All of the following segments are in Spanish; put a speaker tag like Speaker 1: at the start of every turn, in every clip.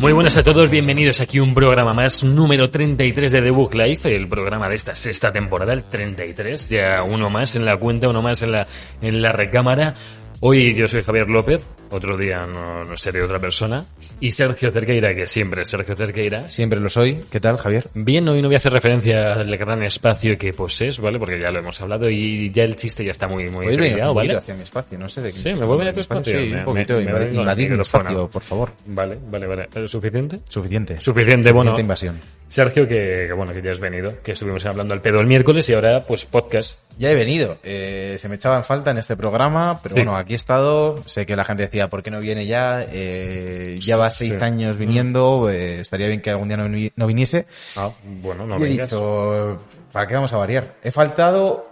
Speaker 1: Muy buenas a todos, bienvenidos aquí a un programa más, número 33 de The Book Life, el programa de esta sexta temporada, el 33, ya uno más en la cuenta, uno más en la, en la recámara. Hoy yo soy Javier López, otro día no, no seré otra persona, y Sergio Cerqueira, que siempre es Sergio Cerqueira.
Speaker 2: Siempre lo soy. ¿Qué tal, Javier?
Speaker 1: Bien, hoy no voy a hacer referencia al gran espacio que posees, ¿vale? Porque ya lo hemos hablado y ya el chiste ya está muy, muy
Speaker 2: Podéis venir
Speaker 1: trillado,
Speaker 2: un poquito
Speaker 1: ¿vale?
Speaker 2: hacia mi espacio, no sé de qué.
Speaker 1: Sí, me vuelve a tu
Speaker 2: mi
Speaker 1: espacio.
Speaker 2: Sí,
Speaker 1: Me-
Speaker 2: un poquito,
Speaker 1: me- me
Speaker 2: invad-
Speaker 1: vengo
Speaker 2: invadir mi
Speaker 1: al micrófono.
Speaker 2: espacio, por favor.
Speaker 1: Vale, vale, vale. ¿Es ¿Suficiente?
Speaker 2: Suficiente.
Speaker 1: Suficiente, bueno.
Speaker 2: Suficiente invasión.
Speaker 1: Sergio, que, que bueno, que ya has venido, que estuvimos hablando al pedo el miércoles y ahora, pues, podcast.
Speaker 2: Ya he venido. Eh, se me echaba en falta en este programa, pero
Speaker 1: Sí.
Speaker 2: bueno, aquí he estado. Sé que la gente decía, ¿por qué no viene ya? Eh, ya va seis
Speaker 1: Sí. Mm.
Speaker 2: años viniendo. eh, estaría bien que algún día no, vi- no viniese.
Speaker 1: Ah, bueno, no
Speaker 2: y he
Speaker 1: vengas.
Speaker 2: dicho, ¿para qué vamos a variar? He faltado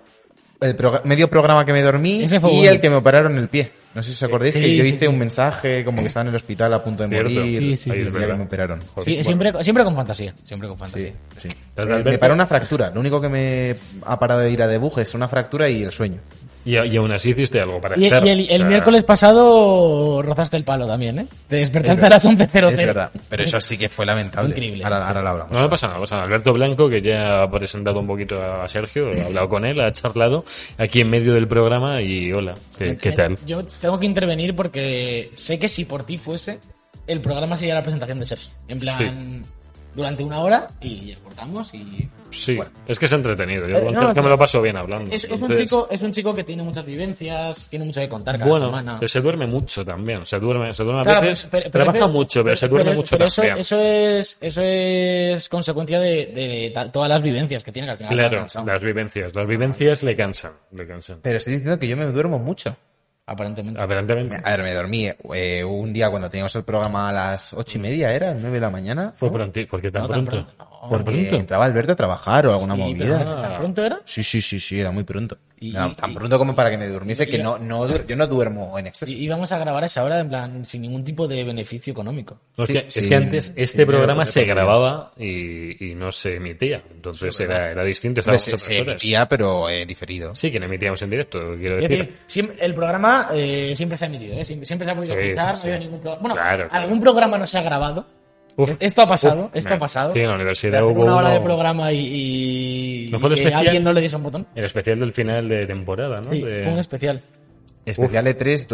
Speaker 2: el proga- medio programa que me dormí
Speaker 1: Ese fue
Speaker 2: y
Speaker 1: bueno.
Speaker 2: el que me operaron el pie. No sé si os acordáis
Speaker 3: Sí,
Speaker 2: que yo
Speaker 3: sí,
Speaker 2: hice un mensaje como que estaba en el hospital a punto de
Speaker 1: Cierto.
Speaker 2: morir.
Speaker 1: Sí, sí,
Speaker 2: y
Speaker 1: sí,
Speaker 2: el
Speaker 1: es
Speaker 2: día que
Speaker 1: verdad.
Speaker 2: me operaron.
Speaker 1: Joder,
Speaker 3: Sí,
Speaker 1: bueno.
Speaker 3: siempre, siempre con fantasía. Siempre con
Speaker 2: Sí,
Speaker 3: fantasía.
Speaker 2: sí.
Speaker 1: Tras
Speaker 2: Eh,
Speaker 1: Alberto.
Speaker 2: me paró una fractura. Lo único que me ha parado de ir a debuje es una fractura y el sueño.
Speaker 1: Y, y aún así hiciste algo para
Speaker 3: Y,
Speaker 1: estar,
Speaker 3: y el,
Speaker 1: o sea,
Speaker 3: el miércoles pasado rozaste el palo también, ¿eh? Te
Speaker 2: Es
Speaker 3: despertaste a
Speaker 2: verdad.
Speaker 3: las 11.00.
Speaker 2: Es verdad. Pero eso sí que fue lamentable.
Speaker 3: Increíble.
Speaker 2: Ahora, ahora lo hablamos.
Speaker 1: No, no pasa nada, no pasa nada. Alberto Blanco, que ya ha presentado un poquito a Sergio, ha hablado con él, ha charlado aquí en medio del programa y hola, ¿qué, qué tal?
Speaker 3: Yo tengo que intervenir porque sé que si por ti fuese, el programa sería la presentación de Sergio. En plan, durante una hora y ya cortamos y...
Speaker 1: Sí, es que es entretenido, yo
Speaker 3: Eh,
Speaker 1: con
Speaker 3: no,
Speaker 1: Sergio
Speaker 3: no.
Speaker 1: me lo paso bien hablando.
Speaker 3: Es, es un
Speaker 1: Entonces,
Speaker 3: chico, es un chico que tiene muchas vivencias, tiene mucho que contar cada
Speaker 1: Bueno,
Speaker 3: semana.
Speaker 1: pero se duerme mucho también, se duerme, se duerme a
Speaker 3: Claro,
Speaker 1: veces,
Speaker 3: pero- pero- pero
Speaker 1: trabaja
Speaker 3: eso es-
Speaker 1: mucho, pero, se duerme mucho
Speaker 3: pero eso,
Speaker 1: también.
Speaker 3: eso es eso es consecuencia de, de ta- todas las vivencias que tiene que al final
Speaker 1: Claro,
Speaker 3: acaba cansado,
Speaker 1: las vivencias,
Speaker 3: Ah,
Speaker 1: las vivencias le cansan, le cansan.
Speaker 2: Pero estoy diciendo que yo me duermo mucho.
Speaker 3: aparentemente
Speaker 1: Aparentemente
Speaker 2: A ver, me dormí eh, un día cuando teníamos el programa a las ocho y media, era, nueve de la mañana.
Speaker 1: fue pronto, porque tan
Speaker 3: No, tan
Speaker 1: pronto.
Speaker 3: pronto, no.
Speaker 1: Tan
Speaker 2: Porque
Speaker 1: pronto.
Speaker 2: entraba Alberto a trabajar o alguna
Speaker 3: Sí,
Speaker 2: movida.
Speaker 3: pero tan pronto era
Speaker 2: Sí, sí, sí, sí, era muy pronto.
Speaker 3: Y-
Speaker 2: Era
Speaker 3: y-
Speaker 2: tan
Speaker 3: y-
Speaker 2: pronto como para que me durmiese, que
Speaker 3: y-
Speaker 2: no, no, dur- yo no duermo en exceso.
Speaker 3: y íbamos a grabar a esa hora en plan sin ningún tipo de beneficio económico
Speaker 1: No, es,
Speaker 2: Sí,
Speaker 1: que, es
Speaker 2: sí,
Speaker 1: que antes
Speaker 2: sí,
Speaker 1: este
Speaker 2: sí,
Speaker 1: programa
Speaker 2: sí,
Speaker 1: se
Speaker 2: sí.
Speaker 1: grababa y, y no se emitía. Entonces era, era distinto,
Speaker 2: Hombre,
Speaker 1: estábamos
Speaker 2: Pues se,
Speaker 1: otras
Speaker 2: se
Speaker 1: horas.
Speaker 2: emitía, pero eh, diferido.
Speaker 1: Sí, que no emitíamos en directo, quiero
Speaker 3: Es
Speaker 1: decir.
Speaker 3: decir, siempre- el programa eh, siempre se ha emitido, ¿eh? siempre, siempre se ha podido
Speaker 1: Sí,
Speaker 3: escuchar,
Speaker 1: sí.
Speaker 3: no ha habido ningún programa. Bueno,
Speaker 1: Claro, claro.
Speaker 3: algún programa no se ha grabado.
Speaker 1: Uf,
Speaker 3: esto ha pasado,
Speaker 1: uf,
Speaker 3: esto
Speaker 1: me-
Speaker 3: ha pasado.
Speaker 1: Sí, en la
Speaker 3: De
Speaker 1: universidad
Speaker 3: hacer
Speaker 1: hubo
Speaker 3: una hora
Speaker 1: uno-
Speaker 3: de programa y, y-
Speaker 1: ¿No fue el
Speaker 3: y que
Speaker 1: especial?
Speaker 3: alguien no le diese un botón.
Speaker 1: El especial del final de temporada, ¿no?
Speaker 3: Sí,
Speaker 1: De-
Speaker 3: fue un especial.
Speaker 2: Especial E E3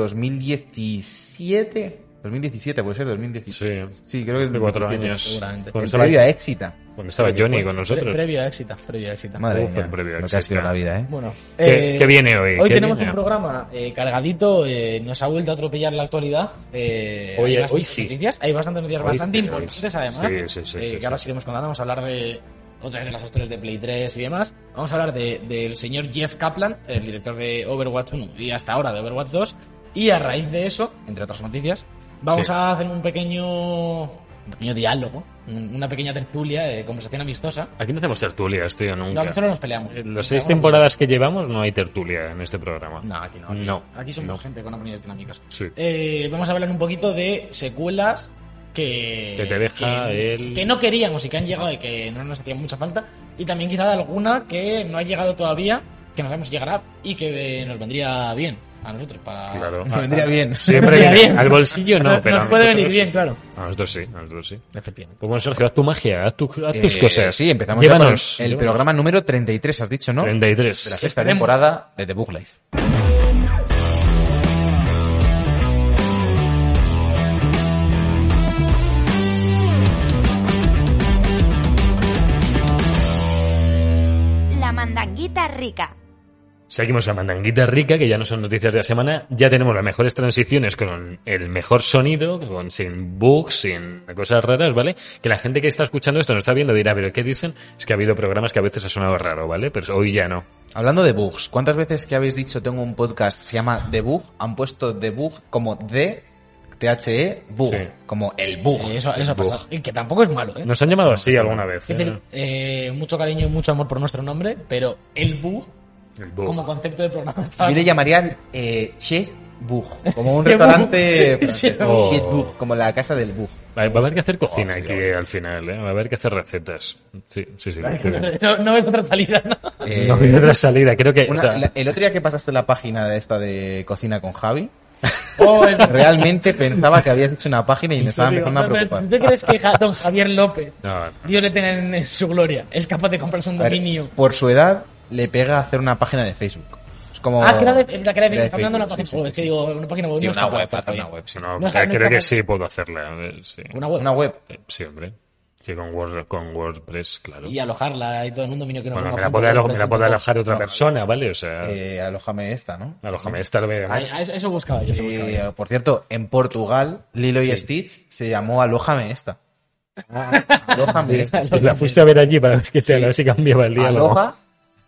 Speaker 2: 2017. 2017, puede ser 2017.
Speaker 1: Sí.
Speaker 2: creo que es
Speaker 1: de cuatro
Speaker 2: 2017.
Speaker 1: años.
Speaker 3: seguramente.
Speaker 1: Cuando
Speaker 2: El
Speaker 1: estaba,
Speaker 2: previo a Éxita.
Speaker 1: cuando estaba Johnny con
Speaker 3: Pre-
Speaker 1: nosotros.
Speaker 3: previo a Éxita, previo a Éxita.
Speaker 2: Madre
Speaker 1: Uf,
Speaker 2: mía,
Speaker 1: el previo a
Speaker 2: lo que ha
Speaker 1: Éxita.
Speaker 2: sido la vida, ¿eh?
Speaker 3: Bueno,
Speaker 1: ¿Qué- qué viene hoy?
Speaker 3: Hoy
Speaker 1: ¿Qué
Speaker 3: tenemos
Speaker 1: viene?
Speaker 3: un programa eh, cargadito, eh, nos ha vuelto a atropellar la actualidad. eh,
Speaker 1: Hoy-
Speaker 3: hay
Speaker 1: hoy
Speaker 3: bastantes
Speaker 1: sí.
Speaker 3: Noticias, hay bastantes noticias
Speaker 1: Hoy
Speaker 3: bastante
Speaker 1: sí, hoy
Speaker 3: importantes,
Speaker 1: sí.
Speaker 3: además.
Speaker 1: Sí, sí, sí,
Speaker 3: eh,
Speaker 1: sí,
Speaker 3: que
Speaker 1: sí.
Speaker 3: ahora os iremos contando. Vamos a hablar de otra vez de las historias de Play 3 y demás. Vamos a hablar de- del señor Jeff Kaplan, el director de Overwatch 1 y hasta ahora de Overwatch 2. Y a raíz de eso, entre otras noticias, vamos
Speaker 1: Sí.
Speaker 3: a hacer un pequeño, un pequeño diálogo, un- una pequeña tertulia, eh, conversación amistosa.
Speaker 1: Aquí no hacemos tertulias, tío, nunca.
Speaker 3: No, solo nos peleamos.
Speaker 1: En
Speaker 3: Nos
Speaker 1: las seis
Speaker 3: peleamos.
Speaker 1: temporadas que llevamos no hay tertulia en este programa.
Speaker 3: No, aquí no. Aquí,
Speaker 1: No,
Speaker 3: aquí somos
Speaker 1: no.
Speaker 3: gente con opiniones dinámicas.
Speaker 1: Sí.
Speaker 3: Eh, vamos a hablar un poquito de secuelas que,
Speaker 1: Que te deja
Speaker 3: que,
Speaker 1: el-
Speaker 3: que no queríamos y que han llegado y que no nos hacían mucha falta. Y también quizá de alguna que no ha llegado todavía, que no sabemos si llegará y que eh, nos vendría bien a nosotros. Para...
Speaker 1: Claro.
Speaker 2: Me vendría bien.
Speaker 1: Siempre
Speaker 3: Vendría
Speaker 1: que-
Speaker 3: bien.
Speaker 1: al bolsillo no,
Speaker 3: Nos-
Speaker 1: pero
Speaker 3: nos
Speaker 1: a
Speaker 3: puede
Speaker 1: nosotros-
Speaker 3: venir bien, claro.
Speaker 1: A nosotros sí, a nosotros sí.
Speaker 3: Efectivamente.
Speaker 1: Pues bueno, Sergio, haz tu magia, haz, tu- haz tus
Speaker 2: Eh,
Speaker 1: cosas.
Speaker 2: Sí, empezamos ya con el
Speaker 1: Llévanos. llévanos.
Speaker 2: programa número 33, has dicho, ¿no? De la
Speaker 1: 33.
Speaker 2: sexta
Speaker 3: Extremo.
Speaker 2: temporada de The Book Life.
Speaker 4: La mandanguita rica.
Speaker 1: Seguimos a Mandanguita Rica, que ya no son noticias de la semana. Ya tenemos las mejores transiciones con el mejor sonido, con, sin bugs, sin cosas raras, ¿vale? Que la gente que está escuchando esto, no está viendo, dirá, pero ¿qué dicen? Es que ha habido programas que a veces ha sonado raro, ¿vale? Pero hoy ya no.
Speaker 2: Hablando de bugs, ¿cuántas veces que habéis dicho tengo un podcast se llama The Bug? Han puesto The Bug como D, T-H-E, Bug,
Speaker 1: Sí.
Speaker 2: como el bug.
Speaker 3: Eh, Eso, eso ha
Speaker 1: Buf.
Speaker 3: pasado. Y que tampoco es malo, ¿eh?
Speaker 1: Nos han llamado así alguna vez.
Speaker 3: Es
Speaker 1: ¿eh?
Speaker 3: decir, eh, mucho cariño y mucho amor por nuestro nombre, pero el bug
Speaker 1: El bug.
Speaker 3: como concepto de programa.
Speaker 2: Yo
Speaker 3: Estaba
Speaker 2: le llamaría eh, Chef Bug, como un restaurante francés.
Speaker 1: Oh.
Speaker 2: Chef Bug, como la casa del Bug.
Speaker 1: Va va a haber que hacer cocina
Speaker 2: Oh, sí,
Speaker 1: aquí al final, ¿eh? Va a haber que hacer recetas. Sí, sí, sí.
Speaker 3: no, no es otra salida, ¿no?
Speaker 2: Eh,
Speaker 1: No hay otra salida, creo que...
Speaker 2: una-
Speaker 1: o sea,
Speaker 2: la- el otro día que pasaste la página de esta de Cocina con Javi,
Speaker 3: Oh, es-
Speaker 2: realmente pensaba que habías hecho una página y me estaba empezando a
Speaker 3: Pero,
Speaker 2: preocupar.
Speaker 3: ¿Tú crees que Ja- don Javier López,
Speaker 1: no, no.
Speaker 3: Dios le tenga en en su gloria, es capaz de comprarse un
Speaker 2: A ver,
Speaker 3: dominio?
Speaker 2: por su edad, le pega hacer una página de Facebook. Es como...
Speaker 3: Ah, que era de, la que era de- está hablando de una
Speaker 2: Facebook, sí, sí, sí,
Speaker 3: página. oh, es que
Speaker 2: sí.
Speaker 3: digo, una página web
Speaker 2: Sí,
Speaker 3: no
Speaker 2: una
Speaker 3: está
Speaker 2: web,
Speaker 3: capaz,
Speaker 2: hacer una
Speaker 3: Javier.
Speaker 2: web, sí.
Speaker 1: No,
Speaker 3: No,
Speaker 1: o sea,
Speaker 3: Jaime,
Speaker 1: creo que
Speaker 3: capaz-
Speaker 1: sí puedo hacerla. eh, Sí,
Speaker 3: Una web.
Speaker 2: Una web.
Speaker 1: Eh, sí, hombre. Sí, con, Word- con WordPress, claro.
Speaker 3: Y alojarla y todo en un dominio que no
Speaker 1: Bueno,
Speaker 3: ponga
Speaker 1: me la
Speaker 3: punto
Speaker 1: puede, alo-
Speaker 3: wordpress
Speaker 1: me la
Speaker 3: punto
Speaker 1: puede
Speaker 3: com.
Speaker 1: alojar otra persona, ¿vale? O sea,
Speaker 2: Eh, alójame esta, ¿no?
Speaker 1: alojame esta. lo voy a-
Speaker 3: Ay, a Eso, eso buscaba yo. Eso buscaba yo.
Speaker 2: Eh, por cierto, en Portugal, Lilo y Stitch se llamó Alójame esta. Alójame esta.
Speaker 1: Pues la fuiste a ver allí para ver qué tal, a ver si cambiaba el día.
Speaker 2: Aloja,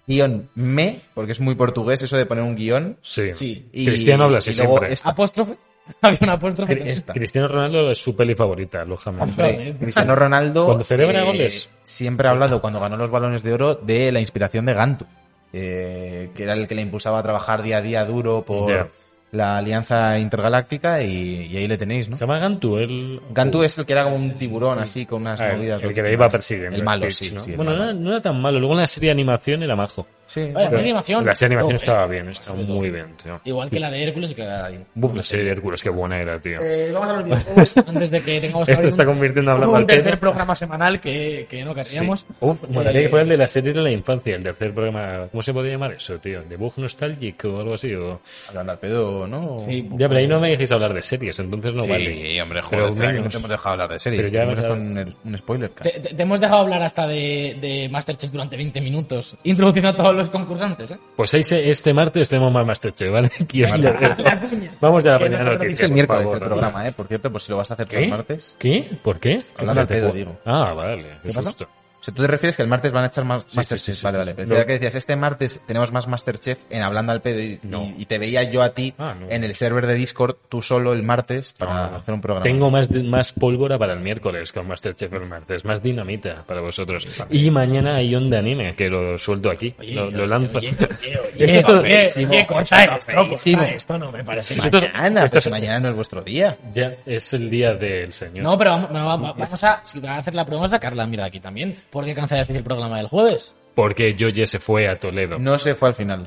Speaker 2: guión me, porque es muy portugués eso de poner un guión.
Speaker 1: Sí.
Speaker 3: Sí.
Speaker 2: Y,
Speaker 1: Cristiano habla así
Speaker 2: y luego
Speaker 1: siempre.
Speaker 2: esta.
Speaker 3: Apóstrofe. Había una apóstrofe.
Speaker 2: Cri- esta.
Speaker 1: Cristiano Ronaldo es su peli favorita, alojame.
Speaker 2: Hombre, Cristiano Ronaldo eh,
Speaker 1: Cuando celebra goles.
Speaker 2: siempre ha hablado cuando ganó los balones de oro de la inspiración de Gantu, eh, que era el que le impulsaba a trabajar día a día duro por
Speaker 1: Ya.
Speaker 2: la alianza intergaláctica y, y ahí le tenéis, ¿no?
Speaker 1: Se llama Gantu, el...
Speaker 2: Gantu es el que era como un tiburón así con unas
Speaker 1: uh, Ah, el,
Speaker 2: movidas.
Speaker 1: el que
Speaker 2: loquísimas.
Speaker 1: le iba persiguiendo.
Speaker 2: El malo,
Speaker 1: Stitch,
Speaker 2: sí.
Speaker 1: ¿no?
Speaker 2: sí, el
Speaker 1: bueno, no,
Speaker 2: malo.
Speaker 1: era- no era tan malo. Luego en la serie de animación era majo.
Speaker 2: Sí.
Speaker 3: Vaya,
Speaker 1: Pero
Speaker 3: la animación.
Speaker 1: La serie de animación
Speaker 3: Tope.
Speaker 1: estaba bien, estaba
Speaker 3: Sobre todo.
Speaker 1: muy bien, tío.
Speaker 3: Igual que la de Hércules y que la de Aladdin.
Speaker 1: La serie de Hércules, qué buena era, tío.
Speaker 3: Eh, vamos a los videojuegos antes de que tengamos que
Speaker 1: Esto
Speaker 3: abrir
Speaker 1: está
Speaker 3: un-
Speaker 1: convirtiendo a hablar
Speaker 3: un
Speaker 1: mal tema.
Speaker 3: tercer programa semanal que, que no queríamos.
Speaker 1: Sí. Uf, molaría
Speaker 3: Eh,
Speaker 1: que fuera el de la serie de la infancia, el tercer programa. ¿Cómo se podría llamar eso, tío? ¿De Bug Nostalgic o algo así? O...
Speaker 2: Hablando al pedo, ¿no?
Speaker 3: Sí,
Speaker 1: Ya, pero ahí no me dejéis hablar de series, entonces no
Speaker 2: Sí,
Speaker 1: vale.
Speaker 2: hombre,
Speaker 1: Pero
Speaker 2: joder, espera, que no
Speaker 1: menos.
Speaker 2: te hemos dejado hablar de series.
Speaker 1: Pero ya
Speaker 2: Hemos
Speaker 1: hemos
Speaker 2: estado
Speaker 1: dado-
Speaker 2: en el- un spoiler.
Speaker 3: te,
Speaker 2: casi.
Speaker 3: te- te hemos dejado hablar hasta de, de Masterchef durante 20 minutos, introduciendo a todos los concursantes. ¿eh?
Speaker 1: Pues ahí se- este martes tenemos más Masterchef, ¿vale? Aquí os lo dejo.
Speaker 3: La cuña.
Speaker 1: Vamos a la
Speaker 3: Que
Speaker 1: primera
Speaker 3: no te lo
Speaker 1: noticia.
Speaker 2: Es el
Speaker 1: por
Speaker 2: miércoles
Speaker 1: favor,
Speaker 2: el
Speaker 1: ¿no?
Speaker 2: programa, ¿eh? Por cierto, pues si lo vas a hacer
Speaker 1: ¿Qué?
Speaker 2: los martes.
Speaker 1: ¿Qué? ¿por qué?
Speaker 2: Hablando al
Speaker 1: ¿Qué
Speaker 2: pedo,
Speaker 1: martes?
Speaker 2: digo.
Speaker 1: Ah, vale. Qué
Speaker 2: pasa?
Speaker 1: susto.
Speaker 2: O sea, tú te refieres que el martes van a echar más
Speaker 1: sí, sí,
Speaker 2: Masterchef.
Speaker 1: sí.
Speaker 2: vale, vale. Pensé
Speaker 1: No.
Speaker 2: que decías, este martes tenemos más Masterchef en Hablando al Pedo y,
Speaker 1: No.
Speaker 2: y- y te veía yo a ti
Speaker 1: Ah, no.
Speaker 2: en el server de Discord, tú solo el martes, para
Speaker 1: No, no.
Speaker 2: hacer un programa.
Speaker 1: Ah, Tengo más, de- más pólvora para el miércoles con Masterchef el martes, más dinamita para vosotros. Y mañana hay onda anime, que lo suelto aquí,
Speaker 3: Oye,
Speaker 1: lo, lo
Speaker 3: oye,
Speaker 1: lanzo.
Speaker 3: oye, Eh, oye,
Speaker 1: Es que esto-
Speaker 3: oye,
Speaker 1: Simo,
Speaker 3: oye, corta eh, esto, corta
Speaker 2: Simo.
Speaker 3: esto no me parece mal.
Speaker 2: Mañana,
Speaker 1: Esto es-
Speaker 2: pues mañana no es vuestro día.
Speaker 1: Ya es el día del señor.
Speaker 3: No, pero vamos, va- va- vamos a, si vas a hacer la prueba, vamos a sacarla, mira, aquí también. ¿Por qué cancelaste el programa del jueves?
Speaker 1: Porque Joye se fue a Toledo.
Speaker 2: No se fue al final.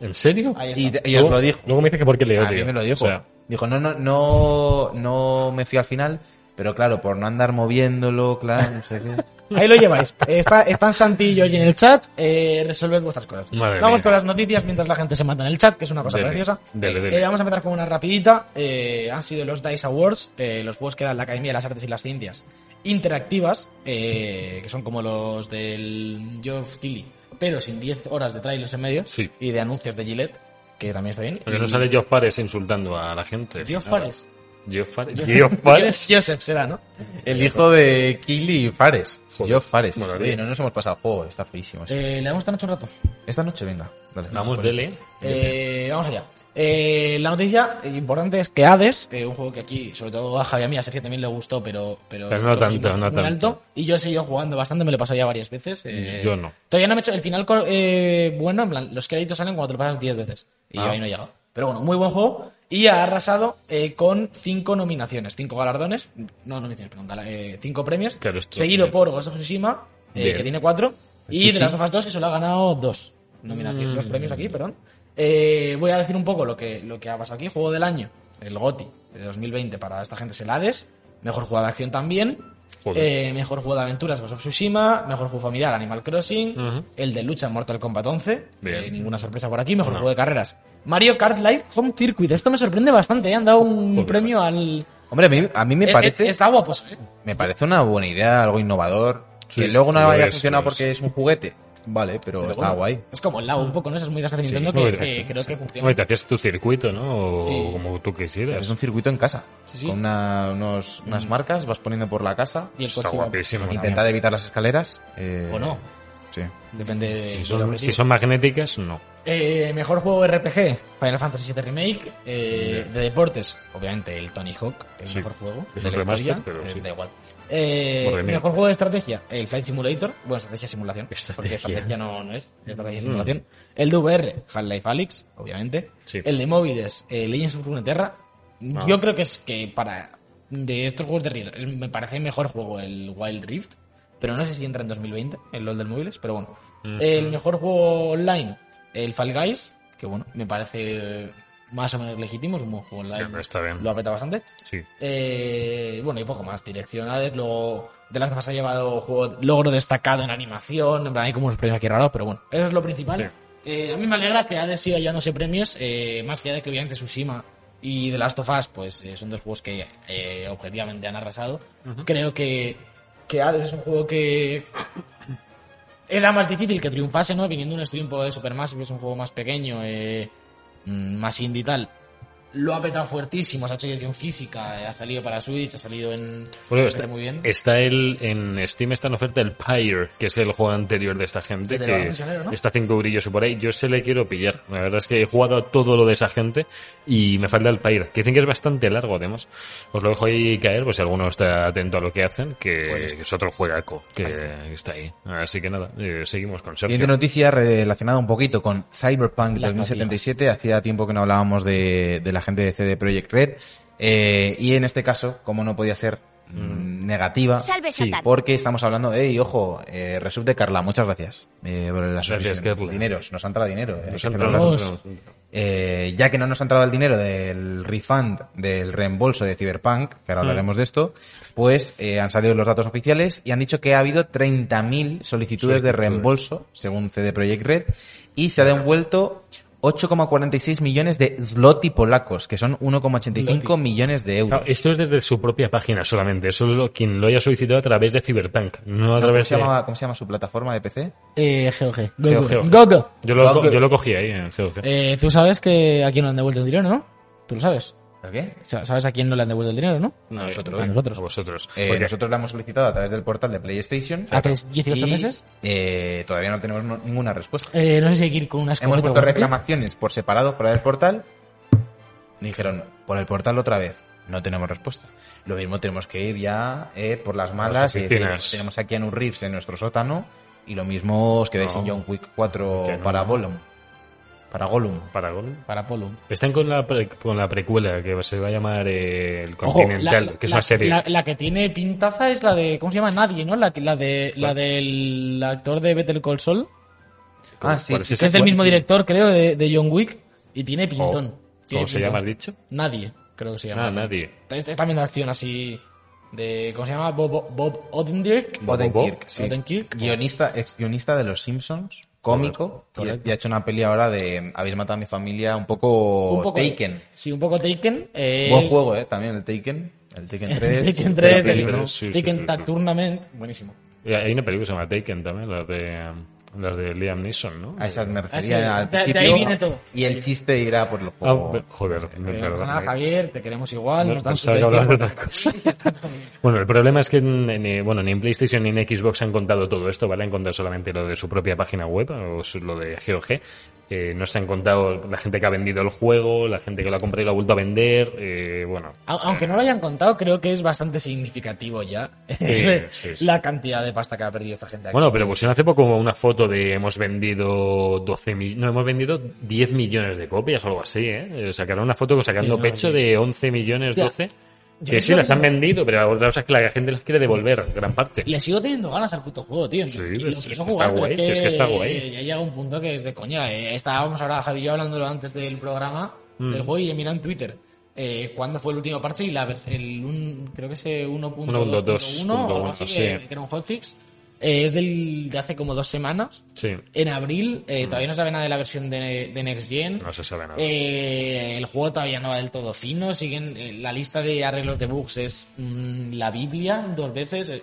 Speaker 1: ¿En serio?
Speaker 3: Ahí está.
Speaker 2: Y, y os lo dijo. Ah,
Speaker 1: Luego me dice que porque le odio.
Speaker 2: A mí me lo dijo.
Speaker 1: O sea,
Speaker 2: dijo, no, no, no, no me fui al final, pero claro, por no andar moviéndolo, claro, no sé qué.
Speaker 3: Ahí lo lleváis. Eh, Está, están Santi y yo allí en el chat. Eh, resolved vuestras cosas.
Speaker 1: Madre
Speaker 3: vamos
Speaker 1: mía.
Speaker 3: con las noticias mientras la gente se mata en el chat, que es una cosa
Speaker 1: Dele,
Speaker 3: preciosa.
Speaker 1: dele, dele.
Speaker 3: Eh, vamos a empezar con una rapidita. Eh, han sido los DICE Awards, eh, los juegos que dan la Academia de las Artes y las Ciencias interactivas, eh, que son como los del Geoff Keighley, pero sin 10 horas de trailers en medio
Speaker 1: Sí.
Speaker 3: y de anuncios de Gillette, que también está bien.
Speaker 1: porque no sale Geoff Fares insultando a la gente.
Speaker 3: Geoff
Speaker 1: Nada.
Speaker 3: Fares.
Speaker 1: Geoff Fares. Geoff Fares.
Speaker 3: Joseph será, ¿no?
Speaker 2: El hijo de Kili Fares.
Speaker 1: Joder,
Speaker 2: Yo Fares.
Speaker 1: molaría.
Speaker 2: Oye, no nos hemos pasado el juego, está feísimo. eso.
Speaker 3: Eh, le damos esta noche un rato.
Speaker 2: Esta noche venga. Dale,
Speaker 1: Vamos,
Speaker 2: por
Speaker 1: dele.
Speaker 3: Eh, vamos allá. Eh, la noticia importante es que Hades, eh, un juego que aquí, sobre todo a Javi y a mí, a Sergio también le gustó, pero, pero,
Speaker 1: Pero no
Speaker 3: lo pusimos
Speaker 1: tanto, no
Speaker 3: muy
Speaker 1: tanto. Mm,
Speaker 3: alto. Y yo he seguido jugando bastante, me lo he pasado ya varias veces. eh,
Speaker 1: Yo no.
Speaker 3: Todavía no me he hecho el final cor- eh, bueno, en plan, los créditos salen cuando te lo pasas 10 veces. Y yo
Speaker 1: Ah.
Speaker 3: ahí no he llegado. Pero bueno, muy buen juego. Y ha arrasado eh, con 5 nominaciones, 5 galardones, no nominaciones, perdón, 5 eh, premios.
Speaker 1: Claro, esto-
Speaker 3: seguido por Ghost of Tsushima, eh,
Speaker 1: Bien.
Speaker 3: que tiene 4. Y
Speaker 1: Chuchi.
Speaker 3: de las of Us 2, que solo ha ganado 2 nominaciones,
Speaker 1: Mm.
Speaker 3: dos premios aquí, perdón. Eh, voy a decir un poco lo que, lo que ha pasado aquí. Juego del año, el GOTI de 2020 para esta gente es el Hades. Mejor jugada de acción también.
Speaker 1: Joder.
Speaker 3: Eh, mejor juego de aventuras, Ghost of Tsushima. Mejor juego familiar, Animal Crossing.
Speaker 1: Ujú.
Speaker 3: El de lucha, Mortal Kombat 11.
Speaker 1: Bien.
Speaker 3: Eh, ninguna sorpresa por aquí. Mejor
Speaker 1: No.
Speaker 3: juego de carreras. Mario Kart Live Home Circuit. Esto me sorprende bastante. eh, Han dado un
Speaker 1: Joder.
Speaker 3: premio al...
Speaker 2: Hombre, a mí, a mí me
Speaker 3: Eh,
Speaker 2: parece
Speaker 3: eh, está guapo. eso, eh.
Speaker 2: me parece una buena idea, algo innovador.
Speaker 1: Sí,
Speaker 2: que luego no
Speaker 1: lo
Speaker 2: haya
Speaker 1: es,
Speaker 2: funcionado
Speaker 1: lo es.
Speaker 2: porque es un juguete. Vale, pero,
Speaker 3: Pero
Speaker 2: está
Speaker 3: bueno,
Speaker 2: guay.
Speaker 3: Es como el lago un poco, ¿no? Esas movidas que hace Nintendo
Speaker 1: Bueno,
Speaker 3: que,
Speaker 1: te-
Speaker 3: que creo que
Speaker 1: bueno,
Speaker 3: funcionan.
Speaker 1: te hacías tu circuito, ¿no? O
Speaker 3: Sí.
Speaker 1: como tú
Speaker 2: Es
Speaker 1: quisieras.
Speaker 2: un circuito en casa.
Speaker 3: Sí, Mm. sí.
Speaker 2: Con una- unos- unas marcas, vas poniendo por la casa.
Speaker 3: Y el
Speaker 1: Está
Speaker 3: coche va-
Speaker 1: guapísimo.
Speaker 2: Intentad evitar las escaleras. eh,
Speaker 3: O no.
Speaker 2: Sí.
Speaker 3: Depende de.
Speaker 1: Si
Speaker 3: del
Speaker 1: son,
Speaker 3: objetivo.
Speaker 1: si son magnéticas, no.
Speaker 3: Eh, mejor juego RPG, Final Fantasy VII Remake. eh, De deportes, obviamente el Tony Hawk, el
Speaker 1: Sí.
Speaker 3: mejor juego.
Speaker 1: Es
Speaker 3: de
Speaker 1: un
Speaker 3: la
Speaker 1: remaster,
Speaker 3: historia,
Speaker 1: pero
Speaker 3: eh,
Speaker 1: sí.
Speaker 3: Da igual. Eh,
Speaker 1: O remake.
Speaker 3: mejor juego de estrategia, el Flight Simulator. Bueno, estrategia simulación. Porque
Speaker 1: Estrategia. Mm.
Speaker 3: estrategia no, no es. Estrategia simulación. El de VR, Half-Life Alyx, obviamente.
Speaker 1: Sí.
Speaker 3: El de móviles, eh, Legends of Runeterra.
Speaker 1: Ah.
Speaker 3: Yo creo que es que para. De estos juegos de Rift, es- me parece mejor juego el Wild Rift. Pero no sé si entra en 2020, el LOL del móviles, pero bueno.
Speaker 1: Ujú.
Speaker 3: El mejor juego online, el Fall Guys, que bueno, me parece más o menos legítimo, es un buen juego online.
Speaker 1: Ya, pero está bien.
Speaker 3: Lo apeta bastante.
Speaker 1: Sí.
Speaker 3: Eh, bueno, y poco más, direccionales, luego de las demás ha llevado juego, logro destacado en animación, en plan hay como unos premios aquí raros, pero bueno, eso es lo principal.
Speaker 1: Sí.
Speaker 3: Eh, a mí me alegra que Hades siga llevándose premios, eh, más allá de que obviamente Tsushima y The Last of Us, pues eh, son dos juegos que eh, objetivamente han arrasado. Creo que, que Hades es un juego que era más difícil que triunfase, ¿no? Viniendo un estudio un poco de Supermassive, que es un juego más pequeño, eh, mm, más indie y tal. Lo ha petado fuertísimo, se ha hecho edición física, eh, ha salido para Switch, ha salido en...
Speaker 1: Bueno,
Speaker 3: en
Speaker 1: está, eh,
Speaker 3: muy bien.
Speaker 1: está el, en Steam está en oferta el Pyre, que es el juego anterior de esta gente.
Speaker 3: El de
Speaker 1: que
Speaker 3: los prisioneros, ¿no?
Speaker 1: Está a cinco brillos o por ahí. Yo se le quiero pillar. La verdad es que he jugado a todo lo de esa gente y me falta el Pyre, que dicen que es bastante largo además. Os lo dejo ahí caer, pues si alguno está atento a lo que hacen, que es otro juegaco que está ahí. Así que nada, eh, seguimos con Sergio.
Speaker 2: Siguiente noticia relacionada un poquito con Cyberpunk
Speaker 3: Las
Speaker 2: 2077. Hacía tiempo que no hablábamos de, de la gente de CD Projekt Red. Eh, y en este caso, como no podía ser mm, negativa,
Speaker 4: Salve,
Speaker 1: Sí,
Speaker 4: Satán.
Speaker 2: porque estamos hablando, ey, ojo, eh, resub de Carla, muchas gracias. Eh, por la
Speaker 1: Gracias,
Speaker 2: suscripción.
Speaker 1: Carla.
Speaker 2: Dineros, nos ha entrado dinero. eh,
Speaker 1: Nos
Speaker 2: hay
Speaker 1: han
Speaker 2: que
Speaker 1: tra-
Speaker 2: celebrarlo.
Speaker 3: Vamos.
Speaker 2: Eh, ya que no nos ha entrado el dinero del refund, del reembolso de Cyberpunk, que ahora hablaremos de esto, pues eh, han salido los datos oficiales y han dicho que ha habido 30.000 solicitudes de
Speaker 1: Solicitudes.
Speaker 2: reembolso, según CD Projekt Red, y se ha devuelto 8,46 millones de zloty polacos, que son 1,85
Speaker 3: Zloty.
Speaker 2: millones de euros.
Speaker 1: Claro, esto es desde su propia página solamente. Eso es lo, quien lo haya solicitado a través de Cyberpunk, no a
Speaker 2: ¿Cómo,
Speaker 1: través
Speaker 2: se
Speaker 1: de...
Speaker 2: llama, cómo se llama su plataforma de PC?
Speaker 3: Eh, GOG.
Speaker 1: GOG.
Speaker 3: GOG. GOG.
Speaker 1: Yo lo,
Speaker 2: Aunque-
Speaker 1: yo lo cogí ahí en COG.
Speaker 3: Eh, Tú sabes que aquí no han devuelto el dinero, ¿no? Tú lo sabes.
Speaker 2: ¿Por qué?
Speaker 3: Sa- ¿Sabes a quién no le han devuelto el dinero, no?
Speaker 1: No,
Speaker 2: nosotros.
Speaker 3: A nosotros.
Speaker 1: A vosotros.
Speaker 2: Eh,
Speaker 1: Porque-
Speaker 2: nosotros la hemos solicitado a través del portal de PlayStation.
Speaker 3: ¿Hace 18
Speaker 2: y,
Speaker 3: meses?
Speaker 2: eh, todavía no tenemos no- ninguna respuesta.
Speaker 3: Eh, no sé si hay que ir con unas
Speaker 2: Hemos puesto reclamaciones por separado fuera del portal. Dijeron, por el portal otra vez. No tenemos respuesta. Lo mismo tenemos que ir ya eh, por las malas. y decir,
Speaker 1: oficinas.
Speaker 2: tenemos aquí a un Reeves en nuestro sótano. Y lo mismo os quedáis
Speaker 1: No.
Speaker 2: sin John Wick 4
Speaker 1: Que no.
Speaker 2: para Gollum. Para Gollum.
Speaker 1: Paragon.
Speaker 3: Para Polo.
Speaker 1: Están con la, pre- con la precuela que se va a llamar eh, El
Speaker 3: Ojo,
Speaker 1: Continental,
Speaker 3: la-
Speaker 1: que es
Speaker 3: la-
Speaker 1: una serie.
Speaker 3: La, la que tiene pintaza es la de. ¿Cómo se llama? Nadie, ¿no? La, que- la, de, la del actor de Better Call Saul.
Speaker 2: Ah, sí,
Speaker 1: ¿Cuál es
Speaker 2: sí,
Speaker 3: Que es
Speaker 1: esa?
Speaker 3: el mismo director, creo, de, de John Wick. Y tiene
Speaker 1: ¿Cómo-
Speaker 3: pintón. Tiene
Speaker 1: ¿Cómo se
Speaker 3: pintón.
Speaker 1: llama, has dicho?
Speaker 3: Nadie, creo que se llama.
Speaker 1: Ah, nadie.
Speaker 3: Es, es también de acción así. De, ¿Cómo se llama? Bob, Bob Odenkirk.
Speaker 2: Odenkirk, sí.
Speaker 3: Odenkirk.
Speaker 2: Guionista, ex guionista de Los Simpsons. Cómico. y es- Y ha hecho una peli ahora de Habéis matado a mi familia un poco,
Speaker 3: Un poco-
Speaker 2: Taken.
Speaker 3: Sí, un poco Taken. eh,
Speaker 2: Buen juego, ¿eh? También el Taken. El Taken 3.
Speaker 3: Taken
Speaker 2: de la
Speaker 3: 3,
Speaker 2: peli,
Speaker 1: el-
Speaker 2: ¿no?
Speaker 3: Taken,
Speaker 1: sí, sí, sí,
Speaker 3: Taken
Speaker 1: sí.
Speaker 3: Tag Tournament. Buenísimo.
Speaker 1: Y Eh, Hay una película que se llama Taken también, las de, las de Liam Neeson, ¿no?
Speaker 2: A esas me
Speaker 3: Ah, sí,
Speaker 2: refería al
Speaker 3: de- de ahí
Speaker 2: principio.
Speaker 3: viene todo.
Speaker 2: Y el chiste irá por
Speaker 1: Ah,
Speaker 2: los juegos.
Speaker 1: pe- joder, me
Speaker 3: Eh, nada,
Speaker 1: perdón.
Speaker 3: Javier, te queremos igual.
Speaker 1: No, pues
Speaker 3: nos dan
Speaker 1: pensaba que
Speaker 3: super
Speaker 1: hablabas de
Speaker 3: tiempo.
Speaker 1: otra cosa. Bueno, el problema es que ni- ni, bueno, ni en PlayStation ni en Xbox han contado todo esto, ¿vale? Han contado solamente lo de su propia página web o su- lo de GOG. Eh, no se han contado la gente que ha vendido el juego, la gente que lo ha comprado y lo ha vuelto a vender. eh, bueno,
Speaker 3: Au- Aunque no lo hayan contado, creo que es bastante significativo ya
Speaker 1: sí, sí.
Speaker 3: la cantidad de pasta que ha perdido esta gente aquí.
Speaker 1: Bueno, pero pusieron hace poco una foto de hemos vendido 12 mil, no, hemos vendido 10 millones de copias o algo así, ¿eh? Eh, Sacaron una foto sacando
Speaker 3: Sí, no,
Speaker 1: pecho
Speaker 3: sí.
Speaker 1: de 11 millones
Speaker 3: Ya.
Speaker 1: 12.
Speaker 3: Yo
Speaker 1: Que
Speaker 3: no
Speaker 1: sí,
Speaker 3: creo
Speaker 1: las
Speaker 3: que-
Speaker 1: han vendido, pero la otra cosa es que la gente las quiere devolver, gran parte.
Speaker 3: Le sigo teniendo ganas al puto juego, tío.
Speaker 1: Sí,
Speaker 3: Lo
Speaker 1: es-
Speaker 3: quiero
Speaker 1: es que está
Speaker 3: jugar, pero
Speaker 1: guay,
Speaker 3: es, que,
Speaker 1: es que está guay.
Speaker 3: Ya llega un punto que es de coña. Eh, Estábamos ahora, Javi y yo, hablándolo antes del programa,
Speaker 1: Mm.
Speaker 3: del juego, y mira en Twitter eh, cuándo fue el último parche y la vers- el un, creo que es eh, 1.2.1 o algo
Speaker 1: 1.2.1,
Speaker 3: así, que,
Speaker 1: sí.
Speaker 3: que era un hotfix. Eh, es del, de hace como dos semanas.
Speaker 1: Sí,
Speaker 3: En abril, eh, todavía no sabe nada de la versión de, de Next Gen.
Speaker 1: Mm. no se sabe nada.
Speaker 3: Eh, el juego todavía no va del todo fino. Siguen eh, la lista de arreglos de bugs es mm, la Biblia dos veces. eh,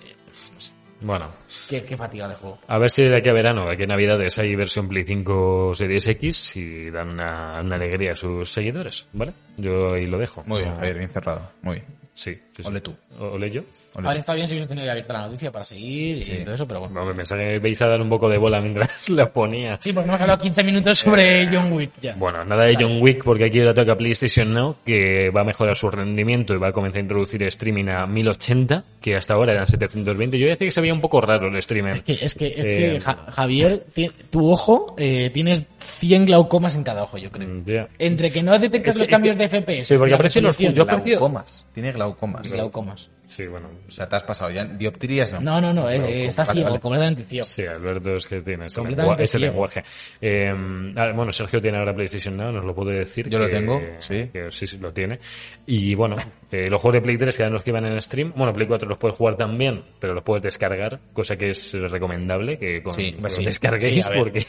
Speaker 1: Bueno,
Speaker 3: qué, qué fatiga de juego.
Speaker 1: a ver si de aquí a verano, de aquí a Navidades hay versión Play 5 Series X y dan una, una alegría a sus seguidores, ¿vale? Yo ahí lo dejo. Ah.
Speaker 2: Muy bien, Javier, bien cerrado. Muy bien.
Speaker 1: Sí, sí, sí.
Speaker 2: Ole tú.
Speaker 1: O- Ole yo.
Speaker 2: Ole.
Speaker 3: Ahora está bien si hubiese tenido que abierta la noticia para seguir y
Speaker 2: Sí.
Speaker 3: todo eso, pero bueno.
Speaker 1: Bueno, me pensaba que me vais a dar un poco de bola mientras la ponía.
Speaker 3: Sí, porque hemos hablado 15 minutos sobre John Wick ya.
Speaker 1: Eh, Bueno, nada de John Wick, porque aquí ahora toca PlayStation Now, que va a mejorar su rendimiento y va a comenzar a introducir streaming a 1080, que hasta ahora eran 720. Yo decía que se veía un poco raro el streamer.
Speaker 3: Es que, es que, es
Speaker 1: Eh,
Speaker 3: que Ja- Javier, ti- tu ojo, eh, tienes 100 glaucomas en cada ojo, yo creo.
Speaker 1: Mm, ya.
Speaker 3: Entre que no detectas
Speaker 1: Este-
Speaker 3: los cambios
Speaker 1: este-
Speaker 3: de FPS.
Speaker 1: Sí, porque
Speaker 3: la
Speaker 1: aparecen los
Speaker 3: resolución,
Speaker 1: yo apareció-
Speaker 2: Glaucomas. Tiene glaucomas.
Speaker 3: glaucomas.
Speaker 1: Sí, bueno.
Speaker 2: O sea, te has pasado ya. Dioptrías no.
Speaker 3: No, no, no, eh,
Speaker 2: Glaucoma.
Speaker 3: estás
Speaker 2: Vale,
Speaker 3: ciego,
Speaker 2: vale.
Speaker 3: completamente ciego.
Speaker 1: Sí, Alberto es que tiene ese,
Speaker 3: Completamente
Speaker 1: lengua- ese
Speaker 3: ciego.
Speaker 1: lenguaje. Eh, ah, bueno, Sergio tiene ahora PlayStation Now, nos lo puede decir.
Speaker 2: Yo lo
Speaker 1: que-
Speaker 2: tengo, sí.
Speaker 1: que sí, sí, lo tiene. Y bueno, eh, los juegos de Play 3 que eran los que iban en stream, bueno, Play 4 los puedes jugar también, pero los puedes descargar, cosa que es eh, recomendable que con,
Speaker 2: Sí,
Speaker 1: los
Speaker 2: sí.
Speaker 1: descarguéis
Speaker 3: Sí, a ver.
Speaker 1: porque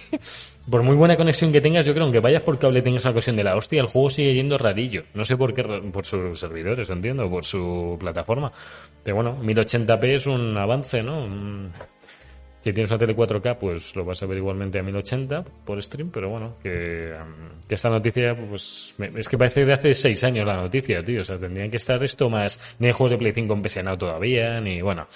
Speaker 1: por muy buena conexión que tengas, yo creo que aunque vayas por cable tengas una conexión de la hostia, el juego sigue yendo rarillo. No sé por qué, ra- por sus servidores, entiendo, por su plataforma. Pero bueno, 1080p es un avance, ¿no? Un- si tienes una tele 4K, pues lo vas a ver igualmente a 1080 por stream, pero bueno, que, mm, que esta noticia, pues me- es que parece de hace seis años la noticia, tío. O sea, tendrían que estar esto más. Ni hay juegos de Play 5 en PS Now todavía, ni bueno.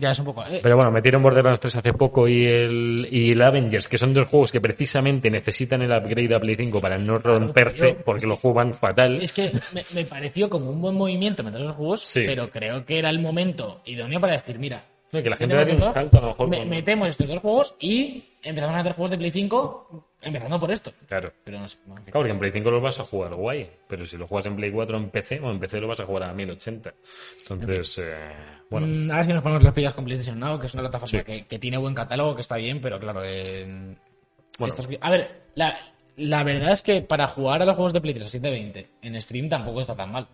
Speaker 3: Ya es un poco. eh,
Speaker 1: Pero bueno, metieron Borderlands 3 hace poco y el, y el Avengers, que son dos juegos que precisamente necesitan el upgrade a Play 5 para no romperse, porque los juegan fatal.
Speaker 3: Es que me, me pareció como un buen movimiento meter esos juegos,
Speaker 1: Sí.
Speaker 3: pero creo que era el momento idóneo para decir, mira,
Speaker 1: No, que la gente
Speaker 3: metemos
Speaker 1: le hace un
Speaker 3: estos-
Speaker 1: salto, a lo mejor,
Speaker 3: me-
Speaker 1: con-
Speaker 3: metemos estos dos juegos y empezamos a meter juegos de Play 5 empezando por esto.
Speaker 1: Claro.
Speaker 3: Pero no sé, en fin.
Speaker 1: Claro, porque en Play 5 lo vas a jugar guay, pero si lo juegas en Play 4 en PC, o en PC lo vas a jugar a 1080. Entonces, eh, bueno,
Speaker 3: Mm, ahora sí nos ponemos las pillas con PlayStation Now, que es una plataforma
Speaker 1: Sí.
Speaker 3: que, que tiene buen catálogo, que está bien, pero claro, en-
Speaker 1: Bueno.
Speaker 3: estas- a ver, la, la verdad es que para jugar a los juegos de Play 3 a 720 en stream tampoco está tan mal.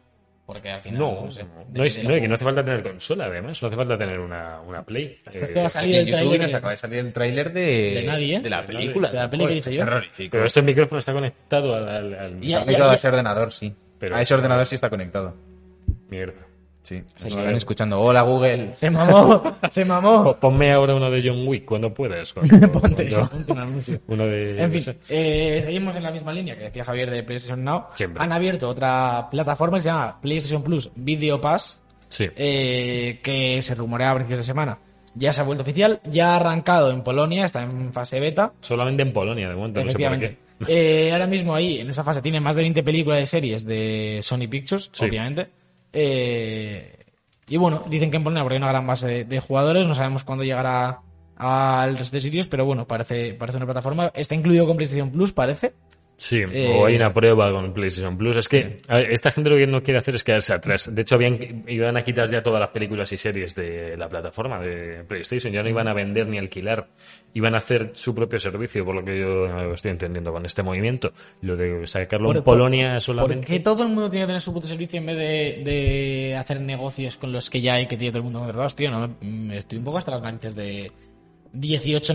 Speaker 3: Porque al final,
Speaker 1: no,
Speaker 3: sé,
Speaker 1: no,
Speaker 3: depende
Speaker 1: es-
Speaker 3: del
Speaker 1: no, y que
Speaker 3: juego.
Speaker 1: no hace falta tener consola, además, no hace falta tener una, una Play. eh,
Speaker 3: es que este va a salir
Speaker 2: Y en
Speaker 3: el
Speaker 2: YouTube
Speaker 3: tráiler
Speaker 2: nos
Speaker 3: de-
Speaker 2: acaba de salir el tráiler de,
Speaker 3: de nadie, ¿eh?
Speaker 2: de la
Speaker 3: De
Speaker 2: película.
Speaker 3: nadie. De la peli que he dicho yo.
Speaker 2: Terrorífico.
Speaker 1: pero este micrófono está conectado al... al- al-
Speaker 3: Ya,
Speaker 2: Conectado a ese ordenador, sí.
Speaker 1: Pero-
Speaker 2: a ese ordenador sí está conectado.
Speaker 1: Mierda.
Speaker 2: Sí. Nos
Speaker 3: Sí.
Speaker 2: están escuchando. Hola, Google.
Speaker 3: Se mamó, se mamó.
Speaker 1: Po- Ponme ahora uno de John Wick cuando puedas. cuando-
Speaker 3: Ponte,
Speaker 1: cuando-
Speaker 3: ponte un anuncio.
Speaker 1: uno de...
Speaker 3: En fin, eh, seguimos en la misma línea que decía Javier de PlayStation Now.
Speaker 1: Siempre.
Speaker 3: Han abierto otra plataforma que se llama PlayStation Plus Video Pass,
Speaker 1: Sí.
Speaker 3: eh, que se rumorea a principios de semana. Ya se ha vuelto oficial, ya ha arrancado en Polonia, está en fase beta.
Speaker 1: Solamente en Polonia, de momento, no sé por
Speaker 3: Efectivamente.
Speaker 1: qué.
Speaker 3: Eh, ahora mismo ahí, en esa fase, tienen más de 20 películas de series de Sony Pictures,
Speaker 1: Sí.
Speaker 3: obviamente. Eh, y bueno, dicen que en Polonia porque hay una gran base de, de jugadores, no sabemos cuándo llegará al resto de sitios, pero bueno, parece, parece una plataforma. Está incluido con PlayStation Plus, parece.
Speaker 1: Sí,
Speaker 3: Eh,
Speaker 1: o hay una prueba con PlayStation Plus. Es que a ver, esta gente lo que no quiere hacer es quedarse atrás. De hecho, habían, iban a quitar ya todas las películas y series de la plataforma de PlayStation. Ya no iban a vender ni alquilar. Iban a hacer su propio servicio, por lo que yo estoy entendiendo con este movimiento. Lo de sacarlo
Speaker 3: Por-
Speaker 1: en Polonia
Speaker 3: Porque
Speaker 1: solamente.
Speaker 3: todo el mundo tiene que tener su puto servicio en vez de, de hacer negocios con los que ya hay que tiene todo el mundo contratados, tío? No, me- estoy un poco hasta las narices de 18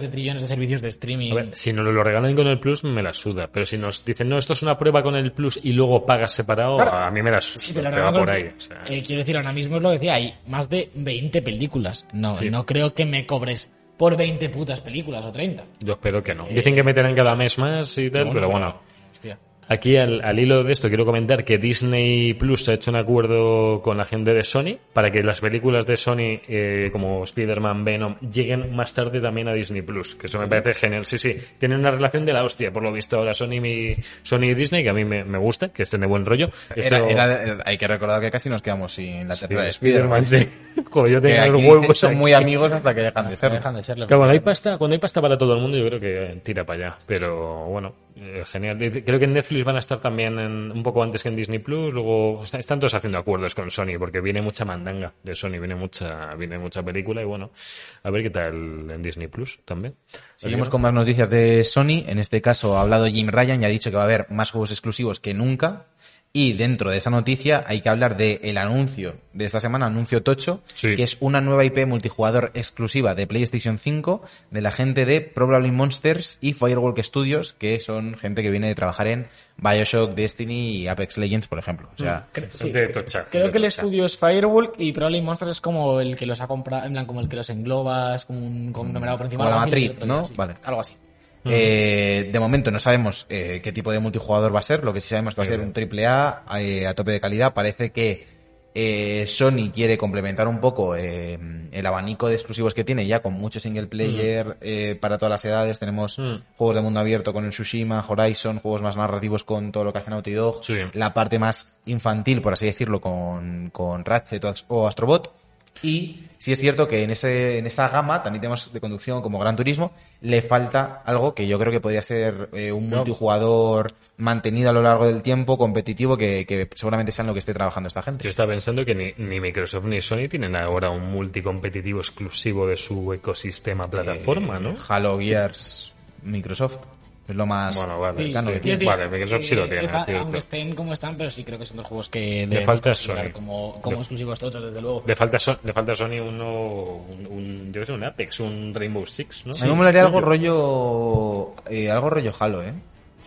Speaker 1: Ya.
Speaker 3: de trillones de servicios de streaming.
Speaker 1: A ver, si nos lo regalan con el Plus, me la suda. Pero si nos dicen, no, esto es una prueba con el Plus y luego pagas separado,
Speaker 3: Claro.
Speaker 1: a mí me la suda.
Speaker 3: Sí, pero
Speaker 1: que
Speaker 3: ahora
Speaker 1: Pues va
Speaker 3: mismo-
Speaker 1: por ahí. o sea.
Speaker 3: eh, quiero decir, ahora mismo os lo decía, hay más de 20 películas. No,
Speaker 1: Sí.
Speaker 3: no creo que me cobres por 20 putas películas o 30.
Speaker 1: yo espero que
Speaker 3: Eh,
Speaker 1: no. Dicen que meterán cada mes más y tal, pero bueno.
Speaker 3: Hostia.
Speaker 1: Aquí al, al hilo de esto quiero comentar que Disney Plus ha hecho un acuerdo con la gente de Sony para que las películas de Sony eh, como Spider-Man, Venom lleguen más tarde también a Disney Plus, que eso me parece genial. Sí, sí, tienen una relación de la hostia, por lo visto ahora Sony, mi, Sony y Disney, que a mí me, me gusta, que estén de buen rollo.
Speaker 2: Era-
Speaker 1: Esto-
Speaker 2: era- era- hay que recordar que casi nos quedamos sin la
Speaker 1: Sí,
Speaker 2: tercera de Spider-Man.
Speaker 1: Spider-Man, sí. Joder, yo
Speaker 2: Que
Speaker 1: tenía los
Speaker 2: aquí
Speaker 1: huevos
Speaker 2: son
Speaker 1: aquí.
Speaker 2: muy amigos hasta que dejan de serlo.
Speaker 3: Dejan de serlo.
Speaker 1: Claro, cuando hay pasta, cuando hay pasta para todo el mundo, yo creo que eh, tira para allá. Pero bueno, eh, genial. Dice- Creo que en Netflix van a estar también en- un poco antes que en Disney Plus. Luego está- están todos haciendo acuerdos con Sony porque viene mucha mandanga de Sony, viene mucha, viene mucha película y bueno, a ver qué tal en Disney Plus también.
Speaker 2: Seguimos con más noticias de Sony. En este caso ha hablado Jim Ryan y ha dicho que va a haber más juegos exclusivos que nunca. Y dentro de esa noticia hay que hablar del el anuncio de esta semana, anuncio tocho,
Speaker 1: Sí.
Speaker 2: que es una nueva IP multijugador exclusiva de PlayStation 5 de la gente de Probably Monsters y Firewalk Studios, que son gente que viene de trabajar en Bioshock, Destiny y Apex Legends, por ejemplo. O
Speaker 1: Mm.
Speaker 2: sea,
Speaker 3: Creo, sí,
Speaker 1: Bastante tocha,
Speaker 3: creo que el
Speaker 1: tocha.
Speaker 3: estudio es Firewalk y Probably Monsters es como el que los ha comprado, en plan, como el que los engloba, es como un conglomerado por encima
Speaker 2: Como la
Speaker 3: algo así,
Speaker 2: matriz,
Speaker 3: el otro día,
Speaker 2: ¿no?
Speaker 3: sí.
Speaker 2: Vale.
Speaker 3: Algo así.
Speaker 2: Eh, de momento no sabemos eh, qué tipo de multijugador va a ser, lo que sí sabemos que va a ser
Speaker 1: Ujú.
Speaker 2: un triple A eh, a tope de calidad. Parece que Eh, Sony quiere complementar un poco eh, el abanico de exclusivos que tiene ya con mucho single player eh, para todas las edades. Tenemos
Speaker 1: Mm.
Speaker 2: juegos de mundo abierto con el Tsushima, Horizon, juegos más narrativos con todo lo que hace Naughty Dog,
Speaker 1: Sí.
Speaker 2: la parte más infantil, por así decirlo, con, con Ratchet o Ast- o Astrobot. Y sí es cierto que en, ese, en esa gama también tenemos de conducción como Gran Turismo, le falta algo que yo creo que podría ser eh, un
Speaker 1: No.
Speaker 2: multijugador mantenido a lo largo del tiempo, competitivo, que, que seguramente sea en lo que esté trabajando esta gente.
Speaker 1: Yo estaba pensando que ni, ni Microsoft ni Sony tienen ahora un multicompetitivo exclusivo de su ecosistema
Speaker 3: Eh,
Speaker 1: plataforma, ¿no?
Speaker 2: Halo Gears Microsoft. Es lo más
Speaker 1: Bueno, vale,
Speaker 2: cercano
Speaker 1: sí.
Speaker 2: que
Speaker 1: Quiero
Speaker 2: tiene.
Speaker 1: decir- Vale, Microsoft sí lo tiene,
Speaker 3: está-
Speaker 1: cierto.
Speaker 3: aunque estén como están, pero sí creo que son dos juegos que
Speaker 1: Le
Speaker 3: debemos
Speaker 1: falta
Speaker 3: considerar
Speaker 1: Sony.
Speaker 3: como, como
Speaker 1: Le-
Speaker 3: exclusivos todos, desde luego.
Speaker 1: Le falta, So- le falta a Sony uno, un, un- yo qué sé, un Apex, un Rainbow Six, ¿no?
Speaker 2: A mí me molaría algo rollo, eh, algo rollo Halo, ¿eh?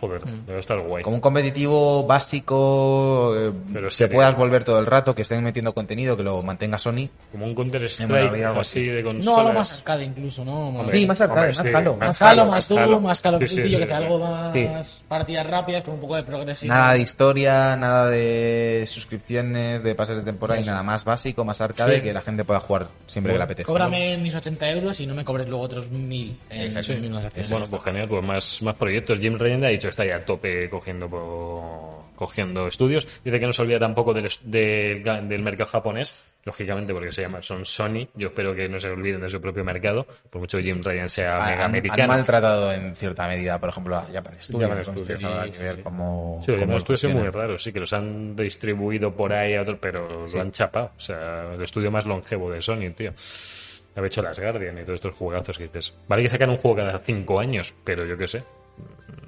Speaker 1: Joder, debe estar guay.
Speaker 2: Como un competitivo básico, eh,
Speaker 1: Pero
Speaker 2: que
Speaker 1: serio.
Speaker 2: puedas volver todo el rato, que estén metiendo contenido, que lo mantenga Sony.
Speaker 1: Como un Counter
Speaker 2: Me
Speaker 1: Strike
Speaker 2: molaría algo
Speaker 1: así
Speaker 2: así.
Speaker 1: de
Speaker 3: No,
Speaker 1: consolas.
Speaker 3: algo más arcade incluso, ¿no?
Speaker 1: Hombre,
Speaker 2: Sí, más arcade,
Speaker 1: hombre,
Speaker 2: más
Speaker 1: sí,
Speaker 2: Halo.
Speaker 3: Más Halo, más tú,
Speaker 1: Halo.
Speaker 3: más Call of
Speaker 1: Sí, sí,
Speaker 3: Duty, yo que sé,
Speaker 1: sí, sí.
Speaker 3: algo más
Speaker 2: Sí.
Speaker 3: partidas rápidas con un poco de progresivo.
Speaker 2: Nada de historia, nada de suscripciones, de pases de temporada y nada más básico, más arcade,
Speaker 1: Sí.
Speaker 2: que la gente pueda jugar siempre que le apetezca.
Speaker 3: Cóbrame mis 80 euros y no me cobres luego otros mil en
Speaker 2: Exacto.
Speaker 3: mil transacciones.
Speaker 1: Bueno, pues genial, pues más, más proyectos. Jim Ryan ha dicho está ya a tope cogiendo po- cogiendo estudios. Dice que no se olvida tampoco del, est- del, ga- del mercado japonés, lógicamente porque se llama, son Sony. Yo espero que no se olviden de su propio mercado, por mucho que Jim Ryan sea
Speaker 2: Han-
Speaker 1: mega
Speaker 2: han,
Speaker 1: americano.
Speaker 2: maltratado en cierta medida, por ejemplo, a Japan Studio.
Speaker 1: Japan
Speaker 2: entonces
Speaker 1: Studio,
Speaker 2: habrá
Speaker 1: sí,
Speaker 2: que
Speaker 1: sí,
Speaker 2: ver
Speaker 1: sí.
Speaker 2: cómo-
Speaker 1: Sí, lo
Speaker 2: cómo
Speaker 1: demás estudios son muy
Speaker 2: funciona.
Speaker 1: raros, sí, que los han distribuido por ahí a otros, pero lo han chapado. O sea, el estudio más longevo de Sony, tío. Había hecho Las Guardian y todos estos juegazos que dices. Vale que sacan un juego cada cinco años, pero yo qué sé.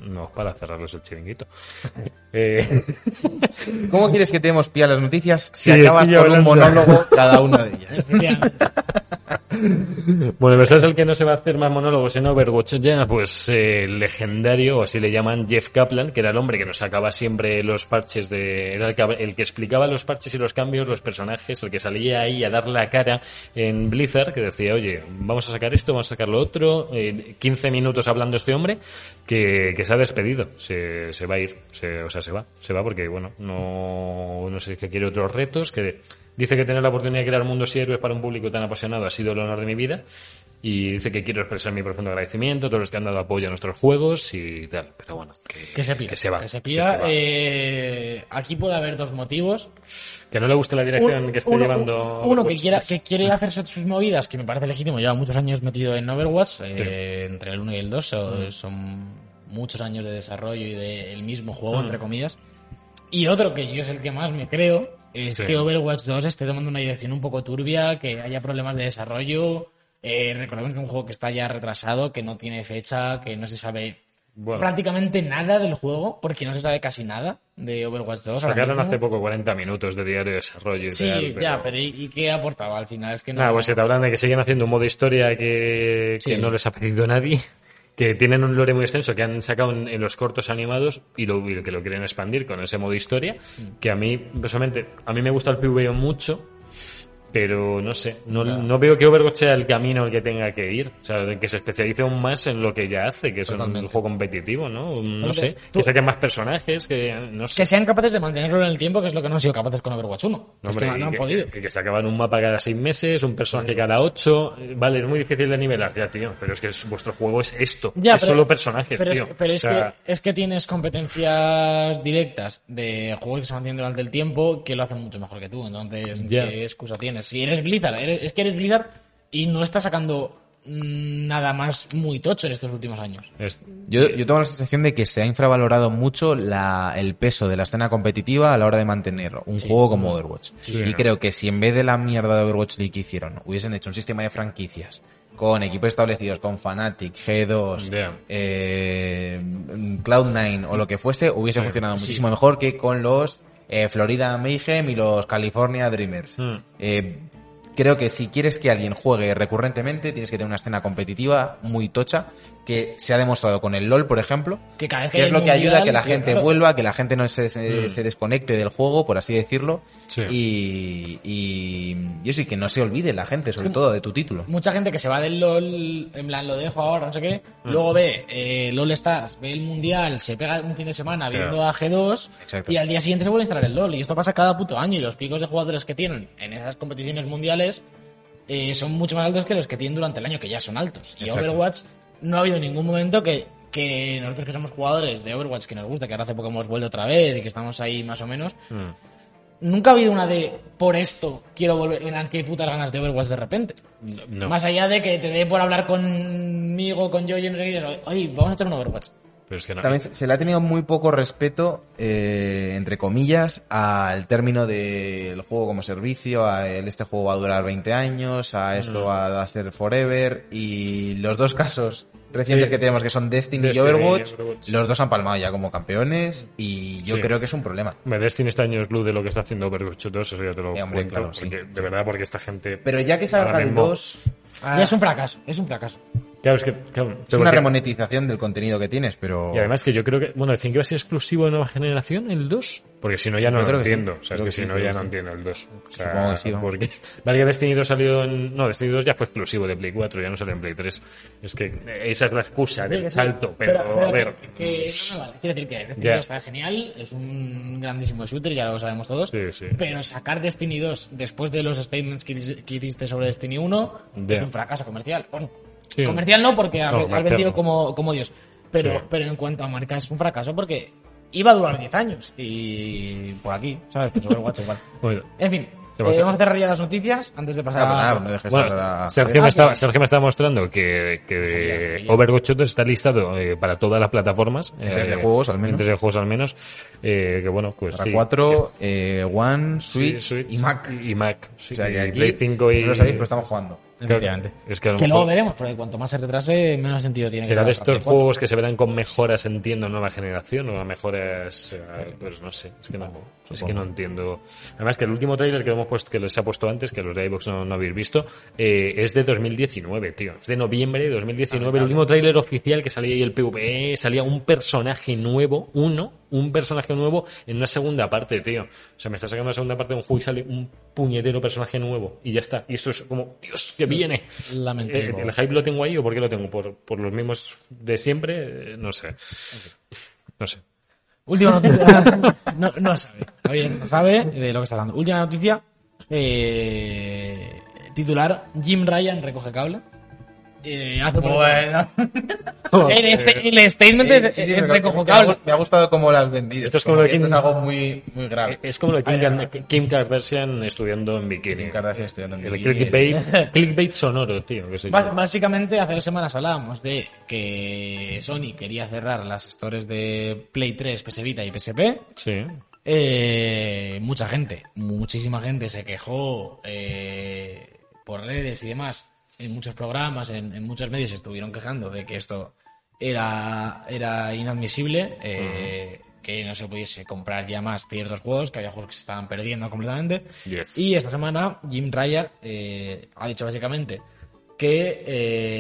Speaker 1: No es para cerrarles el chiringuito. Eh,
Speaker 2: ¿Cómo quieres que tenemos pie a las noticias si
Speaker 1: Sí,
Speaker 2: acabas
Speaker 1: estoy
Speaker 2: con un
Speaker 1: hablando.
Speaker 2: monólogo cada una de ellas?
Speaker 1: bueno, pero es el que no se va a hacer más monólogos en Overwatch ya? Pues eh, el legendario, o así le llaman, Jeff Kaplan, que era el hombre que nos sacaba siempre los parches de... Era el que, el que explicaba los parches y los cambios, los personajes, el que salía ahí a dar la cara en Blizzard, que decía, oye, vamos a sacar esto, vamos a sacar lo otro. eh, 15 minutos hablando este hombre, que, que se ha despedido. Se, se va a ir. Se- o sea, se va. Se va porque, bueno, no, no sé, que quiere otros retos, que... Dice que tener la oportunidad de crear mundos y héroes para un público tan apasionado ha sido el honor de mi vida. Y dice que quiero expresar mi profundo agradecimiento a todos los que han dado apoyo a nuestros juegos y tal. Pero bueno, que,
Speaker 3: Que se pida.
Speaker 1: Que se va.
Speaker 3: pida.
Speaker 1: que se va.
Speaker 3: Eh, aquí puede haber dos motivos.
Speaker 1: Que no le guste la dirección
Speaker 3: Un-
Speaker 1: que esté
Speaker 3: uno,
Speaker 1: llevando.
Speaker 3: un- uno que
Speaker 1: Overwatch.
Speaker 3: quiera que quiere hacer sus- sus movidas, que me parece legítimo, lleva muchos años metido en Overwatch, eh, entre el 1 y el 2
Speaker 1: Mm.
Speaker 3: son, son muchos años de desarrollo y del mismo
Speaker 1: Mm.
Speaker 3: juego, entre comillas. Y otro que yo es el que más me creo, es
Speaker 1: Sí.
Speaker 3: que Overwatch 2 esté tomando una dirección un poco turbia, que haya problemas de desarrollo. Eh, recordemos que es un juego que está ya retrasado, que no tiene fecha, que no se sabe
Speaker 1: Bueno.
Speaker 3: prácticamente nada del juego, porque no se sabe casi nada de Overwatch 2. ahora
Speaker 1: Sacaron
Speaker 3: mismo.
Speaker 1: hace poco 40 minutos de diario de desarrollo y
Speaker 3: Sí,
Speaker 1: tal,
Speaker 3: ya, pero ¿y, y qué aportaba al final? Es que no.
Speaker 1: Nada, pues se te hablan de que siguen haciendo un modo historia que, que
Speaker 3: Sí.
Speaker 1: no les ha pedido nadie, que tienen un lore muy extenso que han sacado en, en los cortos animados y, lo, y que lo quieren expandir con ese modo historia,
Speaker 3: Mm.
Speaker 1: que a mí, personalmente, a mí me gusta el PvE mucho, pero no sé, no, no veo que Overwatch sea el camino al que tenga que ir, o sea, que se especialice aún más en lo que ya hace, que es un
Speaker 2: Totalmente.
Speaker 1: juego competitivo, ¿no? Un- No
Speaker 3: Entonces,
Speaker 1: sé,
Speaker 3: tú-
Speaker 1: que saquen más personajes, que no sé.
Speaker 3: que sean capaces de mantenerlo en el tiempo, que es lo que no han sido capaces con Overwatch 1.
Speaker 1: No,
Speaker 3: es
Speaker 1: hombre,
Speaker 3: que no,
Speaker 1: y
Speaker 3: no han
Speaker 1: que,
Speaker 3: podido.
Speaker 1: y que se acaban un mapa cada seis meses, un personaje cada ocho. Eh, Vale, es muy difícil de nivelar ya, tío. Pero es que es- vuestro juego es esto.
Speaker 3: Ya,
Speaker 1: es
Speaker 3: pero-
Speaker 1: solo personajes,
Speaker 3: pero
Speaker 1: tío.
Speaker 3: Es, que- pero
Speaker 1: O
Speaker 3: es,
Speaker 1: sea,
Speaker 3: que, es que tienes competencias directas de juegos que se mantienen durante el tiempo que lo hacen mucho mejor que tú. Entonces,
Speaker 1: Ya.
Speaker 3: ¿qué excusa tienes? Si eres Blizzard, eres- es que eres Blizzard y no estás sacando mm, nada más muy tocho en estos últimos años.
Speaker 1: es-
Speaker 2: Yo, yo tengo la sensación de que se ha infravalorado mucho la, el peso de la escena competitiva a la hora de mantener un juego como Overwatch.
Speaker 1: Sí.
Speaker 2: Y creo que si en vez de la mierda de Overwatch League que hicieron, hubiesen hecho un sistema de franquicias con equipos establecidos, con Fanatic, G2,
Speaker 1: Ya.
Speaker 2: eh, Cloud9 o lo que fuese, hubiese funcionado muchísimo mejor que con los eh, Florida Mayhem y los California Dreamers.
Speaker 1: Mm.
Speaker 2: Eh, creo que si quieres que alguien juegue recurrentemente, tienes que tener una escena competitiva muy tocha, que se ha demostrado con el LOL, por ejemplo,
Speaker 3: Que cada vez que
Speaker 2: que es
Speaker 3: hay
Speaker 2: lo que ayuda a que la
Speaker 3: mundial,
Speaker 2: gente
Speaker 3: claro,
Speaker 2: vuelva, que la gente no se, se,
Speaker 1: Mm.
Speaker 2: se desconecte del juego, por así decirlo,
Speaker 1: Sí.
Speaker 2: y, y Y eso, y que no se olvide la gente, sobre todo, de tu título.
Speaker 3: mucha gente que se va del LOL, en plan, lo dejo ahora, no sé qué,
Speaker 2: Mm.
Speaker 3: luego ve eh, LOL Stars, ve el Mundial, se pega un fin de semana
Speaker 1: Claro.
Speaker 3: viendo a G2
Speaker 2: Exacto.
Speaker 3: y al día siguiente se vuelve a instalar el LOL. Y esto pasa cada puto año y los picos de jugadores que tienen en esas competiciones mundiales eh, son mucho más altos que los que tienen durante el año, que ya son altos. Y
Speaker 2: Exacto.
Speaker 3: Overwatch no ha habido ningún momento que, que nosotros que somos jugadores de Overwatch que nos gusta, que ahora hace poco hemos vuelto otra vez y que estamos ahí más o menos,
Speaker 1: Mm.
Speaker 3: Nunca ha habido una de por esto quiero volver en la que hay putas ganas de Overwatch de repente.
Speaker 1: no.
Speaker 3: Más allá de que te dé por hablar conmigo, con yo, y no sé qué, y dices, oye, vamos a echar un Overwatch.
Speaker 1: Pero es que no.
Speaker 2: También se se le ha tenido muy poco respeto, eh, entre comillas, al término del juego como servicio, a el, este juego va a durar 20 años, a
Speaker 1: Mm.
Speaker 2: esto va a ser forever, y los dos casos recientes
Speaker 1: Sí.
Speaker 2: que tenemos que son Destiny,
Speaker 1: Destiny
Speaker 2: y
Speaker 1: y
Speaker 2: Overwatch,
Speaker 1: Overwatch.
Speaker 2: los dos han palmado ya como campeones, y yo
Speaker 1: Sí.
Speaker 2: creo que es un problema.
Speaker 1: Me Destiny está años luz de lo que está haciendo Overwatch 2, eso ya te lo
Speaker 2: Eh, hombre,
Speaker 1: cuento.
Speaker 2: claro, sí.
Speaker 1: porque- De verdad, porque esta gente.
Speaker 2: Pero ya que salga
Speaker 1: Ahora
Speaker 2: el
Speaker 1: mismo-
Speaker 2: 2, ah,
Speaker 3: Y es
Speaker 2: es
Speaker 3: un fracaso, es un fracaso.
Speaker 1: Claro, es que. claro,
Speaker 2: una
Speaker 1: porque-
Speaker 2: remonetización del contenido que tienes, pero...
Speaker 1: Y además que yo creo que, bueno, decían que iba a ser exclusivo de nueva generación el 2, porque si no ya no
Speaker 2: Yo
Speaker 1: lo
Speaker 2: creo que sí.
Speaker 1: entiendo, o sea, es
Speaker 2: Creo
Speaker 1: que
Speaker 2: que
Speaker 1: si
Speaker 2: sí,
Speaker 1: no
Speaker 2: creo
Speaker 1: ya
Speaker 2: que
Speaker 1: no
Speaker 2: sí.
Speaker 1: entiendo el 2. O sea,
Speaker 2: Supongo que sí, vamos.
Speaker 1: porque vale que Destiny 2 salió en, no, Destiny 2 ya fue exclusivo de Play 4, ya no salió en Play 3. Es que eh, esa es la excusa del salto, pero, a ver,
Speaker 3: Que, que no me vale. Quiero decir que Destiny
Speaker 1: Ya.
Speaker 3: 2 está genial, es un grandísimo shooter, ya lo sabemos todos.
Speaker 1: Sí, sí.
Speaker 3: Pero sacar Destiny 2 después de los statements que, dis- que hiciste sobre Destiny 1
Speaker 1: Ya.
Speaker 3: es un fracaso comercial. Bueno,
Speaker 1: Sí.
Speaker 3: comercial no, porque ha-
Speaker 1: No,
Speaker 3: has
Speaker 1: comercial
Speaker 3: vendido
Speaker 1: no.
Speaker 3: como, como Dios. Pero,
Speaker 1: Sí.
Speaker 3: pero en cuanto a marca es un fracaso porque iba a durar 10 años. Y por aquí, ¿sabes? Pues Overwatch igual.
Speaker 1: bueno,
Speaker 3: En fin,
Speaker 1: Se va a
Speaker 3: eh,
Speaker 1: hacer.
Speaker 3: vamos a cerrar ya las noticias antes de pasar
Speaker 2: Ah, pues nada,
Speaker 3: a...
Speaker 2: no dejes
Speaker 1: Bueno,
Speaker 2: hablar a-
Speaker 1: Sergio, me
Speaker 3: Ah,
Speaker 1: estaba,
Speaker 3: sí.
Speaker 1: Sergio me estaba mostrando que, que
Speaker 3: Genial, genial.
Speaker 1: Overwatch 2 está listado eh, para todas las plataformas.
Speaker 2: En 3D juegos, al menos.
Speaker 1: En 3D juegos al menos. Eh, que bueno, pues.
Speaker 2: Para
Speaker 1: sí, que
Speaker 2: 4, eh, One, Switch,
Speaker 1: Sí, Switch
Speaker 2: y Mac.
Speaker 1: Y Mac. sí,
Speaker 2: O sea,
Speaker 1: y
Speaker 2: que aquí
Speaker 1: Play 5 y...
Speaker 2: no lo sabéis, pero estamos jugando.
Speaker 1: Claro,
Speaker 3: Efectivamente.
Speaker 1: es que a lo
Speaker 3: Que luego
Speaker 1: mejor
Speaker 3: veremos, porque cuanto más se retrase, menos sentido tiene. que
Speaker 1: será de
Speaker 3: sea la
Speaker 1: estos
Speaker 3: plataforma.
Speaker 1: juegos que se verán con mejoras, entiendo, nueva generación o mejoras, eh, pues no sé, es que no, es que no entiendo. Además que el último tráiler que lo hemos puesto, que les ha puesto antes, que los de iVox no, no habéis visto, eh, es de 2019, tío, es de noviembre de 2019, el último tráiler oficial que salía ahí el PvE, salía un personaje nuevo, uno, un personaje nuevo en una segunda parte, tío. O sea, me está sacando la segunda parte de un juego y sale un puñetero personaje nuevo y ya está. Y eso es como, Dios, que viene.
Speaker 3: Lamentable.
Speaker 1: Eh, ¿El hype lo tengo ahí o por qué lo tengo? ¿Por, por los mismos de siempre? Eh, No sé. No sé.
Speaker 3: Última noticia. No, no sabe. Javier no sabe de lo que está hablando. Última noticia. Eh, titular: Jim Ryan recoge cable. Eh, hace bueno. el, este- el statement es,
Speaker 2: Sí, sí, sí,
Speaker 3: es
Speaker 2: me-
Speaker 3: recojo
Speaker 2: me-
Speaker 3: cable.
Speaker 2: Me ha gustado cómo lo has vendido.
Speaker 1: Esto es como lo que-
Speaker 2: esto es algo muy, muy grave.
Speaker 1: Es como lo de Kim, Kar- Kim Kardashian estudiando en bikini.
Speaker 2: Kim Kardashian estudiando en
Speaker 1: El
Speaker 2: bikini.
Speaker 1: clickbait, clickbait sonoro, tío. que se
Speaker 3: Bás-
Speaker 1: llama.
Speaker 3: básicamente, hace dos semanas hablábamos de que Sony quería cerrar las stores de Play 3, PS Vita y PSP.
Speaker 1: Sí.
Speaker 3: Eh, mucha gente, muchísima gente se quejó eh, por redes y demás. En muchos programas, en, en muchos medios se estuvieron quejando de que esto era, era inadmisible, eh, que no se pudiese comprar ya más ciertos juegos, que había juegos que se estaban perdiendo completamente.
Speaker 1: Yes.
Speaker 3: Y esta semana Jim Ryan eh, ha dicho básicamente que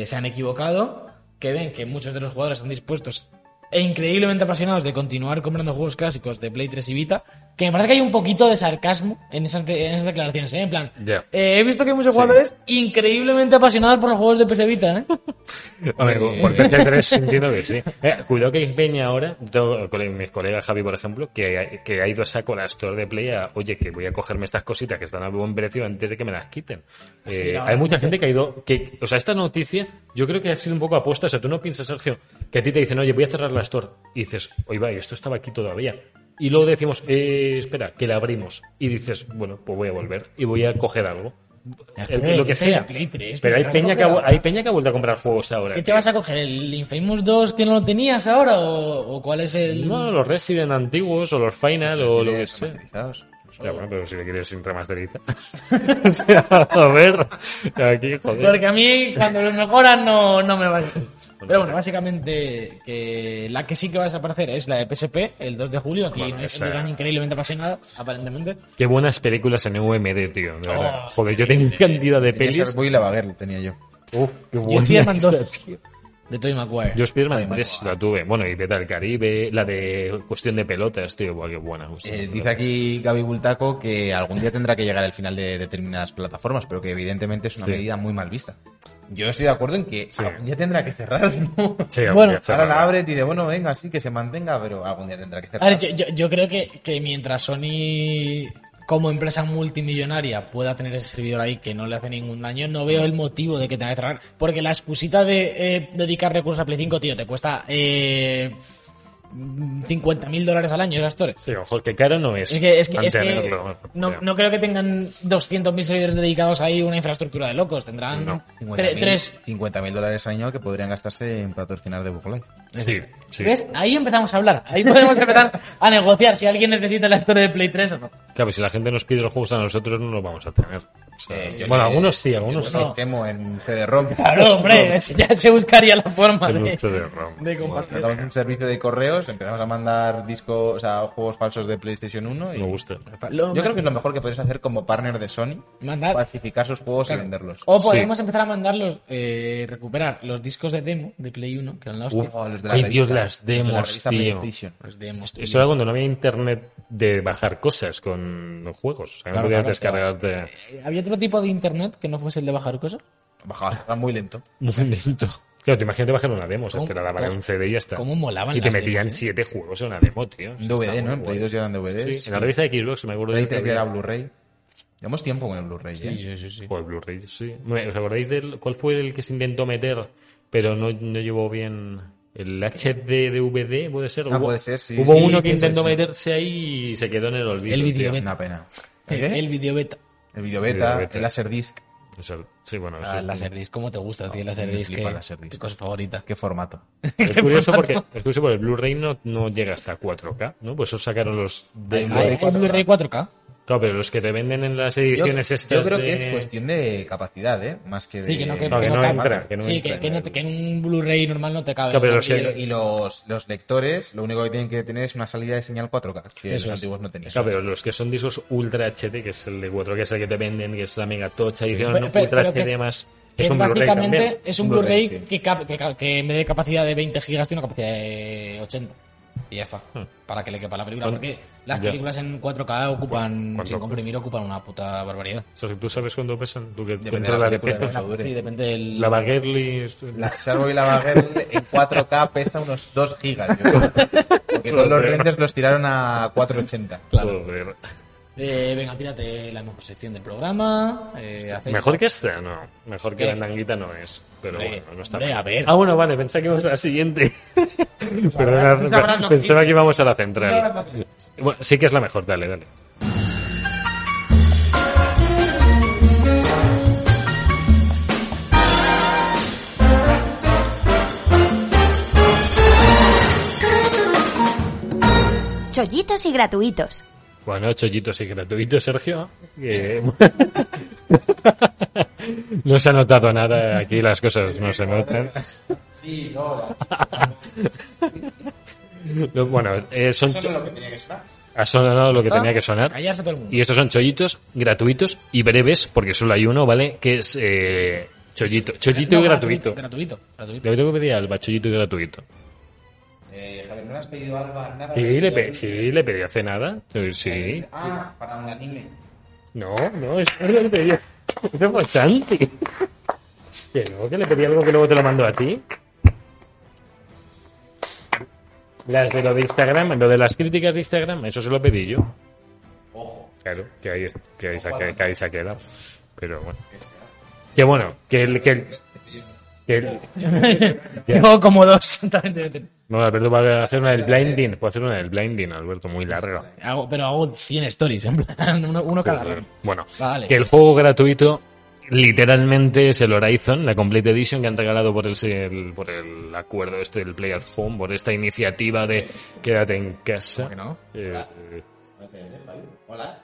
Speaker 3: eh, se han equivocado, que ven que muchos de los jugadores están dispuestos e increíblemente apasionados de continuar comprando juegos clásicos de Play 3 y Vita, que me parece que hay un poquito de sarcasmo en esas, de- en esas declaraciones, ¿eh? En plan,
Speaker 1: Ya.
Speaker 3: eh, he visto que hay muchos jugadores increíblemente apasionados por los juegos de PS Vita, ¿eh?
Speaker 1: A ver, por PS3 entiendo que sí. Eh, cuidado que hay Peña ahora, tengo cole- mis colegas Javi, por ejemplo, que, ha- que ha ido a saco a la store de Play a, oye, que voy a cogerme estas cositas que están a buen precio antes de que me las quiten. Eh,
Speaker 3: Sí, ahora
Speaker 1: hay mucha gente que ha ido, que, o sea, esta noticia yo creo que ha sido un poco aposta. O sea, tú no piensas, Sergio, que a ti te dicen, oye, voy a cerrar la store. Y dices, oye, va, esto estaba aquí todavía. Y luego decimos, eh, espera, que la abrimos. Y dices, bueno, pues voy a volver y voy a coger algo.
Speaker 3: Ya está,
Speaker 1: Eh, lo que
Speaker 3: ya está,
Speaker 1: sea.
Speaker 3: Play 3,
Speaker 1: pero hay
Speaker 3: ¿qué vas a
Speaker 1: peña, que ha,
Speaker 3: coger
Speaker 1: vu-
Speaker 3: ahora?
Speaker 1: hay peña que ha vuelto a comprar juegos ahora.
Speaker 3: ¿Qué te
Speaker 1: tío.
Speaker 3: vas a coger? ¿El Infamous 2 que no lo tenías ahora? ¿O, o cuál es el...?
Speaker 1: No, los Resident antiguos o los Final o lo que
Speaker 2: Tienes
Speaker 1: sea.
Speaker 2: remasterizados.
Speaker 1: Ya, bueno, pero si le quieres sin remasterizar. o sea, a ver, aquí, joder.
Speaker 3: Porque a mí, cuando lo mejoran, no, no me vale. Pero bueno, básicamente, que la que sí que va a desaparecer es la de PSP, el 2 de julio. Aquí
Speaker 1: Bueno,
Speaker 3: no es
Speaker 1: esa-
Speaker 3: gran increíblemente apasionada, aparentemente.
Speaker 1: Qué buenas películas en UMD, tío. de verdad.
Speaker 3: Oh,
Speaker 1: joder, yo tenía cantidad de
Speaker 2: Tenía
Speaker 1: pelis.
Speaker 2: Sharkboy y Lava Girl tenía yo.
Speaker 1: Uf, qué
Speaker 3: Yo
Speaker 1: buena
Speaker 3: estoy armando
Speaker 1: esta,
Speaker 3: dos.
Speaker 1: tío.
Speaker 3: de Tobey Maguire.
Speaker 1: Yo Spider-Man
Speaker 2: Ay,
Speaker 1: 3 la tuve. Bueno, y Beta del Caribe, la de Cuestión de Pelotas, tío, buah, qué buena. Cuestión de
Speaker 2: Eh, dice
Speaker 1: Pelotas.
Speaker 2: aquí Gaby Bultaco que algún día tendrá que llegar al final de determinadas plataformas, pero que evidentemente es una
Speaker 1: Sí.
Speaker 2: medida muy mal vista. Yo estoy de acuerdo en que
Speaker 1: Sí.
Speaker 2: algún día tendrá que cerrar, ¿no?
Speaker 1: Sí,
Speaker 3: Bueno,
Speaker 1: voy a cerrar.
Speaker 2: Ahora la abre y dice, bueno, venga, sí, que se mantenga, pero algún día tendrá que
Speaker 3: A
Speaker 2: cerrar.
Speaker 3: ver, yo, yo- yo creo que, que mientras Sony como empresa multimillonaria pueda tener ese servidor ahí que no le hace ningún daño, no veo el motivo de que tenga que cerrar. Porque la excusita de eh, dedicar recursos a Play 5, tío, te cuesta eh, 50 mil dólares al año esas torres.
Speaker 1: Sí, ojo, que caro no es.
Speaker 3: Es que, es que, es que
Speaker 1: mantenerlo.
Speaker 3: no,
Speaker 1: tío.
Speaker 3: no creo que tengan 200.000 servidores dedicados ahí a una infraestructura de locos. Tendrán
Speaker 1: No.
Speaker 3: tre- tres...
Speaker 2: 50 mil dólares al año que podrían gastarse en patrocinar de Life.
Speaker 1: Sí, sí.
Speaker 3: ¿Ves? Ahí empezamos a hablar. Ahí podemos empezar a negociar si alguien necesita la historia de Play 3 o no.
Speaker 1: Claro, si la gente nos pide los juegos a nosotros, no los vamos a tener. O sea,
Speaker 2: Eh, yo
Speaker 1: bueno,
Speaker 2: le-
Speaker 1: algunos sí, algunos sí.
Speaker 3: no.
Speaker 2: Lo quemo Pues en CD-ROM.
Speaker 3: Claro, hombre, es- ya se buscaría la forma
Speaker 1: En un
Speaker 3: de,
Speaker 1: CD-ROM.
Speaker 3: de compartir.
Speaker 2: Tratamos un servicio de correos, empezamos a mandar discos, o sea, juegos falsos de PlayStation 1 y
Speaker 1: Me gusta.
Speaker 2: ya está.
Speaker 3: Lo
Speaker 2: Yo creo que es lo mejor que podéis hacer como partner de Sony,
Speaker 3: Mandar-
Speaker 2: falsificar sus juegos y
Speaker 3: Claro.
Speaker 2: venderlos.
Speaker 3: O podemos empezar a mandar los, eh, recuperar los discos de demo de Play 1, que eran la hostia.
Speaker 1: Uf,
Speaker 2: O los de la
Speaker 1: ay, Dios,
Speaker 2: revista,
Speaker 1: las
Speaker 2: los de la
Speaker 1: demos,
Speaker 2: revista
Speaker 1: tío.
Speaker 2: PlayStation.
Speaker 3: Los demos, tío.
Speaker 1: Eso era cuando no había internet de bajar cosas con los juegos. O sea, no
Speaker 3: Claro,
Speaker 1: podías
Speaker 3: claro,
Speaker 1: descargarte
Speaker 3: Eh, ¿Había otro tipo de internet que no fuese el de bajar cosas?
Speaker 2: Bajaba, era muy lento.
Speaker 1: muy lento. Claro, te imagínate bajar una demo, o sea,
Speaker 3: ¿Cómo-
Speaker 1: te la daban en
Speaker 3: cómo-
Speaker 1: un CD y ya está.
Speaker 3: cómo molaban
Speaker 1: Y te
Speaker 3: las demos,
Speaker 1: metían
Speaker 3: eh?
Speaker 1: siete juegos en una demo, tío. O sea,
Speaker 2: En DVD,
Speaker 1: está
Speaker 2: ¿no?
Speaker 1: muy
Speaker 2: En
Speaker 1: guay.
Speaker 2: Play 2 ya eran DVDs.
Speaker 1: Sí, En la revista de Xbox me acuerdo
Speaker 2: Play
Speaker 1: de que
Speaker 2: 3 ya era
Speaker 1: había-
Speaker 2: Blu-ray. Llevamos tiempo con el Blu-ray, ¿eh?
Speaker 3: sí, sí.
Speaker 1: Joder, Blu-ray, sí. Bueno, ¿Os acordáis del cuál fue el que se intentó meter, pero no, no llevó bien el HD DVD, puede ser?
Speaker 2: Ah,
Speaker 1: Hubo-
Speaker 2: puede ser, sí,
Speaker 1: Hubo
Speaker 2: sí,
Speaker 1: uno
Speaker 2: sí,
Speaker 1: que
Speaker 2: sí,
Speaker 1: intentó
Speaker 2: sí.
Speaker 1: meterse ahí y se quedó en el olvido.
Speaker 3: El video
Speaker 1: tío.
Speaker 3: beta.
Speaker 2: Una pena.
Speaker 3: El,
Speaker 2: ¿Qué?
Speaker 3: Eh, el video beta.
Speaker 2: El video beta,
Speaker 1: beta.
Speaker 2: el Laserdisc.
Speaker 1: O sea, sí, bueno, eso
Speaker 3: Ah,
Speaker 1: es-
Speaker 3: Laserdisc, ¿cómo te gusta, tío?
Speaker 2: me
Speaker 3: Laserdisc,
Speaker 2: flipa
Speaker 3: que
Speaker 2: Laserdisc.
Speaker 3: tu cosa favorita.
Speaker 2: ¿Qué formato?
Speaker 1: es curioso porque es curioso porque el Blu-ray no, no llega hasta 4K, ¿no? Pues eso sacaron los de
Speaker 2: Hay
Speaker 3: Ah,
Speaker 2: Blu-ray
Speaker 3: ¿es Blu-ray 4K?
Speaker 1: Claro, pero los que te venden en las
Speaker 2: Yo,
Speaker 1: ediciones estas
Speaker 2: yo creo
Speaker 1: de-
Speaker 2: que es cuestión de capacidad, ¿eh? Más que de...
Speaker 3: Sí, que no, que,
Speaker 1: No, que
Speaker 3: que
Speaker 1: no
Speaker 3: cabe.
Speaker 1: entra, que no
Speaker 3: sí,
Speaker 1: entra
Speaker 3: que, que
Speaker 1: en
Speaker 3: no
Speaker 1: el-
Speaker 3: te- que en un Blu-ray normal no te cabe.
Speaker 1: No, pero
Speaker 3: ¿no?
Speaker 1: los que-
Speaker 3: Y el-
Speaker 2: Y los, los lectores lo único que tienen que tener es una salida de señal 4K, que los
Speaker 3: Eso es.
Speaker 2: antiguos no tenían.
Speaker 1: Claro, pero los que son discos Ultra HD, que es el de 4K, que es el que te venden, que es la mega tocha edición
Speaker 3: Pero- pero-
Speaker 1: Ultra
Speaker 3: pero que
Speaker 1: HD
Speaker 3: es-
Speaker 1: más.
Speaker 3: Es,
Speaker 1: Blu-ray
Speaker 3: básicamente
Speaker 1: también.
Speaker 3: es un
Speaker 2: Un Blu-ray,
Speaker 3: Blu-ray
Speaker 2: sí.
Speaker 3: que, cap- que, ca- que en vez de capacidad de 20 gigas tiene una capacidad de 80. Y ya está.
Speaker 1: Hmm.
Speaker 3: Para que le quepa la película.
Speaker 1: Bueno,
Speaker 3: Porque las
Speaker 1: ya.
Speaker 3: películas en 4K ocupan,
Speaker 1: ¿Cuánto?
Speaker 3: sin comprimir, ocupan una puta barbaridad.
Speaker 1: O sea, que tú sabes cuándo pesan, tú que tú
Speaker 2: Depende de la
Speaker 1: controlas de
Speaker 2: película,
Speaker 1: pesos.
Speaker 2: Eso ¿no? dure.
Speaker 3: Sí, depende del.
Speaker 1: La Baguette es-
Speaker 2: La Xargo y la Bagel en 4K pesa unos 2 gigas, yo creo. Porque todos los renders los tiraron a 480.
Speaker 1: Joder.
Speaker 3: Eh, venga, tírate la mejor sección del programa. eh, hacéis-
Speaker 1: Mejor que esta, no. Mejor que
Speaker 3: Eh.
Speaker 1: la nanguita no es. Pero
Speaker 3: Hombre,
Speaker 1: bueno, no está
Speaker 3: hombre,
Speaker 1: mal.
Speaker 3: a ver.
Speaker 1: Ah, bueno, vale, pensaba que íbamos a la siguiente. Perdona,
Speaker 3: tú sabrás lo que
Speaker 1: pensaba
Speaker 3: dices.
Speaker 1: que íbamos a la
Speaker 3: Tú sabrás
Speaker 1: central.
Speaker 3: lo que
Speaker 1: Bueno, sí que es la mejor, dale, dale.
Speaker 4: Chollitos y gratuitos.
Speaker 1: Bueno, chollitos y gratuitos, Sergio. que- no se ha notado nada, aquí las cosas no se notan.
Speaker 2: Sí, no,
Speaker 1: No, bueno, eh, son,
Speaker 2: eso es lo que tenía que sonar.
Speaker 1: ha sonado lo que
Speaker 3: ¿Está?
Speaker 1: tenía que sonar.
Speaker 3: Callarse todo el mundo.
Speaker 1: Y estos son chollitos gratuitos y breves, porque solo hay uno, ¿vale? Que es eh, chollito. Chollito
Speaker 3: No,
Speaker 1: y gratuito.
Speaker 3: Gratuito, gratuito.
Speaker 1: Le tengo que pedir al bachollito y gratuito.
Speaker 2: Eh, Javier, ¿no le has pedido algo a nada?
Speaker 1: Sí, le, pe- sí, le pedí hace nada. Sí, Sí.
Speaker 2: Ah, para un anime.
Speaker 1: No, no, es es lo que te digo. Es por Santi. Que no, que le pedí algo que luego te lo mando a ti. Las de lo de Instagram, lo de las críticas de Instagram, eso se lo pedí yo.
Speaker 2: Ojo.
Speaker 1: Claro, que ahí, es- que ahí, se, ha que- que ahí se ha quedado. Pero bueno. Que bueno, que el... Que el, que el- Ya.
Speaker 3: Tengo como dos.
Speaker 1: no, Alberto va a hacer una del blinding. Puedo hacer una del blinding, Alberto, muy larga.
Speaker 3: Hago- pero hago 100 stories, en plan, uno, uno cada
Speaker 1: Joder.
Speaker 3: rato.
Speaker 1: Bueno,
Speaker 3: Va, dale.
Speaker 1: que el juego gratuito literalmente es el Horizon, la Complete Edition que han regalado por el, el- por el acuerdo este del Play at Home, por esta iniciativa de quédate en casa.
Speaker 2: ¿Por qué no?
Speaker 1: Eh, eh,
Speaker 2: Hola.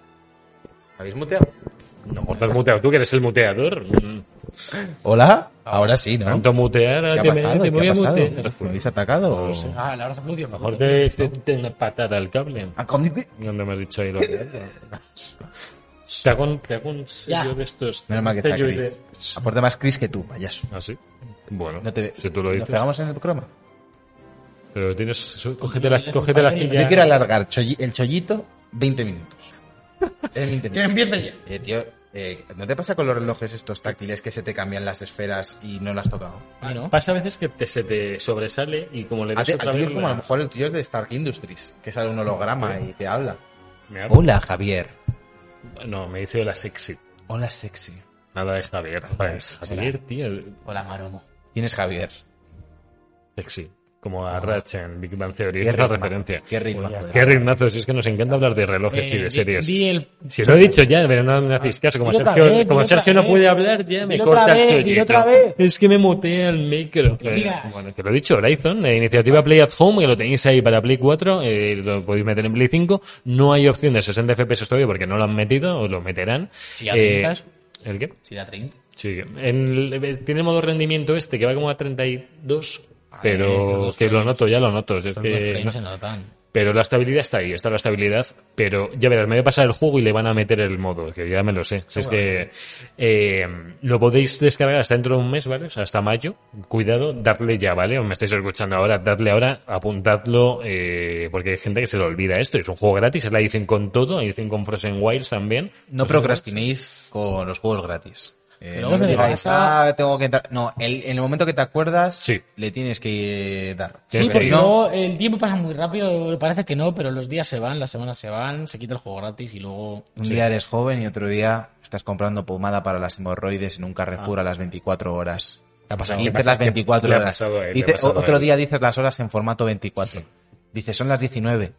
Speaker 2: ¿Habéis muteado?
Speaker 1: no, te has muteado tú que eres el muteador. Mm,
Speaker 2: Hola. Ahora sí, ¿no?
Speaker 1: Ah. Tanto mutear,
Speaker 2: ¿Qué ha
Speaker 1: te, me-
Speaker 2: pasado?
Speaker 1: te
Speaker 2: ¿Qué
Speaker 1: voy
Speaker 2: ha
Speaker 1: a
Speaker 2: pasado?
Speaker 1: mutear.
Speaker 2: ¿Me habéis atacado? o-
Speaker 3: Ah, la hora se aplaudió.
Speaker 1: Mejor te, te- te una patada al cable.
Speaker 2: ¿A cómo dice?
Speaker 1: Cuando me has dicho ahí lo que- Te hago un, te hago un sello
Speaker 3: Ya.
Speaker 1: de estos.
Speaker 2: Menos mal que está
Speaker 1: Sello
Speaker 2: Chris.
Speaker 1: de-
Speaker 2: Aporta más Chris que tú, payaso.
Speaker 1: ¿Ah, sí? Bueno,
Speaker 2: No te...
Speaker 1: si tú lo
Speaker 2: ¿Nos
Speaker 1: dices.
Speaker 2: pegamos en el programa?
Speaker 1: Pero tienes... Cógete las,
Speaker 3: Yo
Speaker 1: cógete las
Speaker 3: quiero
Speaker 1: que ya-
Speaker 2: Yo quiero alargar cholli- el chollito 20 minutos. En 20
Speaker 3: Que
Speaker 2: minutos.
Speaker 3: empiece ya.
Speaker 2: Eh, tío, eh, ¿no te pasa con los relojes estos táctiles que se te cambian las esferas y no las has tocado?
Speaker 3: Ah, no.
Speaker 1: Pasa a veces que te- se te sobresale y como le
Speaker 2: A
Speaker 1: das
Speaker 2: ti- al
Speaker 1: otra
Speaker 2: tuyo
Speaker 1: vez...
Speaker 2: como a
Speaker 1: la-
Speaker 2: lo mejor el tuyo es de Stark Industries, que sale un holograma y te habla.
Speaker 1: me habla.
Speaker 2: Hola, Javier.
Speaker 1: No, me dice hola sexy.
Speaker 2: Hola, sexy.
Speaker 1: Nada de Javier. Pues, Javier, tío.
Speaker 3: Hola, Maromo.
Speaker 2: ¿Quién es Javier?
Speaker 1: Sexy. Como a Ratchet en Big Bang Theory.
Speaker 2: Qué
Speaker 1: Es la
Speaker 2: ritmazo,
Speaker 1: referencia.
Speaker 2: Qué ritmo. joder.
Speaker 1: Ah. Qué ritmazo. Si es que nos encanta hablar de relojes y
Speaker 3: Eh,
Speaker 1: de
Speaker 3: di-
Speaker 1: series.
Speaker 3: di el-
Speaker 1: Si lo he dicho ya, pero no me hacéis caso. Como
Speaker 3: Dilo otra
Speaker 1: Sergio,
Speaker 3: vez, dilo
Speaker 1: como
Speaker 3: otra
Speaker 1: Sergio no
Speaker 3: vez.
Speaker 1: puede hablar, ya me
Speaker 3: Dilo otra
Speaker 1: corta
Speaker 3: vez,
Speaker 1: el
Speaker 3: dilo
Speaker 1: chollito.
Speaker 3: otra vez.
Speaker 1: Es que me mutea el micro.
Speaker 3: Que digas.
Speaker 1: Bueno, que lo he dicho, Horizon, eh, iniciativa Play at Home, que lo tenéis ahí para Play 4, eh, lo podéis meter en Play 5. No hay opción de 60 FPS todavía porque no lo han metido, o lo meterán. Eh,
Speaker 3: Si ya tenías.
Speaker 1: ¿El qué?
Speaker 3: Si da 30.
Speaker 1: Sí, en el- tiene modo rendimiento este que va como a 32,
Speaker 3: los
Speaker 1: pero
Speaker 3: dos
Speaker 1: que lo
Speaker 3: frames.
Speaker 1: noto, ya lo noto. Es
Speaker 3: Son
Speaker 1: que
Speaker 3: dos frames
Speaker 1: no-
Speaker 3: en la tan.
Speaker 1: pero la estabilidad está ahí, está la estabilidad, pero ya verás, me voy a pasar el juego y le van a meter el modo, que ya me lo sé. Si es que eh, lo podéis descargar hasta dentro de un mes, ¿vale? O sea, hasta mayo. Cuidado, dadle ya, ¿vale? O me estáis escuchando ahora, dadle ahora, apuntadlo, eh, porque hay gente que se le olvida esto. Es un juego gratis, es la dicen con todo, la dicen con Frozen Wilds también. Pues
Speaker 2: No procrastinéis con los juegos gratis. Eh,
Speaker 3: Que luego
Speaker 2: no
Speaker 3: se
Speaker 2: digáis,
Speaker 3: pasa-
Speaker 2: "Ah, tengo que entrar". No, el- en el momento que te acuerdas,
Speaker 1: Sí.
Speaker 2: le tienes que eh, dar.
Speaker 1: Sí,
Speaker 3: Sí,
Speaker 1: Tienes
Speaker 3: porque
Speaker 1: que-
Speaker 3: luego el tiempo pasa muy rápido, parece que no, pero los días se van, las semanas se van, se quita el juego gratis y luego...
Speaker 2: Un día eres joven y otro día estás comprando pomada para las hemorroides en un Carrefour a las 24 horas.
Speaker 1: ¿Qué Ah. ha pasado?
Speaker 2: Y
Speaker 1: ¿Qué
Speaker 2: dices
Speaker 1: pasa?
Speaker 2: las
Speaker 1: ¿Qué-
Speaker 2: 24
Speaker 1: le ha
Speaker 2: horas.
Speaker 1: pasado a él? Le ha
Speaker 2: Dice-
Speaker 1: pasado a
Speaker 2: otro
Speaker 1: él.
Speaker 2: día dices las horas en formato 24. Dices, son las 19.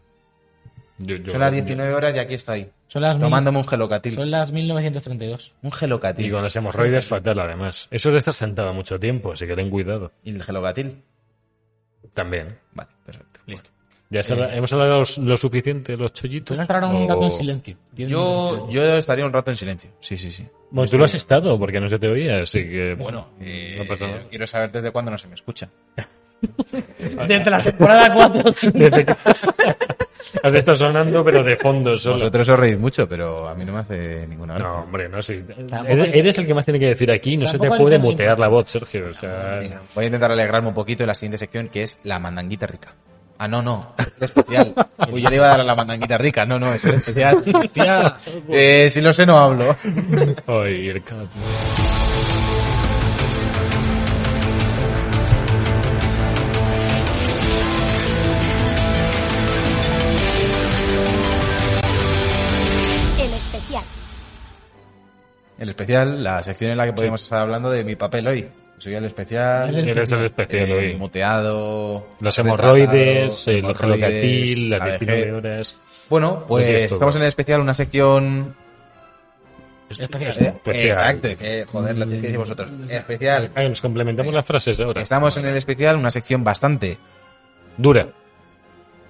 Speaker 1: Yo- yo-
Speaker 2: Son las 19 horas y aquí estoy.
Speaker 3: Son las, mil-
Speaker 2: Tomándome un
Speaker 3: son
Speaker 2: gelocatil.
Speaker 3: las 1932.
Speaker 2: Un
Speaker 1: Y
Speaker 2: gelocatil.
Speaker 1: con las hemorroides fatal, además. Eso de estar sentado mucho tiempo, así que ten cuidado.
Speaker 2: ¿Y el gelocatil?
Speaker 1: También.
Speaker 2: Vale, perfecto.
Speaker 3: Listo.
Speaker 1: Ya se habla- hemos hablado los- lo suficiente, los chollitos.
Speaker 3: Pues entrar un
Speaker 1: O-
Speaker 3: rato en silencio. Diez minutos en
Speaker 2: Yo,
Speaker 3: silencio.
Speaker 2: yo estaría un rato en silencio. Sí, sí, sí.
Speaker 1: Bueno, tú lo has estado porque no se te oía, así que.
Speaker 3: Bueno,
Speaker 2: Eh,
Speaker 1: No pasa nada.
Speaker 2: Quiero saber desde cuándo no se me escucha.
Speaker 3: Desde la temporada 4.
Speaker 1: Desde que. has estado sonando, pero de fondo solo.
Speaker 2: Vosotros os reís mucho, pero a mí no me hace ninguna gracia.
Speaker 1: No, hombre, no, sí.
Speaker 3: Tampoco
Speaker 1: Eres,
Speaker 3: hay-
Speaker 1: eres el que más tiene que decir aquí, no se te
Speaker 3: Tampoco hay Ah,
Speaker 1: puede
Speaker 3: tanto
Speaker 1: mutear
Speaker 3: tiempo.
Speaker 1: la voz, Sergio. O sea,
Speaker 2: Venga, voy a intentar alegrarme un poquito en la siguiente sección, que es la mandanguita rica. Ah, no, no, es especial. Uy, yo le iba a dar a la mandanguita rica. No, no, es especial.
Speaker 3: Hostia.
Speaker 2: Eh, si lo sé, no hablo.
Speaker 1: Ay, el cat.
Speaker 5: El especial.
Speaker 2: El especial, la sección en la que podemos estar hablando de mi papel hoy. Soy el especial.
Speaker 1: Eres el especial
Speaker 2: eh,
Speaker 1: hoy.
Speaker 2: Muteado.
Speaker 1: Los
Speaker 2: retratado,
Speaker 1: hemorroides, el
Speaker 2: hemorroides,
Speaker 1: gelocatil, la
Speaker 2: la
Speaker 1: vecina
Speaker 2: vejez.
Speaker 1: de horas.
Speaker 2: Bueno,
Speaker 1: tienes
Speaker 2: pues
Speaker 1: todo.
Speaker 2: estamos en el especial, una sección
Speaker 3: Especial.
Speaker 2: Eh,
Speaker 1: Especial.
Speaker 2: Exacto, que, joder, lo tenéis que decir vosotros. Especial.
Speaker 1: Ah, nos complementamos las frases ahora.
Speaker 2: Estamos en el especial, una sección bastante
Speaker 1: Dura.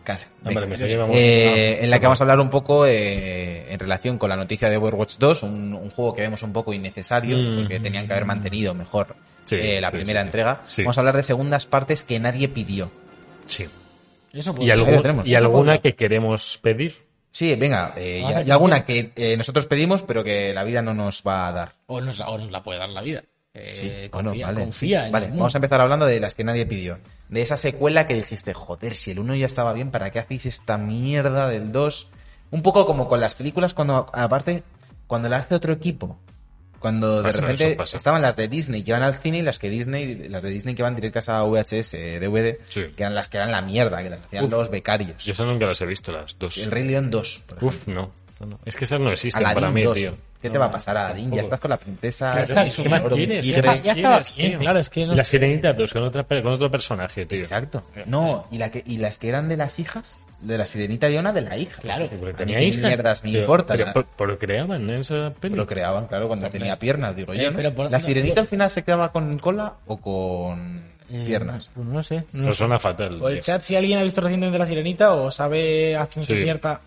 Speaker 2: casi.
Speaker 1: Hombre,
Speaker 2: venga.
Speaker 1: me sé que vamos-
Speaker 2: Eh,
Speaker 1: no.
Speaker 2: en la que vamos a hablar un poco eh, en relación con la noticia de Overwatch 2, un, un juego que vemos un poco innecesario,
Speaker 1: Mm.
Speaker 2: porque tenían que haber mantenido mejor
Speaker 1: Sí,
Speaker 2: eh, la
Speaker 1: sí,
Speaker 2: primera
Speaker 1: sí, sí.
Speaker 2: entrega.
Speaker 1: Sí.
Speaker 2: Vamos a hablar de segundas partes que nadie pidió.
Speaker 1: Sí.
Speaker 3: Eso puede
Speaker 1: Y, algún-
Speaker 2: ahí lo tenemos.
Speaker 1: y alguna que queremos pedir.
Speaker 2: Sí, venga, eh,
Speaker 3: Ah,
Speaker 2: y, y alguna que eh, nosotros pedimos, pero que la vida no nos va a dar.
Speaker 3: O nos, la, o nos la puede dar la vida. Eh,
Speaker 2: O no,
Speaker 3: confía,
Speaker 2: vale.
Speaker 3: confía en
Speaker 2: Vale,
Speaker 3: el mundo.
Speaker 2: vamos a empezar hablando de las que nadie pidió. De esa secuela que dijiste, joder, si el 1 ya estaba bien, ¿para qué hacéis esta mierda del 2? Un poco como con las películas, cuando aparte, cuando la hace otro equipo. Cuando de
Speaker 1: Pasa, eso
Speaker 2: repente
Speaker 1: pasa.
Speaker 2: estaban las de Disney que van al cine y las que Disney, las de Disney que van directas a VHS, eh, DVD,
Speaker 1: Sí.
Speaker 2: que eran las que eran la mierda, que las hacían
Speaker 1: Uf.
Speaker 2: los becarios.
Speaker 1: Pues Yo eso nunca las he visto, las dos.
Speaker 2: El Rey León 2, por ejemplo.
Speaker 1: Uf, no. No, no. Es que esas no existen
Speaker 2: Aladdin
Speaker 1: para mí,
Speaker 2: 2.
Speaker 1: tío.
Speaker 2: ¿Qué te va a pasar, Aladdin? Ya
Speaker 1: tampoco.
Speaker 2: estás con la princesa.
Speaker 3: Ya está, ¿y qué más
Speaker 2: Oro,
Speaker 3: quieres?
Speaker 2: y
Speaker 3: Ya
Speaker 2: Rey.
Speaker 3: está- ya estaba bien,
Speaker 1: tío.
Speaker 3: claro, es que no-
Speaker 1: La Sirenita 2 con, otra, per- con otro personaje, tío.
Speaker 2: Exacto.
Speaker 3: Eh,
Speaker 2: No, y, la que, y las que eran de las hijas, de la sirenita y una de la hija.
Speaker 3: Claro.
Speaker 1: Sí, porque
Speaker 2: A
Speaker 1: tenía
Speaker 2: mí qué
Speaker 1: hijas.
Speaker 2: mierdas me
Speaker 1: Pero-
Speaker 2: importa,
Speaker 1: Pero,
Speaker 2: la-
Speaker 1: por- por lo creaban en esa peli.
Speaker 2: Lo creaban, claro, cuando tenía piernas, digo yo.
Speaker 3: Eh,
Speaker 2: ¿no?
Speaker 3: pero por-
Speaker 2: ¿La
Speaker 3: no,
Speaker 2: sirenita
Speaker 3: pues-
Speaker 2: al final se quedaba con cola o con
Speaker 3: Eh,
Speaker 2: piernas?
Speaker 3: Pues no sé. no
Speaker 1: Pero
Speaker 3: sé.
Speaker 1: suena fatal.
Speaker 3: O el
Speaker 1: tío.
Speaker 3: chat, si alguien ha visto recientemente La Sirenita o sabe a ciencia
Speaker 1: Sí.
Speaker 3: cierta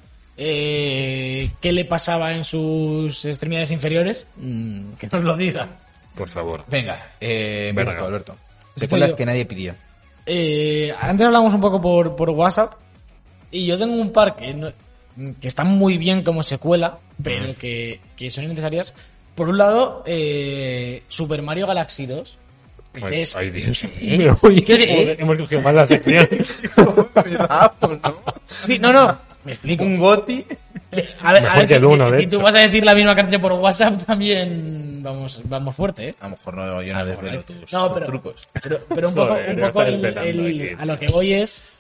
Speaker 3: eh, qué le pasaba en sus extremidades inferiores, mm, que nos lo diga.
Speaker 1: Por favor.
Speaker 2: Venga, eh,
Speaker 1: Venga.
Speaker 2: Alberto, Alberto. Secuelas
Speaker 3: yo.
Speaker 2: que nadie pidió.
Speaker 3: Eh, antes hablamos un poco por, por WhatsApp y yo tengo un par que no- que están muy bien como secuela, pero
Speaker 1: Mm.
Speaker 3: que, que son innecesarias. Por un lado, eh, Super Mario Galaxy 2. que
Speaker 1: Ay,
Speaker 3: es-
Speaker 1: ay, Dios mío, uy, joder, hemos cogido mal la sección.
Speaker 3: Sí, no, no. Me explico.
Speaker 2: Un goti.
Speaker 3: A ver,
Speaker 1: Mejor
Speaker 3: a ver
Speaker 1: que
Speaker 3: si,
Speaker 1: el uno, de
Speaker 3: si tú
Speaker 1: hecho.
Speaker 3: vas a decir la misma canción por WhatsApp también vamos, vamos fuerte, ¿eh?
Speaker 2: A lo mejor no, yo no desvelo tus,
Speaker 3: No,
Speaker 2: tus
Speaker 3: pero-
Speaker 2: trucos.
Speaker 3: Pero, pero un poco,
Speaker 1: Joder,
Speaker 3: un
Speaker 1: lo
Speaker 3: poco
Speaker 1: estás
Speaker 3: el-
Speaker 1: petando
Speaker 3: el-
Speaker 1: aquí.
Speaker 3: a lo que voy es...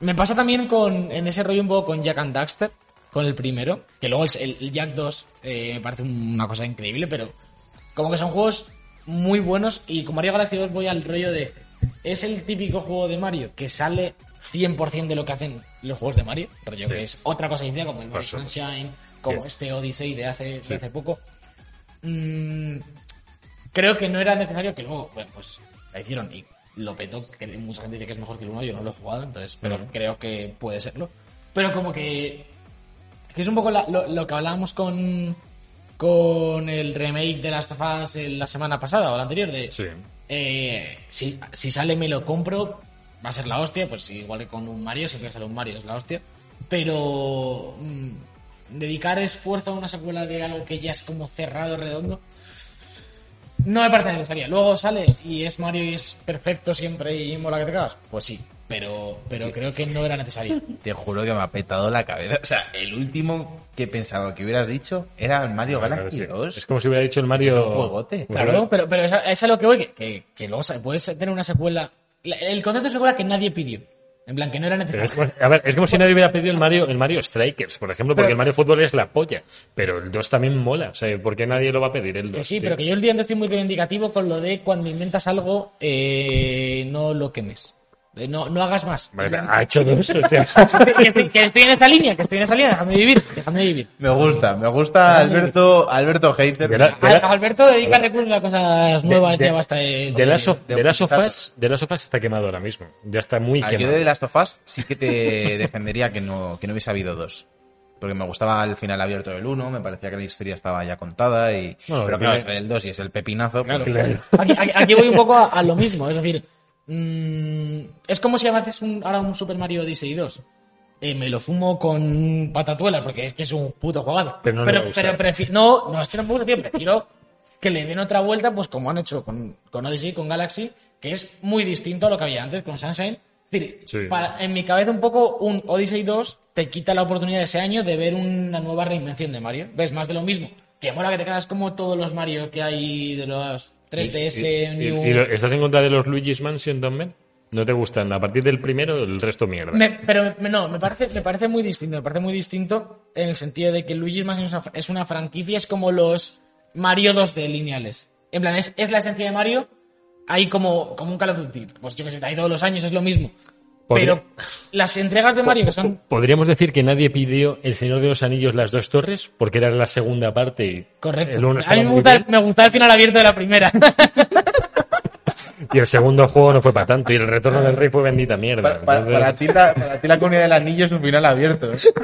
Speaker 3: Me pasa también con, en ese rollo un poco con Jack and Daxter, con el primero, que luego el, el Jack 2 eh, me parece una cosa increíble, pero como que son juegos muy buenos y con Mario Galaxy 2 voy al rollo de... Es el típico juego de Mario que sale 100% de lo que hacen los juegos de Mario, rollo
Speaker 1: Sí.
Speaker 3: que es otra cosa distinta como el Mario
Speaker 1: supuesto.
Speaker 3: Sunshine, como
Speaker 1: Sí.
Speaker 3: este Odyssey de hace, de
Speaker 1: Sí.
Speaker 3: hace poco. Mm, creo que no era necesario que luego, bueno, pues la hicieron y lo petó, que mucha gente dice que es mejor que el 1, yo no lo he jugado, entonces, pero
Speaker 1: Ujú.
Speaker 3: creo que puede serlo. Pero como que, que es un poco la- lo, lo que hablábamos con, con el remake de Last of Us eh, la semana pasada o la anterior, de
Speaker 1: Sí.
Speaker 3: eh, si, si sale me lo compro, va a ser la hostia, pues igual que con un Mario, siempre que sale un Mario es la hostia. Pero mm, dedicar esfuerzo a una secuela de algo que ya es como cerrado, redondo, no me parece necesaria. Luego sale y es Mario y es perfecto siempre y mola que te cagas. Pues sí, pero, pero creo que no era necesario.
Speaker 2: Te juro que me ha petado la cabeza. O sea, el último que pensaba que hubieras dicho era el Mario Galaxy
Speaker 1: Sí.
Speaker 2: 2.
Speaker 1: Es como si hubiera dicho el Mario.
Speaker 2: un juegote.
Speaker 3: Claro, pero, pero es, a, es a lo que voy, que, que, que luego se- puedes tener una secuela. la- El concepto de secuela que nadie pidió. En plan, que no era
Speaker 1: Pero
Speaker 3: necesario.
Speaker 1: es como, a ver, es como si nadie hubiera pedido el Mario, el Mario Strikers, por ejemplo, porque
Speaker 3: Pero-
Speaker 1: el Mario Fútbol es la polla. Pero el 2 también mola. O sea, ¿por qué nadie lo va a pedir el 2?
Speaker 3: Que sí,
Speaker 1: tío?
Speaker 3: pero que yo el día antes estoy muy reivindicativo con lo de cuando inventas algo, eh, no lo quemes. Eh, No, no hagas más.
Speaker 1: Vale, ha hecho dos. O sea,
Speaker 3: que, estoy, que estoy en esa línea, que estoy en esa línea, déjame vivir, déjame vivir.
Speaker 2: Me gusta, me gusta Alberto, Alberto Hater.
Speaker 1: de la- de
Speaker 3: Al-
Speaker 1: la-
Speaker 3: Alberto dedica recursos a cosas nuevas,
Speaker 1: de-
Speaker 3: ya basta de...
Speaker 1: de las of-
Speaker 2: de-
Speaker 1: de las sofás, de las sofás está quemado ahora mismo. Ya está muy
Speaker 2: Ah, yo
Speaker 1: quemado.
Speaker 2: de The Last of Us sí que te defendería que no, que no hubiese habido dos. Porque me gustaba el final abierto del uno, me parecía que la historia estaba ya contada y...
Speaker 1: Bueno,
Speaker 2: pero
Speaker 1: el
Speaker 2: claro,
Speaker 1: primer-
Speaker 2: el dos y es el pepinazo.
Speaker 1: Claro,
Speaker 2: pues,
Speaker 1: claro.
Speaker 3: Aquí, aquí- aquí voy un poco a, a lo mismo, es decir, mm, es como si haces un, ahora un Super Mario Odyssey 2. Eh, me lo fumo con patatuela porque es que es un puto jugado.
Speaker 1: Pero no le va a gustar.
Speaker 3: prefiero. No, no, es que no me gusta, tío. Prefiero que le den otra vuelta, pues como han hecho con, con Odyssey, con Galaxy, que es muy distinto a lo que había antes con Sunshine. Es decir,
Speaker 1: Sí.
Speaker 3: para- en mi cabeza un poco un Odyssey 2 te quita la oportunidad ese año de ver una nueva reinvención de Mario. Ves más de lo mismo. Que mola que te quedas como todos los Mario que hay de los 3DS,
Speaker 1: ¿Y,
Speaker 3: New...
Speaker 1: y lo- estás en contra de los Luigi's Mansion también? ¿No te gustan? A partir del primero, el resto mierda.
Speaker 3: Me- pero me- no, me parece, me parece muy distinto. Me parece muy distinto en el sentido de que Luigi's Mansion es una, es una franquicia, es como los Mario 2 de lineales. En plan, es, es la esencia de Mario. Hay como, como un Call of Duty. Pues yo que sé, hay todos los años, es lo mismo.
Speaker 1: Podría-
Speaker 3: Pero las entregas
Speaker 1: Pues
Speaker 3: de Mario que son.
Speaker 1: Podríamos decir que nadie pidió El Señor de los Anillos las dos torres, porque era la segunda parte. y
Speaker 3: Correcto.
Speaker 1: El uno
Speaker 3: A
Speaker 1: estaba
Speaker 3: mí me
Speaker 1: muy
Speaker 3: gusta, el-
Speaker 1: bien,
Speaker 3: me gusta el final abierto de la primera.
Speaker 1: y el segundo juego no fue para tanto, y el retorno del rey fue bendita mierda.
Speaker 2: para, para- para ti la, para ti la comunidad del anillo es un final abierto.
Speaker 1: Entonces,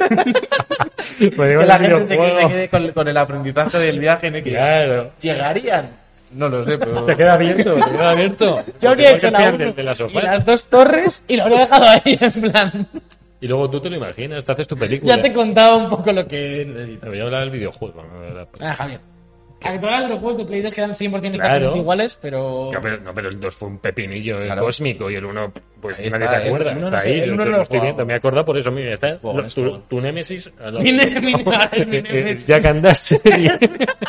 Speaker 1: pues digo,
Speaker 2: Que la
Speaker 1: el
Speaker 2: gente se quede,
Speaker 1: videojuego,
Speaker 2: se quede con, con el aprendizaje del viaje. ¿no? Que
Speaker 1: Claro.
Speaker 2: ¿Llegarían? No lo sé, pero...
Speaker 1: Se queda abierto, se queda abierto.
Speaker 3: Yo
Speaker 1: Pues
Speaker 3: habría
Speaker 1: igual
Speaker 3: hecho
Speaker 1: que el
Speaker 3: la
Speaker 1: final
Speaker 3: uno
Speaker 1: de- de las
Speaker 3: y
Speaker 1: sofás.
Speaker 3: las dos torres y lo habría dejado ahí, en plan.
Speaker 1: Y luego tú te lo imaginas, te haces tu película.
Speaker 3: Ya te he contado un poco lo que necesito.
Speaker 1: Pero yo hablaba del videojuego, no de la-
Speaker 3: Ah, Javier. A que todas las de los juegos de Play 2 quedan 100%
Speaker 1: Claro.
Speaker 3: exactamente iguales, pero...
Speaker 1: No, pero, no, pero el 2 fue un pepinillo eh,
Speaker 2: Claro.
Speaker 1: cósmico y el 1, pues
Speaker 2: Ahí
Speaker 1: nadie
Speaker 2: está,
Speaker 1: te
Speaker 2: eh,
Speaker 1: acuerda.
Speaker 2: el
Speaker 3: uno
Speaker 1: está
Speaker 3: no sé,
Speaker 1: ahí,
Speaker 3: el
Speaker 1: yo
Speaker 3: uno
Speaker 1: te
Speaker 3: no
Speaker 1: lo
Speaker 3: lo he
Speaker 1: estoy
Speaker 3: jugado.
Speaker 1: viendo, me he acordado por eso, mira, está
Speaker 3: jugado,
Speaker 1: lo-
Speaker 3: es
Speaker 1: tu,
Speaker 3: jugado.
Speaker 1: tu némesis. al lado.
Speaker 3: Mi ne- mi ne- mi
Speaker 1: Eh, eh,
Speaker 3: némesis.
Speaker 1: Ya candaste.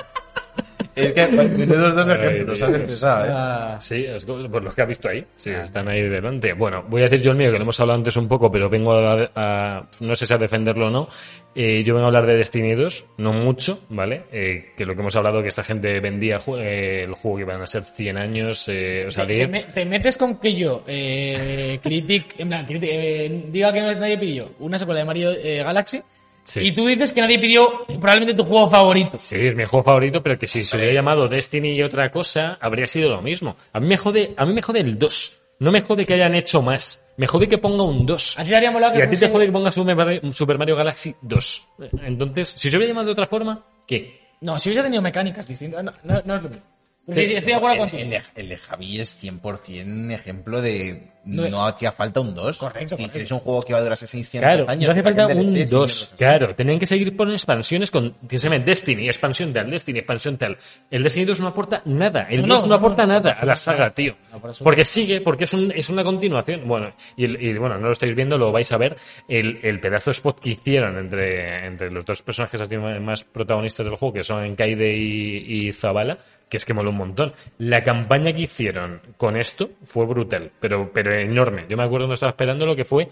Speaker 2: Es que tiene los dos
Speaker 1: Ay,
Speaker 2: ejemplos,
Speaker 1: Dios.
Speaker 2: has empezado, ¿eh?
Speaker 3: Ah.
Speaker 1: Sí, es co- por los que ha visto ahí. Sí, están ahí delante. Bueno, voy a decir yo el mío, que lo hemos hablado antes un poco, pero vengo a, a- no sé si a defenderlo o no. Eh, yo vengo a hablar de Destiny 2, no mucho, ¿vale? Eh, que lo que hemos hablado, que esta gente vendía ju- eh, el juego que iban a ser 100 años, eh, o sea,
Speaker 3: Te,
Speaker 1: 10.
Speaker 3: te me- te metes con que yo, eh, critic, en plan, critic- eh, diga que no, nadie pidió una secuela de Mario eh, Galaxy,
Speaker 1: Sí.
Speaker 3: y tú dices que nadie pidió probablemente tu juego favorito.
Speaker 1: Sí, es mi juego favorito, pero que si se hubiera llamado Destiny y otra cosa, habría sido lo mismo. A mí me jode, a mí me jode el 2. No me jode que hayan hecho más. Me jode que ponga un 2.
Speaker 3: A ti te haría molado que
Speaker 1: Y a ti te
Speaker 3: fuese-
Speaker 1: jode que ponga Super Mario, Super Mario Galaxy 2. Entonces, si se hubiera llamado de otra forma, ¿qué?
Speaker 3: No, si hubiese tenido mecánicas distintas, no, no, no es lo mismo. Sí, sí, estoy de acuerdo
Speaker 2: El,
Speaker 3: contigo.
Speaker 2: el de- el de Javi es 100% ejemplo de no,
Speaker 3: No-
Speaker 2: hacía falta un 2.
Speaker 3: Correcto,
Speaker 2: Si
Speaker 3: correcto.
Speaker 2: es un juego que va a durar 600
Speaker 1: Claro,
Speaker 2: años.
Speaker 1: no hace
Speaker 2: la
Speaker 1: falta
Speaker 2: gente le
Speaker 1: un
Speaker 2: dice,
Speaker 1: 2.
Speaker 2: "Señor,
Speaker 1: Claro, tenían que seguir con expansiones, con precisamente Destiny, expansión tal, Destiny, expansión tal. El Destiny 2 no aporta nada, el
Speaker 3: No,
Speaker 1: 2
Speaker 3: no,
Speaker 1: no,
Speaker 3: no,
Speaker 1: aporta
Speaker 3: no,
Speaker 1: nada
Speaker 3: no,
Speaker 1: a la
Speaker 3: no,
Speaker 1: saga,
Speaker 3: no,
Speaker 1: tío.
Speaker 3: no, por eso-
Speaker 1: Porque sigue, porque es, un, es una continuación. Bueno, y, el- y, bueno, no lo estáis viendo, lo vais a ver. El, el pedazo de spot que hicieron entre, entre los dos personajes así más más protagonistas del juego, que son Kaide y, y Zavala, que es que moló un montón. La campaña que hicieron con esto fue brutal, pero, pero enorme. Yo me acuerdo cuando estaba esperando lo que fue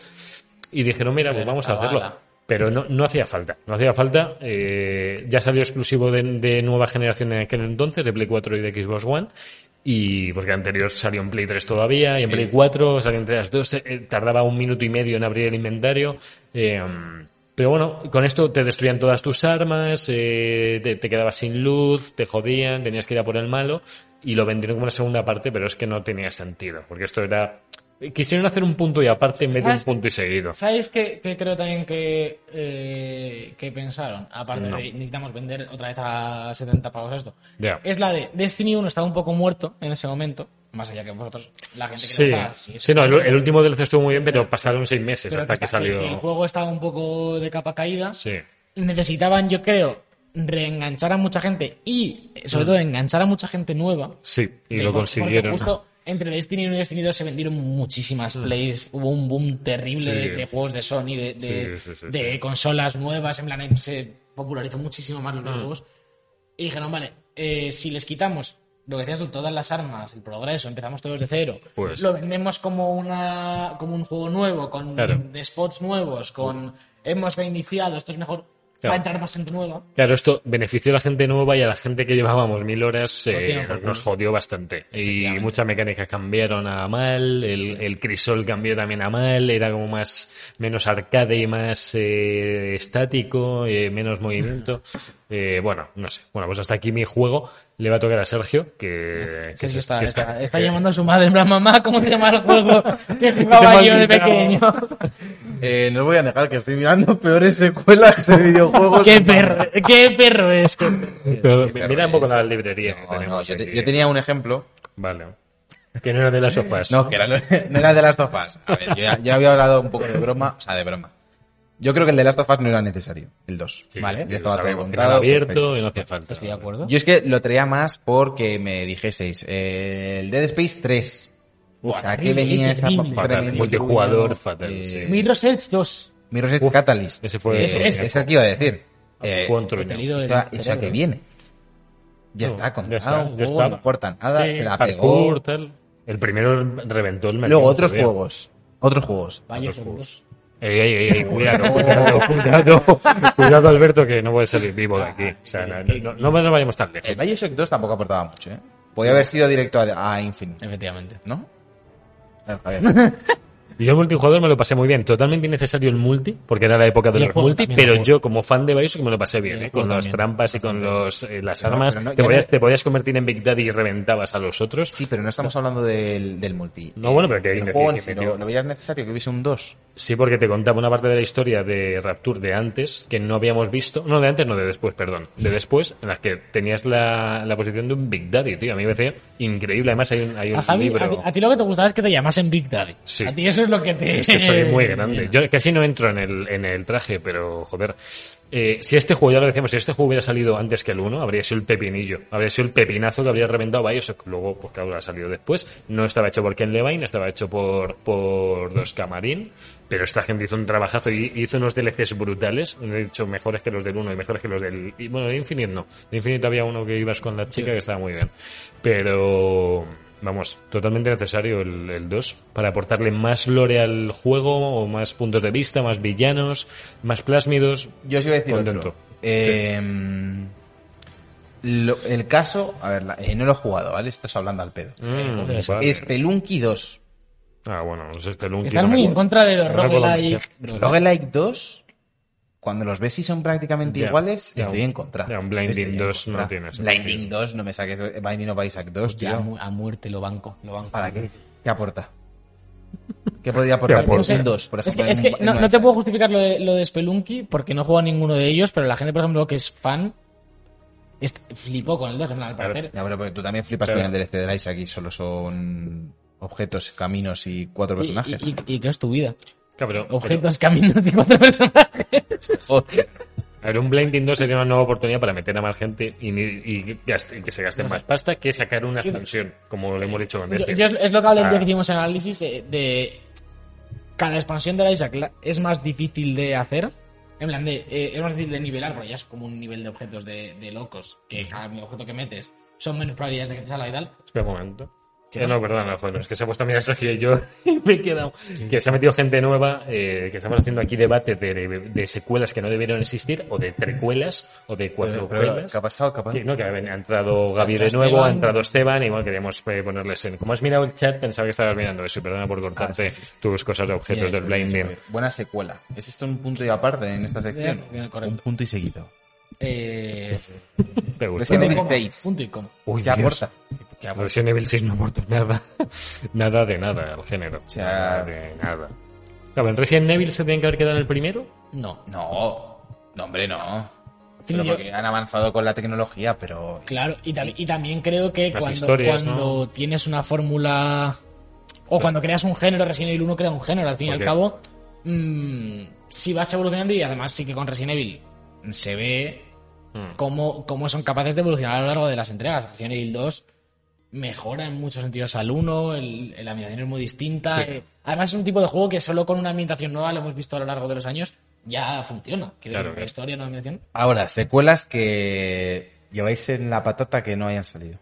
Speaker 1: y dijeron, mira, pues vamos a hacerlo. Pero no, no hacía falta, no hacía falta. eh, ya salió exclusivo de, de nueva generación en aquel entonces, de Play 4 y de Xbox One. Y porque anterior salió en Play 3 todavía, y en Play 4, salió entre las dos, eh, tardaba un minuto y medio en abrir el inventario. eh, pero bueno, con esto te destruían todas tus armas, eh, te, te quedabas sin luz, te jodían, tenías que ir a por el malo. Y lo vendieron como una segunda parte, pero es que no tenía sentido, porque esto era... Quisieron hacer un punto y aparte en vez de un
Speaker 3: ¿Sabes?
Speaker 1: punto y seguido.
Speaker 3: ¿Sabéis qué, qué creo también que, eh, que pensaron? Aparte
Speaker 1: No.
Speaker 3: de necesitamos vender otra vez a 70 pavos esto.
Speaker 1: Ya.
Speaker 3: Es la de Destiny 1 estaba un poco muerto en ese momento. Más allá que vosotros, la gente que
Speaker 1: Sí,
Speaker 3: lo está, sigue
Speaker 1: sí, no, el, el último DLC estuvo muy bien, pero pasaron seis meses
Speaker 3: Pero
Speaker 1: hasta que
Speaker 3: está-
Speaker 1: salió.
Speaker 3: El juego estaba un poco de capa caída.
Speaker 1: Sí.
Speaker 3: Necesitaban, yo creo, reenganchar a mucha gente y, eh,
Speaker 1: Mm.
Speaker 3: sobre todo, enganchar a mucha gente nueva.
Speaker 1: Sí, y
Speaker 3: Eh,
Speaker 1: lo
Speaker 3: por-
Speaker 1: consiguieron. Mm.
Speaker 3: Porque justo entre Destiny 1 y Destiny 2 se vendieron muchísimas plays. Hubo un boom terrible
Speaker 1: Sí.
Speaker 3: de, de juegos de Sony, de, de-
Speaker 1: Sí, sí, sí,
Speaker 3: de
Speaker 1: sí.
Speaker 3: consolas nuevas. En plan, eh, se popularizó muchísimo más los
Speaker 1: Mm.
Speaker 3: juegos. Y dijeron, vale, eh, si les quitamos lo que decías tú, todas las armas, el progreso, empezamos todos de cero,
Speaker 1: Pues-
Speaker 3: lo vendemos como, una, como un juego nuevo, con
Speaker 1: Claro. Pues
Speaker 3: spots nuevos, con hemos reiniciado, esto es mejor,
Speaker 1: Claro.
Speaker 3: va a entrar más gente nueva.
Speaker 1: Claro, esto benefició a la gente nueva y a la gente que llevábamos mil horas eh,
Speaker 3: Nos dieron por culo.
Speaker 1: nos jodió bastante. Y
Speaker 3: pues, Efectivamente.
Speaker 1: muchas mecánicas cambiaron a mal, el, el crisol cambió también a mal, era como más menos arcade y más eh, estático, eh, menos movimiento. Eh, bueno, no sé. Bueno, pues hasta aquí mi juego. Le va a tocar a Sergio, que, que
Speaker 3: Sí, sí,
Speaker 1: se-
Speaker 3: está,
Speaker 1: que
Speaker 3: está, está
Speaker 1: que-
Speaker 3: llamando a su madre, en plan, mamá, ¿cómo se llama el juego que jugaba yo de pequeño?
Speaker 2: Eh, no os voy a negar que estoy mirando peores secuelas de videojuegos.
Speaker 3: ¡Qué perro, qué perro es! qué perro.
Speaker 1: Pero
Speaker 2: Qué
Speaker 1: mira un poco
Speaker 2: perro
Speaker 1: la
Speaker 2: es.
Speaker 1: librería. que
Speaker 2: No,
Speaker 1: tenemos
Speaker 2: no, yo, te-
Speaker 1: aquí.
Speaker 2: yo tenía un ejemplo.
Speaker 1: Vale. Que no era de las sopas.
Speaker 2: No, que era, no era de Last of Us. A ver, yo ya, ya había hablado un poco de broma, o sea, de broma. Yo creo que el de Last of Us no era necesario, el 2.
Speaker 1: Sí,
Speaker 2: vale,
Speaker 1: sí,
Speaker 2: ya estaba
Speaker 1: lo
Speaker 2: todo
Speaker 1: sabemos, que
Speaker 2: contado.
Speaker 1: era abierto
Speaker 2: perfecto.
Speaker 1: y no hacía falta.
Speaker 3: Estoy de acuerdo.
Speaker 2: Yo es que lo traía más porque me dijisteis, eh, el Dead Space 3.
Speaker 3: Uf,
Speaker 2: o sea, que
Speaker 3: terrible,
Speaker 2: venía esa
Speaker 3: terrible.
Speaker 1: Fatal,
Speaker 2: tremendo
Speaker 1: multijugador,
Speaker 2: truño,
Speaker 1: fatal, sí.
Speaker 3: Mirror's Edge 2.
Speaker 2: Mirror's Edge
Speaker 1: Uf,
Speaker 2: Catalyst.
Speaker 1: ese fue-
Speaker 2: Eh,
Speaker 3: ese, ese.
Speaker 2: es el que iba a decir. Eh,
Speaker 1: Fue un truño.
Speaker 3: He tenido el
Speaker 2: esa, esa
Speaker 3: cerebro.
Speaker 2: que viene. Ya
Speaker 1: No,
Speaker 2: está, contado.
Speaker 1: ya está,
Speaker 2: un
Speaker 1: ya
Speaker 2: juego,
Speaker 1: está.
Speaker 2: no aporta nada,
Speaker 1: Sí,
Speaker 2: se la pegó.
Speaker 1: parkour, tal. El primero reventó el mercado.
Speaker 2: Luego otros
Speaker 1: jodido.
Speaker 2: juegos. Otros juegos.
Speaker 3: Vaya,
Speaker 1: Otros
Speaker 3: segundos.
Speaker 1: Ey, ey, ey, ey, cuidado, cuidado, cuidado, cuidado, Alberto, que no voy a salir vivo de aquí. O sea, no, no, no, no vayamos tan lejos.
Speaker 2: El Bioshock 2 tampoco aportaba mucho, ¿eh? Podía haber sido directo a, a Infinite,
Speaker 3: Efectivamente.
Speaker 2: ¿no? A ver.
Speaker 1: Y Yo el multijugador me lo pasé muy bien. Totalmente innecesario el multi, porque era la época de
Speaker 3: Y el
Speaker 1: los
Speaker 3: juego
Speaker 1: multi,
Speaker 3: también,
Speaker 1: pero
Speaker 3: el juego.
Speaker 1: yo como fan de Bioshock me lo pasé bien,
Speaker 3: Y el
Speaker 1: ¿eh?
Speaker 3: juego
Speaker 1: con las
Speaker 3: también.
Speaker 1: trampas y con los, eh, las
Speaker 2: No,
Speaker 1: armas.
Speaker 2: pero no,
Speaker 1: te,
Speaker 2: ya
Speaker 1: podías,
Speaker 2: no-
Speaker 1: te podías convertir en Big Daddy y reventabas a los otros.
Speaker 2: Sí, pero no estamos hablando del, del multi.
Speaker 1: No, bueno, pero que-
Speaker 2: El
Speaker 1: que-
Speaker 2: juego
Speaker 1: que-
Speaker 2: en sí,
Speaker 1: que-
Speaker 2: ¿lo, lo veías necesario que hubiese un 2?
Speaker 1: Sí, porque te contaba una parte de la historia de Rapture de antes que no habíamos visto. No, de antes, no, de después, perdón. De después, en las que tenías la, la posición de un Big Daddy, tío. A mí me parecía increíble. Además, hay un, hay un
Speaker 3: A, Ah, Javi,
Speaker 1: libro.
Speaker 3: a, ti- a ti lo que te gustaba es que te llamasen Big Daddy.
Speaker 1: Sí.
Speaker 3: A ti eso es lo que te...
Speaker 1: Es que soy muy grande. Yo casi no entro en el, en el traje, pero joder. Eh, si este juego, ya lo decíamos, si este juego hubiera salido antes que el 1, habría sido el pepinillo. Habría sido el pepinazo que habría reventado Bioshock. Luego, pues claro, ha salido después. No estaba hecho por Ken Levine, estaba hecho por, por Dos Camarín. Pero esta gente hizo un trabajazo y hizo unos DLCs brutales. De hecho, mejores que los del 1 y mejores que los del. y, bueno, de Infinite no. De Infinite había uno que ibas con la chica que estaba muy bien. Pero vamos, totalmente necesario el, el 2 para aportarle más lore al juego o más puntos de vista, más villanos, más plásmidos.
Speaker 2: Yo os iba a decir
Speaker 1: Contento.
Speaker 2: otro. Eh, lo- el caso... A ver, la- eh, no lo he jugado, ¿vale? Estás hablando al pedo.
Speaker 1: Mm,
Speaker 3: Joder,
Speaker 1: vale.
Speaker 2: Spelunky 2.
Speaker 1: Ah, bueno, es Spelunky.
Speaker 3: Estás
Speaker 1: no me
Speaker 3: muy en
Speaker 1: acuerdo.
Speaker 3: contra de los
Speaker 1: No me acuerdo
Speaker 3: roguelike.
Speaker 1: mucho.
Speaker 2: Roguelike 2... Cuando los ves y son prácticamente
Speaker 1: Ya,
Speaker 2: iguales,
Speaker 1: ya,
Speaker 2: estoy
Speaker 1: un-
Speaker 2: en contra.
Speaker 1: ya, un Blinding
Speaker 2: Estoy en
Speaker 1: 2 no
Speaker 2: contra.
Speaker 1: tiene sentido.
Speaker 2: Blinding 2, no me saques eh, Binding of Isaac 2,
Speaker 3: Ya,
Speaker 2: tío.
Speaker 3: a mu- a muerte lo banco. Lo banco.
Speaker 2: ¿Para qué? ¿Qué aporta? ¿Qué podría aportar?
Speaker 1: aporta?
Speaker 2: un
Speaker 1: sé.
Speaker 2: 2, por
Speaker 3: es
Speaker 2: ejemplo.
Speaker 3: que, es
Speaker 2: en
Speaker 3: que
Speaker 2: un- en
Speaker 3: no,
Speaker 2: un
Speaker 3: no te
Speaker 2: Isaac.
Speaker 3: puedo justificar lo de, lo de Spelunky porque no juego a ninguno de ellos, pero la gente, por ejemplo, que es fan, est- flipó con el 2, en plan, al
Speaker 1: Claro.
Speaker 3: parecer.
Speaker 2: Ya, bueno, porque tú también flipas
Speaker 1: Claro.
Speaker 2: con el DLC del Isaac y solo son objetos, caminos y cuatro personajes.
Speaker 3: ¿Y, y, y qué es tu vida?
Speaker 1: Cabrón.
Speaker 3: Objetos, caminos y cuatro personajes.
Speaker 2: Joder.
Speaker 1: A ver, un Blinding 2 sería una nueva oportunidad para meter a más gente y, ni- y gaste- que se gaste más pasta que sacar una expansión, como lo hemos dicho con
Speaker 3: Yo-
Speaker 1: este.
Speaker 3: yo es, es lo que hablé el
Speaker 1: Ah.
Speaker 3: día que hicimos el análisis eh, de cada expansión de la Isaac la- es más difícil de hacer. En plan, de, eh, es más difícil de nivelar, porque ya es como un nivel de objetos de, de locos, que cada objeto que metes son menos probabilidades de que te salga y tal.
Speaker 1: Espera un momento. Eh, no, perdón, no, joder, es que se ha puesto a mirar Sergio y yo y me he quedado. Que se ha metido gente nueva, eh, que estamos haciendo aquí debate de, de- de secuelas que no debieron existir, o de trecuelas, o de cuatro
Speaker 2: Pero- pero,
Speaker 1: cuelas.
Speaker 2: ¿Qué ha pasado? ¿Qué ha pasado?
Speaker 1: Sí, no, que ha ha entrado Gaby de
Speaker 3: Esteban.
Speaker 1: nuevo, ha entrado Esteban, igual queríamos eh, ponerles en. Como has mirado el chat, pensaba que estabas mirando eso, y perdona por cortarte
Speaker 2: Ah, sí, sí.
Speaker 1: tus cosas de objetos
Speaker 2: Bien,
Speaker 1: del
Speaker 2: bien,
Speaker 1: blinding.
Speaker 2: bien. Buena secuela. ¿Es esto un punto y aparte en esta sección?
Speaker 3: Bien, Eh, correcto.
Speaker 2: Un punto y seguido.
Speaker 3: Eh,
Speaker 1: ¿Te gusta?
Speaker 2: Resident Evil
Speaker 3: punto y coma,
Speaker 2: 6.
Speaker 3: Punto y coma.
Speaker 1: Uy,
Speaker 2: ¿Qué
Speaker 1: Dios.
Speaker 2: aporta?
Speaker 3: Que aporta.
Speaker 1: Resident Evil 6 no aporta nada, nada de nada al género.
Speaker 2: sea-
Speaker 1: nada de nada. Claro, en Resident Evil se tienen que haber quedado en el primero.
Speaker 3: No.
Speaker 2: No, no, hombre, no.
Speaker 3: Sí,
Speaker 2: Pero
Speaker 3: Dios.
Speaker 2: porque han avanzado con la tecnología, pero.
Speaker 3: Claro, y, tam- y también creo que
Speaker 1: Las
Speaker 3: cuando,
Speaker 1: historias,
Speaker 3: cuando tienes una fórmula o cuando creas un género, Resident Evil 1 crea un género, al fin y al
Speaker 1: Porque-
Speaker 3: cabo, mm, si vas evolucionando y además sí que con Resident Evil se ve
Speaker 1: Mm.
Speaker 3: cómo, cómo son capaces de evolucionar a lo largo de las entregas. Resident Evil 2 mejora en muchos sentidos al 1, el, el- la ambientación es muy distinta.
Speaker 1: Sí.
Speaker 3: eh, Además es un tipo de juego que solo con una ambientación nueva, lo hemos visto a lo largo de los años, ya funciona. Quiero
Speaker 1: Claro,
Speaker 3: decir,
Speaker 1: claro.
Speaker 3: la historia, una ambientación.
Speaker 2: Ahora, secuelas que lleváis en la patata que no hayan salido.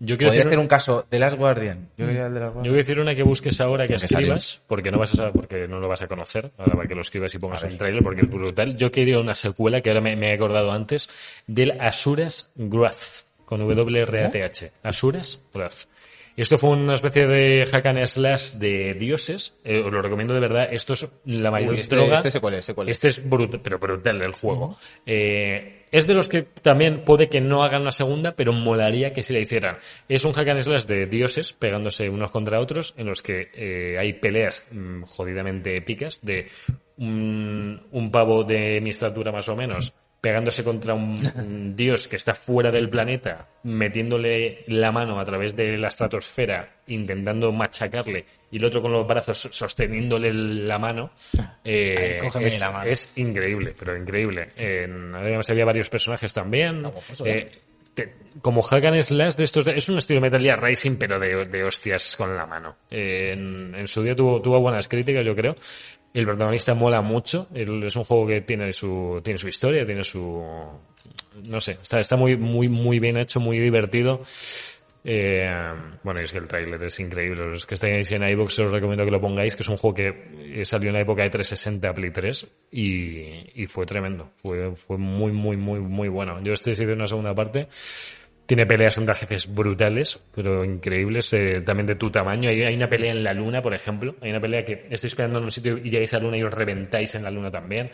Speaker 1: Yo quiero
Speaker 2: Podría
Speaker 1: decir,
Speaker 2: ser un caso de Last Guardian. Yo quería el
Speaker 1: yo
Speaker 2: de Last
Speaker 1: quiero
Speaker 2: Guardian.
Speaker 1: decir una que busques ahora que
Speaker 2: Porque
Speaker 1: escribas, porque no vas a saber, porque no lo vas a conocer. Ahora para que lo escribas y pongas un trailer, porque es brutal. Yo quería una secuela que ahora me, me he acordado antes del Asuras Wrath con
Speaker 2: ¿Eh?
Speaker 1: WRATH. Asuras Wrath. Esto fue una especie de hack and slash de dioses. Eh, os lo recomiendo de verdad. Esto es la mayor
Speaker 2: Uy, este,
Speaker 1: droga.
Speaker 2: este sé cuál es, sé cuál es.
Speaker 1: Este es brutal, pero brutal el juego. Eh, es de los que también puede que no hagan una segunda, pero molaría que si la hicieran. Es un hack and slash de dioses pegándose unos contra otros, en los que eh, hay peleas mm, jodidamente épicas de un, un pavo de mi estatura más o menos pegándose contra un, un dios que está fuera del planeta, metiéndole la mano a través de la estratosfera, intentando machacarle, y el otro con los brazos sosteniéndole la mano. Eh,
Speaker 3: Ay, cógeme
Speaker 1: es,
Speaker 3: la mano.
Speaker 1: es increíble, pero increíble. En- además había varios personajes también.
Speaker 3: guaposo,
Speaker 1: Eh, te- como hack and slash de estos, es un estilo Metal Gear Rising, pero de, de hostias con la mano. Eh, en, en su día tuvo, tuvo buenas críticas, yo creo. El protagonista mola mucho. El- es un juego que tiene su, tiene su historia, tiene su, no sé, está, está muy, muy, muy bien hecho, muy divertido. Eh, bueno, y es que el tráiler es increíble. Los que estáis en iBox os recomiendo que lo pongáis, que es un juego que eh, salió en la época de 360 a Play 3 y, y fue tremendo. Fue, fue muy, muy, muy, muy bueno. Yo este sí de una segunda parte. Tiene peleas contra jefes brutales, pero increíbles, eh, también de tu tamaño. Hay, hay una pelea en la luna, por ejemplo. Hay una pelea que estoy esperando en un sitio y llegáis a la luna y os reventáis en la luna también.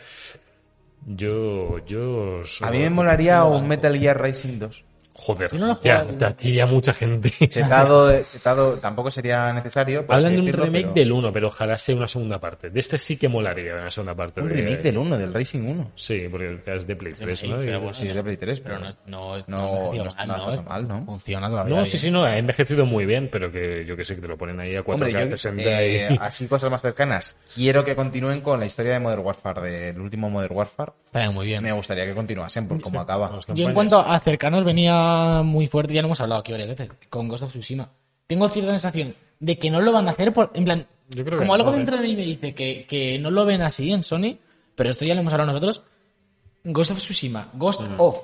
Speaker 1: Yo, yo... os-
Speaker 2: A mí me molaría un Metal Gear Rising 2.
Speaker 1: Joder,
Speaker 3: Yo no lo he
Speaker 1: ya,
Speaker 3: jugado.
Speaker 1: ya, ya mucha gente.
Speaker 2: Chetado, de- chetado tampoco sería necesario. por
Speaker 1: Hablan
Speaker 2: así
Speaker 1: de un
Speaker 2: decirlo,
Speaker 1: remake
Speaker 2: pero-
Speaker 1: del 1, pero ojalá sea una segunda parte. De este sí que molaría una segunda parte.
Speaker 2: Un
Speaker 1: porque-
Speaker 2: remake del 1, del Racing 1.
Speaker 1: Sí, porque es de Play 3,
Speaker 3: Sí,
Speaker 1: ¿no? Y- ah,
Speaker 3: pero bueno,
Speaker 2: Sí, es de Play 3, pero,
Speaker 3: Pero no, no,
Speaker 2: Eh, no- no
Speaker 3: digo, ah,
Speaker 2: está nada mal, ¿no?
Speaker 3: Funciona todavía. ¿eh?
Speaker 1: No,
Speaker 3: bien.
Speaker 1: sí, sí, no, ha envejecido muy bien, pero que yo que sé, que te lo ponen ahí a 4K,
Speaker 2: Hombre, yo,
Speaker 1: 60 y-
Speaker 2: eh, así cosas más cercanas. Quiero que continúen con la historia de Modern Warfare, del último Modern Warfare.
Speaker 3: Está muy bien. pues
Speaker 2: Me gustaría que continuasen por cómo acaba.
Speaker 1: las
Speaker 3: Yo en
Speaker 1: campañas.
Speaker 3: cuanto a cercanos venía muy fuerte, ya lo hemos hablado aquí varias veces, con Ghost of Tsushima. Tengo cierta sensación de que no lo van a hacer, por, en plan,
Speaker 1: Yo creo que
Speaker 3: como algo
Speaker 1: no, ¿eh?
Speaker 3: dentro de mí me dice que, que no lo ven así en Sony, pero esto ya lo hemos hablado nosotros. Ghost of Tsushima, Ghost
Speaker 1: Mm.
Speaker 3: of.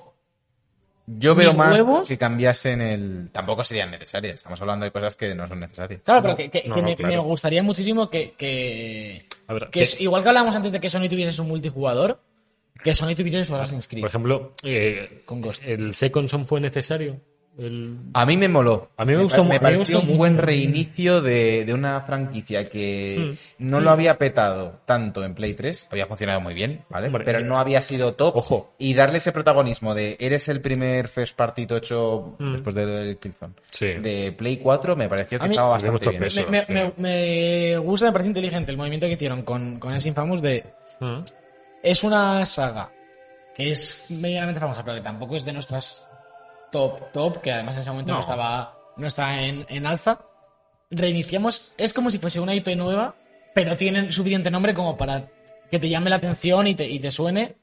Speaker 2: Yo veo
Speaker 3: mis
Speaker 2: más
Speaker 3: huevos-
Speaker 2: que cambiasen el... Tampoco serían necesarias. Estamos hablando de cosas que no son necesarias.
Speaker 3: Claro, pero que, que-
Speaker 1: no,
Speaker 3: que
Speaker 1: no,
Speaker 3: me,
Speaker 1: claro.
Speaker 3: me gustaría muchísimo que, que,
Speaker 1: A ver,
Speaker 3: que
Speaker 1: ¿qué-
Speaker 3: es- igual que hablábamos antes de que Sony tuviese su multijugador, que Sony tuviese su Assassin's Creed.
Speaker 1: Por ejemplo, eh,
Speaker 3: Con Ghost.
Speaker 1: ¿el Second Son fue necesario? El-
Speaker 2: A mí me moló.
Speaker 1: A mí me
Speaker 2: pa-
Speaker 1: gustó mu- a mí
Speaker 2: Me
Speaker 1: me
Speaker 2: pareció
Speaker 1: gustó
Speaker 2: un
Speaker 1: mucho.
Speaker 2: buen reinicio de, de una franquicia que
Speaker 1: Mm.
Speaker 2: no lo había petado tanto en Play 3. Había funcionado muy bien, ¿vale?
Speaker 1: Hombre,
Speaker 2: Pero
Speaker 1: eh,
Speaker 2: no había sido top.
Speaker 1: ojo.
Speaker 2: Y darle ese protagonismo de eres el primer first party tocho después de lo del Killzone.
Speaker 1: Mm. Sí.
Speaker 2: De Play 4 me pareció que
Speaker 3: A mí-
Speaker 2: estaba
Speaker 1: Había mucho
Speaker 2: bastante bien. ¿eh?
Speaker 1: peso.
Speaker 3: me, me-
Speaker 1: sí.
Speaker 3: me- me gusta, me parece inteligente el movimiento que hicieron con, con ese Infamous de
Speaker 1: Ah,
Speaker 3: Es una saga que es medianamente famosa, pero que tampoco es de nuestras top, top, que además en ese momento no,
Speaker 1: No.
Speaker 3: estaba no está en, en alza. reiniciamos, es como si fuese una IP nueva, pero tienen suficiente nombre como para que te llame la atención y te, y te suene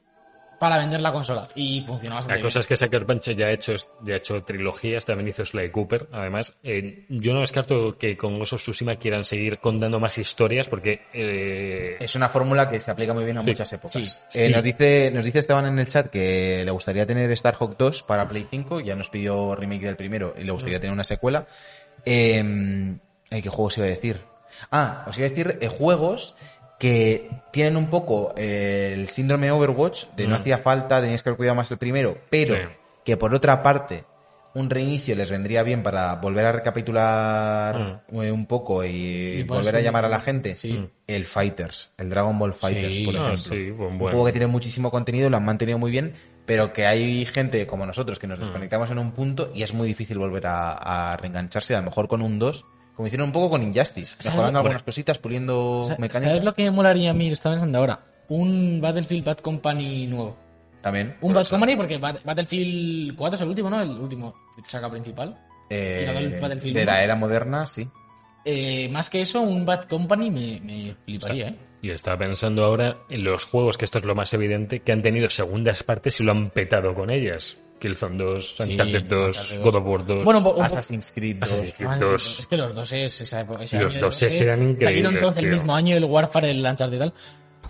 Speaker 3: para vender la consola. Y funciona bastante
Speaker 1: La cosa es que Sucker Punch ya ha hecho, ya ha hecho trilogías, también hizo Sly Cooper. Además, eh, yo no descarto que con Ghost of Tsushima quieran seguir contando más historias porque... eh,
Speaker 2: Es una fórmula que se aplica muy bien a
Speaker 1: Sí,
Speaker 2: muchas épocas.
Speaker 1: sí,
Speaker 2: Eh,
Speaker 1: sí.
Speaker 2: Nos, dice, nos dice Esteban en el chat que le gustaría tener Starhawk 2 para Play 5. Ya nos pidió remake del primero y le
Speaker 1: Mm.
Speaker 2: gustaría tener una secuela. Eh, ay, ¿Qué juegos iba a decir? Ah, os iba a decir eh, juegos que tienen un poco eh, el síndrome Overwatch de no
Speaker 1: Mm.
Speaker 2: hacía falta, tenías que haber cuidado más el primero, pero
Speaker 1: Sí.
Speaker 2: que por otra parte un reinicio les vendría bien para volver a recapitular
Speaker 1: Mm.
Speaker 2: eh, un poco y,
Speaker 3: Y por
Speaker 2: eh, volver a
Speaker 3: eso-
Speaker 2: llamar a la gente. mm,
Speaker 3: Sí.
Speaker 2: El Fighters, el Dragon Ball Fighters,
Speaker 3: Sí.
Speaker 2: por
Speaker 1: Ah,
Speaker 2: ejemplo.
Speaker 1: sí, buen,
Speaker 2: un
Speaker 1: buen.
Speaker 2: juego que tiene muchísimo contenido, lo han mantenido muy bien, pero que hay gente como nosotros
Speaker 3: Mm.
Speaker 2: que nos desconectamos en un punto y es muy difícil volver a, a reengancharse, a lo mejor con un 2, como hicieron un poco con Injustice,
Speaker 3: ¿Sabes
Speaker 2: mejorando
Speaker 3: lo-
Speaker 2: algunas cositas, puliendo
Speaker 3: Sa-
Speaker 2: mecánicas.
Speaker 3: ¿Sabes lo que me molaría a mí? Lo Estaba pensando ahora. Un Battlefield Bad Company nuevo.
Speaker 2: También.
Speaker 3: Un
Speaker 2: por
Speaker 3: Bad
Speaker 2: eso.
Speaker 3: Company porque Bat- Battlefield 4 es el último, ¿no? El último saga principal.
Speaker 2: Eh,
Speaker 3: y no del Battlefield
Speaker 2: de la
Speaker 3: uno.
Speaker 2: era moderna, sí.
Speaker 3: Eh, más que eso, un Bad Company me, me fliparía, ¿eh?
Speaker 1: Y estaba pensando ahora en los juegos, que esto es lo más evidente, que han tenido segundas partes y lo han petado con ellas. Killzone 2, Uncharted 2,
Speaker 3: Uncharted 2.
Speaker 1: God of War 2.
Speaker 3: Bueno, un po- un po-
Speaker 2: Assassin's Creed 2.
Speaker 1: Assassin's Creed
Speaker 3: Ay,
Speaker 1: 2.
Speaker 3: Es que los dos es esa época. ese
Speaker 1: Los
Speaker 3: año,
Speaker 1: dos
Speaker 3: eh,
Speaker 1: es eran increíbles,
Speaker 3: Salieron todos el
Speaker 1: tío.
Speaker 3: mismo año, el Warfare, el Lanchar y tal.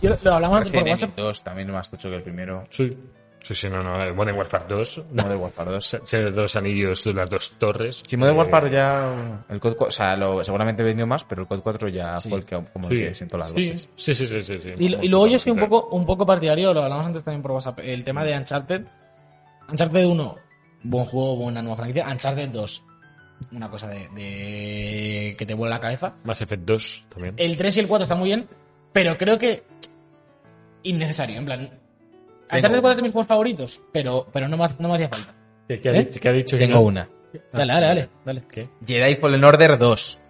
Speaker 3: Yo lo- lo hablamos por
Speaker 2: Resident Evil
Speaker 3: WhatsApp.
Speaker 2: 2 también más tocho que el primero.
Speaker 1: Sí. Sí, sí, no, no. eh, Modern Warfare 2.
Speaker 2: Modern Warfare 2.
Speaker 1: Se- se- Los anillos de las dos torres.
Speaker 2: Si Modern
Speaker 1: Eh,
Speaker 2: Warfare ya. El COD, cua- o sea, lo, seguramente vendió más, pero el COD 4 ya
Speaker 3: Sí.
Speaker 2: fue el que, como el
Speaker 1: Sí,
Speaker 2: que sentó las
Speaker 1: sí,
Speaker 2: bases.
Speaker 1: sí, sí, sí, sí, sí.
Speaker 3: Y, lo- y luego yo soy un poco, un poco partidario, lo hablamos antes también por WhatsApp, el tema de Uncharted. Uncharted 1, buen juego, buena nueva franquicia. Uncharted 2, una cosa de, de- que te vuela la cabeza.
Speaker 1: Mass Effect 2 también.
Speaker 3: El 3 y el 4 están muy bien, pero creo que innecesario, en plan... Uncharted 4 es de mis juegos favoritos, pero, pero no, me, ha- no me hacía falta.
Speaker 2: Ah.
Speaker 1: ¿Qué, qué ha
Speaker 3: ¿Eh?
Speaker 1: dicho? ¿Qué ha dicho?
Speaker 2: Tengo una.
Speaker 3: Dale, dale, dale. dale.
Speaker 2: Jedi Fallen Order 2.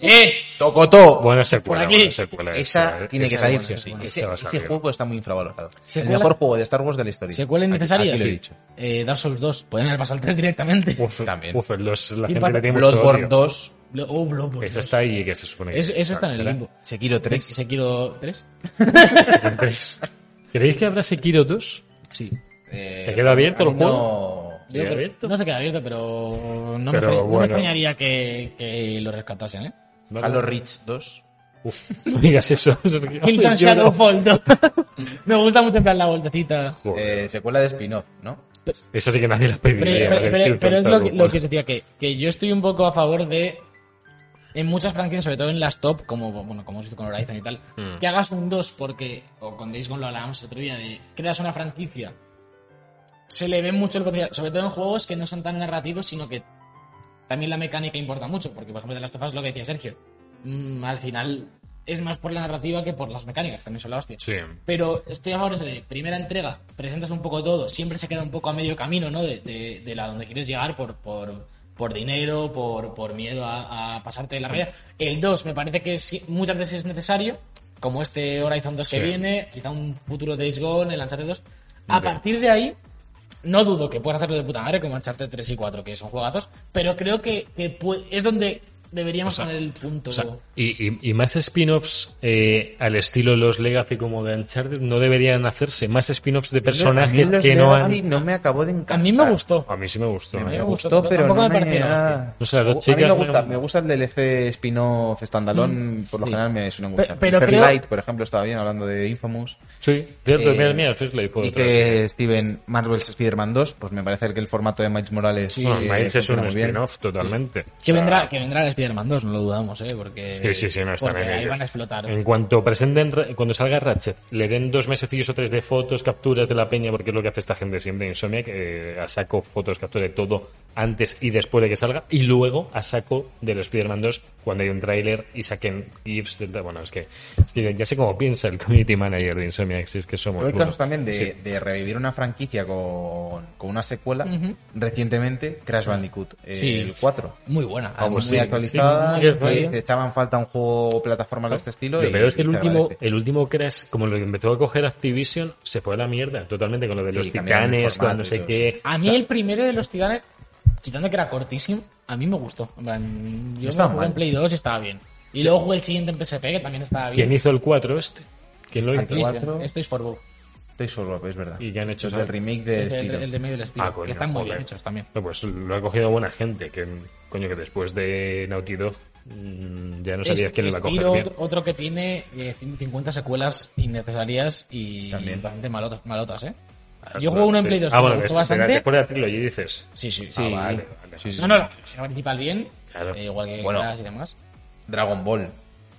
Speaker 3: ¡Eh!
Speaker 2: ¡Tocotó!
Speaker 1: Buena secuela,
Speaker 3: Por aquí.
Speaker 1: buena secuela
Speaker 2: esa
Speaker 1: esa, ¿eh?
Speaker 2: tiene que
Speaker 1: Esa
Speaker 2: salir
Speaker 1: buena,
Speaker 2: sí o
Speaker 1: esa
Speaker 2: sí.
Speaker 1: buena.
Speaker 2: Ese,
Speaker 1: Esa va a
Speaker 2: ese
Speaker 1: salir.
Speaker 2: juego está muy infravalorado. El
Speaker 3: Secuela-
Speaker 2: mejor juego de Star Wars de la historia.
Speaker 3: Secuela innecesaria.
Speaker 2: Aquí, aquí lo he
Speaker 3: sí.
Speaker 2: dicho.
Speaker 3: Eh, Dark Souls 2, pueden haber pasado el 3 directamente.
Speaker 1: Uf,
Speaker 2: También.
Speaker 1: uf, los- la
Speaker 3: Y
Speaker 1: gente
Speaker 3: pasa-
Speaker 1: le tiene mucho
Speaker 2: Bloodborne
Speaker 1: odio.
Speaker 2: 2,
Speaker 3: Blo- oh, Bloodborne
Speaker 1: Eso
Speaker 3: 2.
Speaker 1: está ahí que se supone que...
Speaker 3: Es- eso está en el limbo.
Speaker 2: Sekiro 3.
Speaker 3: Sekiro 3.
Speaker 1: Entonces, ¿Creéis que habrá Sekiro 2?
Speaker 3: Sí.
Speaker 2: Eh,
Speaker 1: ¿Se queda abierto el
Speaker 2: a mí no-
Speaker 1: ¿Sigue abierto?
Speaker 3: No se queda abierto, pero no,
Speaker 1: Pero
Speaker 3: me, extraña- no me
Speaker 1: bueno.
Speaker 3: extrañaría que, que lo rescatasen, ¿eh?
Speaker 1: No,
Speaker 2: Halo
Speaker 1: no.
Speaker 2: Reach 2.
Speaker 1: Uf, no digas eso. Sergio.
Speaker 3: Hilton
Speaker 1: Yo no-
Speaker 3: Shadowfall 2. me gusta mucho en plan la vueltecita.
Speaker 1: Joder,
Speaker 2: Eh, secuela de spin-off, ¿no?
Speaker 1: Esa sí que nadie la pediría.
Speaker 3: Pero, pero-
Speaker 1: ¿vale?
Speaker 3: pero-
Speaker 1: Hilton
Speaker 3: pero es lo que,
Speaker 1: Shadowfall.
Speaker 3: lo que os decía, que, que yo estoy un poco a favor de. En muchas franquicias, sobre todo en las top, como bueno, como hemos visto con Horizon y tal,
Speaker 1: Mm.
Speaker 3: que hagas un 2 porque, o con Days Gone lo hablábamos el otro día, de creas una franquicia. Se le ve mucho el potencial, sobre todo en juegos que no son tan narrativos, sino que también la mecánica importa mucho, porque por ejemplo de las tofas lo que decía Sergio, mm, al final es más por la narrativa que por las mecánicas, también son la hostia.
Speaker 1: Sí.
Speaker 3: Pero estoy a favor de eso de primera entrega, presentas un poco todo, siempre se queda un poco a medio camino, ¿no? De, de- de la donde quieres llegar por, por, por dinero, por, por miedo a, a pasarte de la raya. El 2 me parece que sí- muchas veces es necesario, como este Horizon 2
Speaker 1: Sí.
Speaker 3: que viene, quizá un futuro Days Gone, el Uncharted 2. A
Speaker 1: Sí.
Speaker 3: partir de ahí, no dudo que puedas hacerlo de puta madre como Uncharted 3 y 4, que son juegazos, pero creo que, que pue- es donde deberíamos poner el punto.
Speaker 1: O sea, y, y- y más spin-offs eh, al estilo Los Legacy como de Uncharted no deberían hacerse. Más spin-offs de personajes
Speaker 2: A mí
Speaker 1: que no
Speaker 2: los
Speaker 1: han...
Speaker 2: Legacy no me acabó de encantar.
Speaker 3: a mí me gustó.
Speaker 1: A mí sí me gustó. ¿eh?
Speaker 3: A mí
Speaker 2: Me
Speaker 3: me gustó,
Speaker 2: gustó,
Speaker 3: pero
Speaker 2: pero
Speaker 3: tampoco
Speaker 2: no
Speaker 3: me pareció la hostia.
Speaker 1: O sea, las
Speaker 2: a mí
Speaker 1: chicas Mm,
Speaker 2: me
Speaker 1: no-
Speaker 2: gusta, me gusta el DLC spin-off standalone, por lo
Speaker 3: Sí.
Speaker 2: general me suelen
Speaker 3: Pe-
Speaker 2: gustar.
Speaker 3: pero
Speaker 2: Fairy
Speaker 3: creo-
Speaker 2: Light, por ejemplo, estaba bien hablando de Infamous.
Speaker 1: Sí, cierto.
Speaker 2: Eh,
Speaker 1: mira, mira, el First Life, por otra vez.
Speaker 2: Dice Steven Marvel's Spider-Man 2, pues me parece que el formato de Miles Morales
Speaker 1: No,
Speaker 2: eh,
Speaker 1: Miles es
Speaker 2: funciona
Speaker 1: un
Speaker 2: muy bien.
Speaker 1: spin-off totalmente.
Speaker 3: Que
Speaker 1: O sea,
Speaker 3: vendrá, que vendrá el Spider-Man 2, no lo dudamos, ¿eh? Porque,
Speaker 1: Sí, sí, sí, no están
Speaker 3: porque
Speaker 1: en
Speaker 3: ahí
Speaker 1: ellos.
Speaker 3: van a explotar.
Speaker 1: En cuanto presenten, Ra- cuando salga Ratchet, le den dos mesecillos o tres de fotos, capturas de la peña, porque es lo que hace esta gente siempre en Insomniac, que a saco fotos, captura de todo antes y después de que salga, y luego a saco del Spider-Man 2 cuando hay un tráiler y saquen GIFs. del tra- Bueno, es que, es que ya sé cómo piensa el community manager de Insomniac, si es que somos...
Speaker 2: Pero hay
Speaker 1: unos.
Speaker 2: casos también de,
Speaker 1: pues, Sí.
Speaker 2: de revivir una franquicia con, con una secuela.
Speaker 3: Ujú.
Speaker 2: Recientemente, Crash Bandicoot, eh,
Speaker 3: Sí.
Speaker 2: el 4.
Speaker 3: Muy buena.
Speaker 2: Como
Speaker 3: además.
Speaker 2: muy actualizada,
Speaker 1: Ah, pues sí, sí, sí,
Speaker 2: que
Speaker 1: sí.
Speaker 2: se echaban falta un juego plataforma de este estilo.
Speaker 1: Lo
Speaker 2: y-
Speaker 1: peor es que
Speaker 2: y
Speaker 1: el
Speaker 2: se
Speaker 1: último,
Speaker 2: agradece.
Speaker 1: el último Crash, como lo empezó a coger Activision, se fue a la mierda totalmente con lo de
Speaker 2: Sí,
Speaker 1: los
Speaker 2: cambiaron el
Speaker 1: titanes, con no
Speaker 2: formato y
Speaker 1: sé
Speaker 2: todo,
Speaker 1: qué.
Speaker 3: A mí el primero de los titanes quitando que era cortísimo, a mí me gustó. En plan, yo me
Speaker 2: estaba
Speaker 3: lo jugué
Speaker 2: mal.
Speaker 3: en Play 2 y estaba bien. Y luego jugué el siguiente en PSP, que también estaba bien.
Speaker 1: ¿Quién hizo el 4 este? ¿Quién lo hizo?
Speaker 2: Aquí. Cuatro.
Speaker 3: Estoy for Bow.
Speaker 2: Estoy solo, es verdad.
Speaker 1: Y ya han hecho
Speaker 2: Es
Speaker 1: esa-
Speaker 2: el remake de
Speaker 3: Es el,
Speaker 2: Spyro.
Speaker 3: el de medio del Espíritu.
Speaker 1: Eh, Ah, coño,
Speaker 3: que están muy
Speaker 1: joder.
Speaker 3: bien hechos también.
Speaker 1: No, pues lo ha cogido buena gente. Que, coño, que después de Naughty Dog mm, ya no sabías
Speaker 3: Es-
Speaker 1: quién le va a coger
Speaker 3: Spyro,
Speaker 1: bien.
Speaker 3: otro- Otro que tiene eh, 50 secuelas innecesarias y
Speaker 2: También.
Speaker 3: bastante malotas, malotas, ¿eh? Yo jugué uno en
Speaker 1: Sí.
Speaker 3: Play 2
Speaker 1: Ah,
Speaker 3: que
Speaker 1: bueno,
Speaker 3: me gustó
Speaker 1: después de la-
Speaker 3: bastante.
Speaker 1: Después de la trilogía dices.
Speaker 3: Sí, sí, sí.
Speaker 1: Ah, vale, vale.
Speaker 2: Sí, sí.
Speaker 3: No, no, la la principal bien.
Speaker 1: Claro.
Speaker 3: eh, igual que
Speaker 2: Bueno.
Speaker 3: Crash y demás.
Speaker 2: Dragon Ball.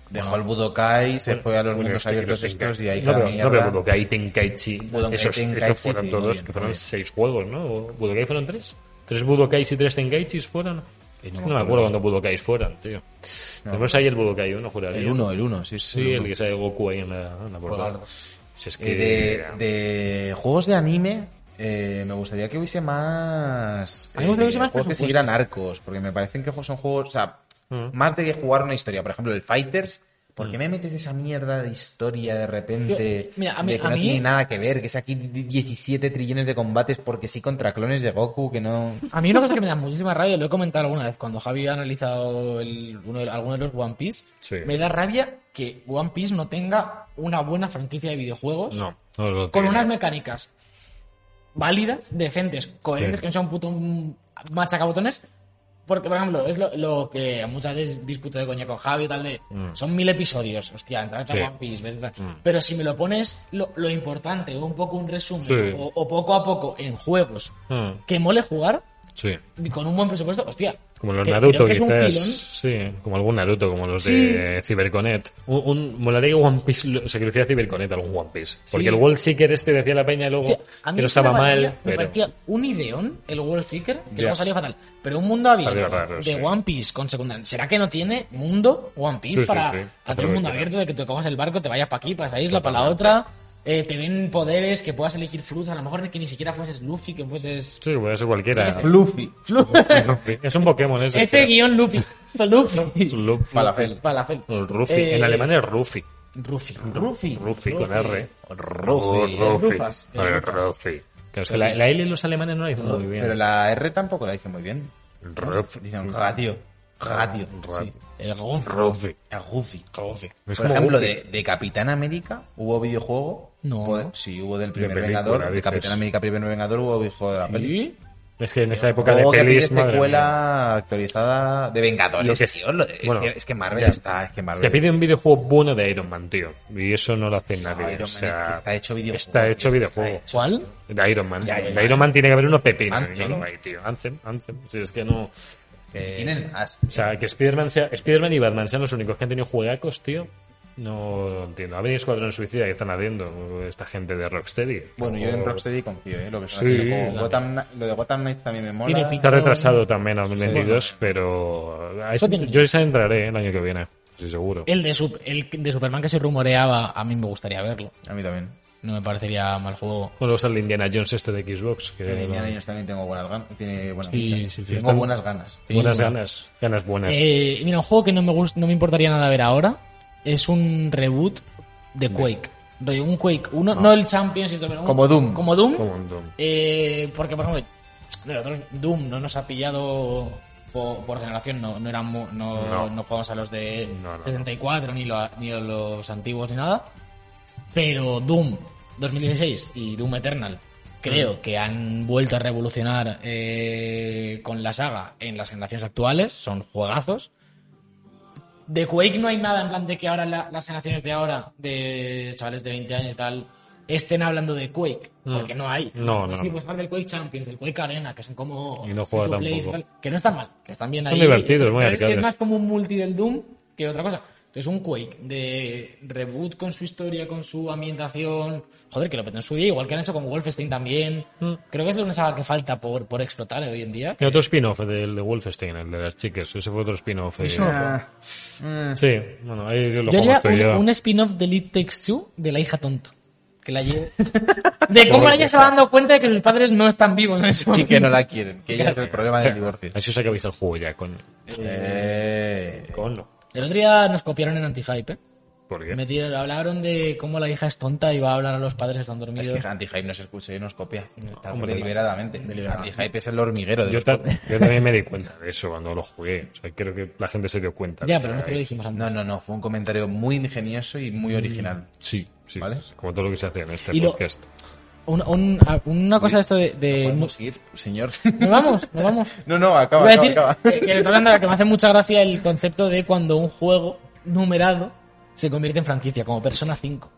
Speaker 2: Dejó el Budokai, se fue a los
Speaker 1: Bueno,
Speaker 2: mundos
Speaker 1: este que
Speaker 2: abiertos
Speaker 1: los
Speaker 2: estos y
Speaker 1: Tenkai-
Speaker 2: ahí
Speaker 1: No,
Speaker 2: cada
Speaker 1: pero, no,
Speaker 2: mierda.
Speaker 1: pero Budokai Tenkaichi.
Speaker 2: Budokai
Speaker 1: esos,
Speaker 2: Tenkaichi,
Speaker 1: esos fueron
Speaker 2: sí, muy
Speaker 1: todos,
Speaker 2: bien,
Speaker 1: que
Speaker 2: muy
Speaker 1: fueron
Speaker 2: bien.
Speaker 1: seis juegos, ¿no? ¿O ¿Budokai fueron tres? ¿Tres Budokais y tres Tenkaichis fueron?
Speaker 2: Eh,
Speaker 1: No, me acuerdo cuántos Budokais fueron, tío. Pues Tenemos ahí el Budokai 1, juraría.
Speaker 2: El uno, el uno, sí,
Speaker 1: Sí, el que sale Goku ahí en la, en la portada.
Speaker 3: Juegardo.
Speaker 1: Si es que...
Speaker 2: Eh, de, de juegos de anime, eh, me gustaría que hubiese más.
Speaker 3: A mí me gustaría que hubiese
Speaker 2: eh, juegos que
Speaker 3: más presupuesto.
Speaker 2: siguieran arcos, porque me parecen que son juegos. O sea,
Speaker 1: Mm.
Speaker 2: más de jugar una historia. Por ejemplo, el Fighters. ¿Por qué me metes esa mierda de historia de repente?
Speaker 3: Mm. Yo- mira, a mí-
Speaker 2: de que
Speaker 3: a
Speaker 2: no
Speaker 3: mí-
Speaker 2: tiene nada que ver, que es aquí 17 trillones de combates porque sí contra clones de Goku, que no.
Speaker 3: A mí una cosa que me da muchísima rabia, lo he comentado alguna vez, cuando Javi ha analizado el- uno de, alguno de los One Piece,
Speaker 1: Sí.
Speaker 3: me da rabia que One Piece no tenga una buena franquicia de videojuegos
Speaker 1: No, no lo
Speaker 3: Pues con
Speaker 1: tiene.
Speaker 3: unas mecánicas válidas, decentes, coherentes,
Speaker 1: Sí.
Speaker 3: que no sean un puto mm, machacabotones. Porque, por ejemplo, es lo, lo que muchas veces discuto de coña con Javi y tal de...
Speaker 1: Mm.
Speaker 3: Son mil episodios, hostia, entrar
Speaker 1: Sí.
Speaker 3: en One Piece, ves, tal.
Speaker 1: Mm.
Speaker 3: Pero si me lo pones lo, lo importante, un poco un resumen,
Speaker 1: Sí.
Speaker 3: o, o poco a poco en juegos
Speaker 1: Mm,
Speaker 3: que mole jugar,
Speaker 1: Sí.
Speaker 3: y con un buen presupuesto, hostia.
Speaker 1: Como los
Speaker 3: que
Speaker 1: Naruto,
Speaker 3: creo que es un
Speaker 1: quizás.
Speaker 3: filón.
Speaker 1: Sí, como algún Naruto, como los de Cyberconnect. Un, un, molaría que One Piece, lo- o sea, que decía Cyberconnect algún One Piece. Porque el World Seeker este decía la peña luego
Speaker 3: Hostia, a mí
Speaker 1: que no
Speaker 3: eso me
Speaker 1: estaba mal,
Speaker 3: parecía- Me
Speaker 1: pero.
Speaker 3: parecía un ideón el World Seeker, que
Speaker 1: Ya.
Speaker 3: luego salió fatal. Pero un mundo abierto
Speaker 1: Salió raro,
Speaker 3: de
Speaker 1: sí.
Speaker 3: One Piece con secundaria. ¿Será que no tiene mundo One Piece
Speaker 1: Sí, sí,
Speaker 3: para
Speaker 1: sí.
Speaker 3: hacer un mundo
Speaker 1: Aprovechar.
Speaker 3: abierto de que te cojas el barco, te vayas para aquí, para esa isla, para la otra? eh, te den poderes, que puedas elegir frutas, a lo mejor que ni siquiera fueses Luffy, que fueses...
Speaker 1: Sí, puede ser cualquiera.
Speaker 2: Luffy.
Speaker 1: es un Pokémon ese.
Speaker 3: F guión Luffy.
Speaker 1: Es
Speaker 3: Luffy.
Speaker 1: un Luffy.
Speaker 2: Palafel.
Speaker 3: Palafel.
Speaker 1: El Ruffy.
Speaker 3: Eh,
Speaker 1: En alemán es Ruffy.
Speaker 3: Ruffy.
Speaker 1: Ruffy. Ruffy con
Speaker 3: Ruffy.
Speaker 1: R.
Speaker 2: Ruffy.
Speaker 1: Oh, Ruffy.
Speaker 3: Rufas. eh. Pues
Speaker 1: Vale, Ruffy. Claro, es que la, la L en los alemanes no la dicen muy bien.
Speaker 2: Pero la R tampoco la hice muy bien.
Speaker 1: Ruffy.
Speaker 2: Dicen ratio. Ratio.
Speaker 1: Ratio.
Speaker 3: El Gon-
Speaker 1: Ruffy.
Speaker 2: A Goofy.
Speaker 3: Goofy.
Speaker 1: Es
Speaker 2: Por
Speaker 1: como
Speaker 2: ejemplo,
Speaker 1: Goofy.
Speaker 2: de, de Capitán América hubo videojuego.
Speaker 3: No.
Speaker 2: Hubo- sí, hubo del primer
Speaker 1: película,
Speaker 2: Vengador. De
Speaker 1: dices.
Speaker 2: Capitán América primer Vengador hubo videojuego de la peli.
Speaker 3: ¿Y?
Speaker 1: Es que en esa época de
Speaker 2: Luego que pide
Speaker 1: pelis, madre mía.
Speaker 2: secuela actualizada de Vengadores,
Speaker 1: Lo que es-
Speaker 2: tío, lo de- es,
Speaker 1: bueno,
Speaker 2: que, es que Marvel
Speaker 1: ya.
Speaker 2: está... Es que Marvel...
Speaker 1: Se pide un videojuego bueno de Iron Man, tío. Y eso no lo hace
Speaker 2: No,
Speaker 1: nadie.
Speaker 2: Ah, Iron
Speaker 1: o
Speaker 2: Man es
Speaker 1: sea,
Speaker 2: que está hecho videojuego.
Speaker 1: Está hecho videojuego.
Speaker 3: ¿Cuál?
Speaker 1: De Iron Man.
Speaker 2: Ya, ya,
Speaker 1: de
Speaker 2: ya.
Speaker 1: Iron Man tiene que haber uno pepino.
Speaker 2: Anthem.
Speaker 1: ¿no? Ahí, tío. Anthem, Anthem. Si es que no.
Speaker 2: Eh, Tienen as-
Speaker 1: O sea, que Spider-Man sea, Spider-Man y Batman sean los únicos que han tenido juegacos, tío. No lo entiendo. A ver, Escuadrón Suicida que están haciendo esta gente de Rocksteady.
Speaker 2: Bueno, yo en
Speaker 1: Tampoco-
Speaker 2: Rocksteady confío, ¿eh? Lo, que son
Speaker 1: Sí.
Speaker 2: haciendo con Gotham Knight- lo de Gotham Knights también me mola.
Speaker 3: Tiene pinta-
Speaker 1: Está retrasado también a 2022,
Speaker 2: Sí.
Speaker 1: pero. a
Speaker 3: Eso
Speaker 1: ese-
Speaker 3: tiene-
Speaker 1: yo esa entraré el año que viene. Sí, seguro.
Speaker 3: El de, Sup- el de Superman que se rumoreaba, a mí me gustaría verlo.
Speaker 2: A mí también.
Speaker 3: No me parecería mal juego.
Speaker 1: Bueno, está el de Indiana Jones este de Xbox. Que
Speaker 2: Tiene Indiana Jones también tengo buenas ganas. Tiene buena
Speaker 3: Sí,
Speaker 2: pinta.
Speaker 3: sí, sí.
Speaker 2: Tengo
Speaker 1: Están-
Speaker 2: buenas ganas.
Speaker 1: Buenas
Speaker 3: Sí,
Speaker 1: ganas. Ganas buenas.
Speaker 3: Eh, mira, un juego que no me, gust- no me importaría nada ver ahora es un reboot de Quake. Rollo, Un Quake 1, no el Champions, sino un-
Speaker 2: Ah. Como Doom.
Speaker 3: Como Doom.
Speaker 1: Como un Doom.
Speaker 3: Eh, porque, por ejemplo, nosotros Doom no nos ha pillado por, por generación, no, no, eran mu- no,
Speaker 1: No.
Speaker 3: no jugamos a los de
Speaker 1: No, no,
Speaker 3: 74 ni, lo- ni a los antiguos ni nada. Pero Doom 2016 y Doom Eternal
Speaker 1: Mm.
Speaker 3: creo que han vuelto a revolucionar eh, con la saga en las generaciones actuales, son juegazos. De Quake no hay nada en plan de que ahora la- las generaciones de ahora, de chavales de 20 años y tal, estén hablando de Quake,
Speaker 1: Mm.
Speaker 3: porque no hay.
Speaker 1: No,
Speaker 3: Pues
Speaker 1: no.
Speaker 3: Sí, pues hablar del Quake Champions, del Quake Arena, que son como...
Speaker 1: Y no juega
Speaker 3: free to plays y
Speaker 1: tampoco.
Speaker 3: tal, que no están mal, que están bien
Speaker 1: Son
Speaker 3: ahí.
Speaker 1: divertidos, muy
Speaker 3: Pero es-
Speaker 1: arcades.
Speaker 3: Es más como un multi del Doom que otra cosa. Entonces un Quake de reboot con su historia, con su ambientación... Joder, que lo peten en su día, igual que han hecho con Wolfenstein también.
Speaker 1: Mm.
Speaker 3: Creo que es una saga que falta por, por explotar eh, hoy en día.
Speaker 1: Y otro spin-off del de Wolfenstein, el de las chicas. Ese fue otro spin-off. eh.
Speaker 2: Ah, mm,
Speaker 1: Sí, bueno, ahí yo lo
Speaker 3: Yo
Speaker 1: pongo
Speaker 3: haría
Speaker 1: estoy
Speaker 3: un,
Speaker 1: yo.
Speaker 3: un spin-off de Elite Takes Two de la hija tonta. Que la lleve. De cómo ella se va dando cuenta de que sus padres no están vivos en ese
Speaker 2: Y
Speaker 3: momento.
Speaker 2: que no la quieren, que ella es el problema del divorcio.
Speaker 1: Así os acabáis el juego ya, coño.
Speaker 2: Eh,
Speaker 1: Coño.
Speaker 3: El otro día nos copiaron en anti-hype, ¿eh?
Speaker 1: ¿Por qué?
Speaker 3: Me tiraron- hablaron de cómo la hija es tonta y va a hablar a los padres están dormidos.
Speaker 2: Es que anti-hype no se escucha y nos copia. Está
Speaker 1: Hombre,
Speaker 2: deliberadamente.
Speaker 3: deliberadamente.
Speaker 2: Anti-hype es el hormiguero de
Speaker 1: Yo,
Speaker 2: los
Speaker 1: ta-
Speaker 2: podcasts.
Speaker 1: yo también me di cuenta de eso cuando lo jugué. O sea, creo que la gente se dio cuenta.
Speaker 3: ya,
Speaker 1: de
Speaker 3: pero
Speaker 1: que
Speaker 3: no te lo
Speaker 1: hay-
Speaker 3: dijimos antes.
Speaker 2: No, no, no. Fue un comentario muy ingenioso y
Speaker 1: Mm.
Speaker 2: muy original.
Speaker 1: Sí, sí.
Speaker 2: ¿Vale?
Speaker 1: es Como todo lo que se hace en este
Speaker 3: Y lo-
Speaker 1: podcast.
Speaker 3: Un- un- a- una cosa esto de...
Speaker 1: Eh,
Speaker 3: de-
Speaker 2: ¿Podemos ir, señor?
Speaker 3: ¿Nos vamos? ¿Nos vamos?
Speaker 2: No, no,
Speaker 3: Iba
Speaker 2: acaba,
Speaker 3: a
Speaker 2: acaba,
Speaker 3: decir
Speaker 2: acaba.
Speaker 3: que- que le estaba dando la que me hace mucha gracia el concepto de cuando un juego numerado se convierte en franquicia, como Persona 5.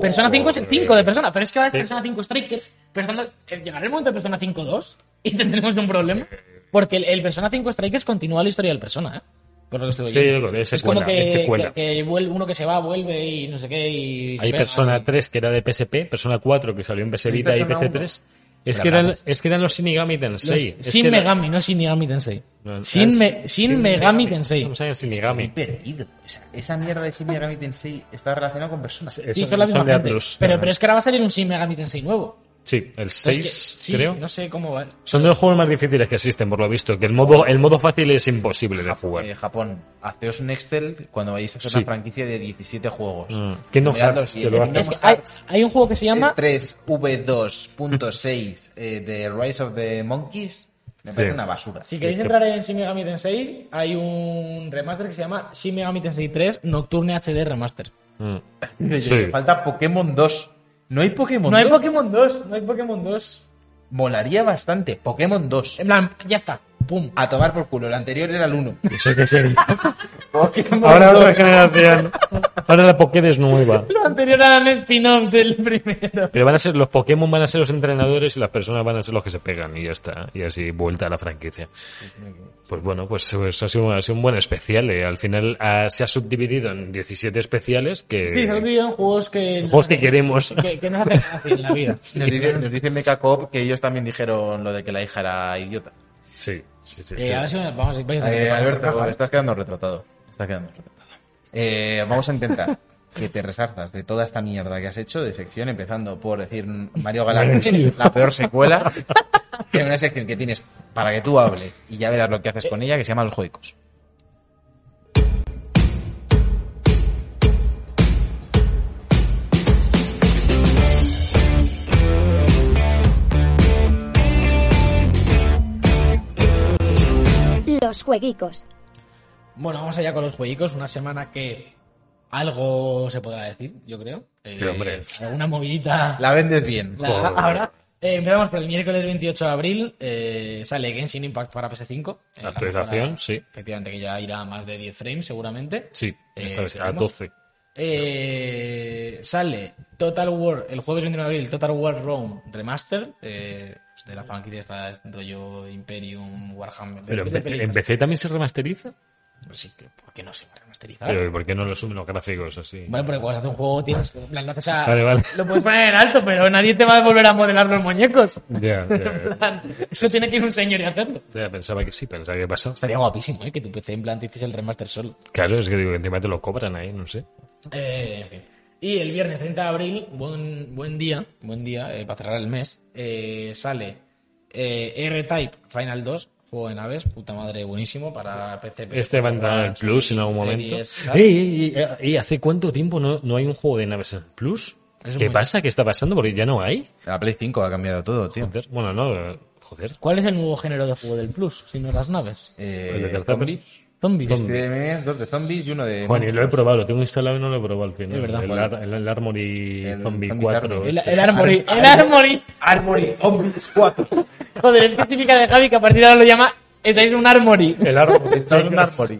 Speaker 3: Persona 5 es el 5 de Persona, pero es que ahora es
Speaker 1: Sí.
Speaker 3: Persona 5 Strikers. Persona, eh, llegará el momento de Persona 5 2 y tendremos un problema. Porque el, el Persona 5 Strikers continúa la historia del Persona, ¿eh? Por lo que estoy
Speaker 1: Sí,
Speaker 3: oyendo.
Speaker 1: es
Speaker 3: es como
Speaker 1: secuela,
Speaker 3: que,
Speaker 1: es secuela.
Speaker 3: que- que vuelve, uno que se va, vuelve y no sé qué. Y se
Speaker 1: Hay
Speaker 3: pega.
Speaker 1: Persona 3 que era de PSP, Persona 4 que salió en PS Vita y
Speaker 2: Persona
Speaker 1: PS3. Es
Speaker 2: Pero
Speaker 1: que, eran,
Speaker 2: vamos.
Speaker 1: es que eran los Shinigami Tensei. Es
Speaker 3: Los- Sin
Speaker 1: que era-
Speaker 3: Megami, no Sin Megami Tensei.
Speaker 1: No,
Speaker 3: Sin,
Speaker 1: es-
Speaker 3: me- sin
Speaker 1: Shin
Speaker 3: Megami Tensei.
Speaker 1: Estamos ahí en
Speaker 2: Estoy
Speaker 1: Shinigami.
Speaker 2: perdido. O sea, esa mierda de Shin Megami Tensei está relacionada con personas.
Speaker 1: Es-
Speaker 3: Sí,
Speaker 1: son-
Speaker 3: son la misma
Speaker 1: son de
Speaker 3: gente.
Speaker 1: Atlus.
Speaker 3: Pero, pero es que ahora va a salir un Shin Megami Tensei nuevo.
Speaker 1: Sí, el 6,
Speaker 3: Entonces, que- sí,
Speaker 1: creo.
Speaker 3: No sé cómo va.
Speaker 1: Son de los juegos más difíciles que existen, por lo visto. Que el modo, el modo fácil es imposible de jugar.
Speaker 2: Eh, Japón, haceos un Excel cuando vayáis a hacer
Speaker 1: Sí.
Speaker 2: una franquicia de 17 juegos.
Speaker 1: Mm. Kingdom
Speaker 2: Mirad
Speaker 1: Hearts,
Speaker 2: los
Speaker 1: que
Speaker 2: siete.
Speaker 1: lo haces.
Speaker 3: Es
Speaker 2: Kingdom
Speaker 3: que hay,
Speaker 2: Hearts,
Speaker 3: hay un juego que se llama.
Speaker 2: 3V2.6 eh, de Rise of the Monkeys me
Speaker 1: Sí.
Speaker 2: parece una basura.
Speaker 3: Si queréis entrar en Shin Megami Tensei, hay un remaster que se llama Shin Megami Tensei 3 Nocturne HD Remaster.
Speaker 1: Mm. Sí.
Speaker 2: Me Falta Pokémon 2. No hay Pokémon
Speaker 3: No hay
Speaker 2: 2.
Speaker 3: Pokémon 2, no hay Pokémon 2.
Speaker 2: Molaría bastante. Pokémon 2.
Speaker 3: En plan, ya está. Pum.
Speaker 2: A tomar por culo. El anterior era el 1.
Speaker 1: Eso que sería. Ahora otra generación. Ahora la Pokédex nueva.
Speaker 3: Lo anterior eran spin-offs del primero.
Speaker 1: Pero van a ser, los Pokémon van a ser los entrenadores y las personas van a ser los que se pegan y ya está. Y así vuelta a la franquicia. Pues bueno, pues, pues ha, sido, ha sido un buen especial. eh. Al final ah, se ha subdividido en 17 especiales que...
Speaker 3: Sí, se han olvidado en juegos que. nos
Speaker 1: juegos que
Speaker 3: hacen-
Speaker 1: queremos.
Speaker 3: Que, que nos hacen fácil en la vida.
Speaker 2: Nos dice, nos dice Mecha Coop que ellos también dijeron lo de que la hija era idiota.
Speaker 1: Sí, sí, sí, sí.
Speaker 3: Eh, a ver si vamos a ir.
Speaker 2: Eh, Alberto, estás quedando retratado. Estás quedando retratado. Eh, vamos a intentar que te resarzas de toda esta mierda que has hecho de sección, empezando por decir Mario
Speaker 1: Sí.
Speaker 2: Galaxy, la peor secuela. En una sección que tienes para que tú hables y ya verás lo que haces con ella, que se llama Los Joicos.
Speaker 5: Los jueguicos.
Speaker 3: Bueno, vamos allá con los jueguicos. Una semana que algo se podrá decir, yo creo. Eh,
Speaker 1: Sí, hombre.
Speaker 3: Alguna movidita
Speaker 2: La vendes bien.
Speaker 3: la-
Speaker 1: joder.
Speaker 3: habrá. Eh, empezamos por el miércoles 28 de abril. eh, sale Genshin Impact para PS5. eh,
Speaker 1: La actualización,
Speaker 3: mejora,
Speaker 1: sí.
Speaker 3: Efectivamente, que ya irá a más de 10 frames, seguramente.
Speaker 1: Sí, esta
Speaker 3: Eh,
Speaker 1: vez a
Speaker 3: tenemos-
Speaker 1: 12.
Speaker 3: Eh, sale Total War, el jueves 21 de abril, Total War Rome Remaster. eh, pues de la franquicia está rollo Imperium, Warhammer. de-
Speaker 1: Pero en,
Speaker 3: de
Speaker 1: PC
Speaker 3: películas.
Speaker 1: en PC también se remasteriza.
Speaker 3: Pues sí, que- ¿por qué no se va a remasterizar?
Speaker 1: Pero ¿y ¿por qué no lo suben los gráficos así?
Speaker 3: Bueno, porque cuando haces un juego tienes. en plan, lo haces a-
Speaker 1: Vale, vale.
Speaker 3: Lo puedes poner en alto, pero nadie te va a volver a modelar los muñecos.
Speaker 1: Ya,
Speaker 3: En
Speaker 1: ya,
Speaker 3: plan, Eso tiene que ir un señor y hacerlo.
Speaker 1: ya, pensaba que sí, pensaba que pasó.
Speaker 3: Estaría guapísimo, ¿eh? Que tu PC en plan te hiciese el remaster solo.
Speaker 1: Claro, es que digo, encima te lo cobran ahí, no sé.
Speaker 3: Eh, en fin. Y el viernes 30 de abril, buen, buen día, buen día, eh, para cerrar el mes, eh, sale eh, R-Type Final 2, juego de naves, puta madre, buenísimo para PC.
Speaker 1: Este va a entrar en el Plus en algún momento.
Speaker 3: Series,
Speaker 1: Ey,
Speaker 3: tal.
Speaker 1: ey, ey, ey, ¿Hace cuánto tiempo no, no hay un juego de naves en Plus?
Speaker 3: Eso es
Speaker 1: ¿Qué
Speaker 3: muy-
Speaker 1: pasa? ¿Qué está pasando? Porque ya no hay.
Speaker 2: La Play 5 ha cambiado todo, tío.
Speaker 1: Joder. Bueno, no, joder.
Speaker 3: ¿Cuál es el nuevo género de juego del Plus, si no las naves?
Speaker 2: Eh,
Speaker 1: El de tercera
Speaker 2: zombies.
Speaker 1: persona.
Speaker 3: Zombies.
Speaker 2: Este mes, dos de zombies y uno de.
Speaker 1: Juan, y lo he probado, lo tengo instalado y no lo he probado al final.
Speaker 3: Es verdad,
Speaker 1: el,
Speaker 2: joder.
Speaker 1: Ar- el- el Armory
Speaker 2: El
Speaker 1: Zombie
Speaker 2: Zombies
Speaker 1: 4.
Speaker 2: Armory.
Speaker 3: El,
Speaker 1: este.
Speaker 3: el Armory. El Armory.
Speaker 2: Armory Zombies 4.
Speaker 3: Joder, es que típica de Javi que a partir de ahora lo llama. Esa es un Armory.
Speaker 1: El Armory.
Speaker 2: es un Armory.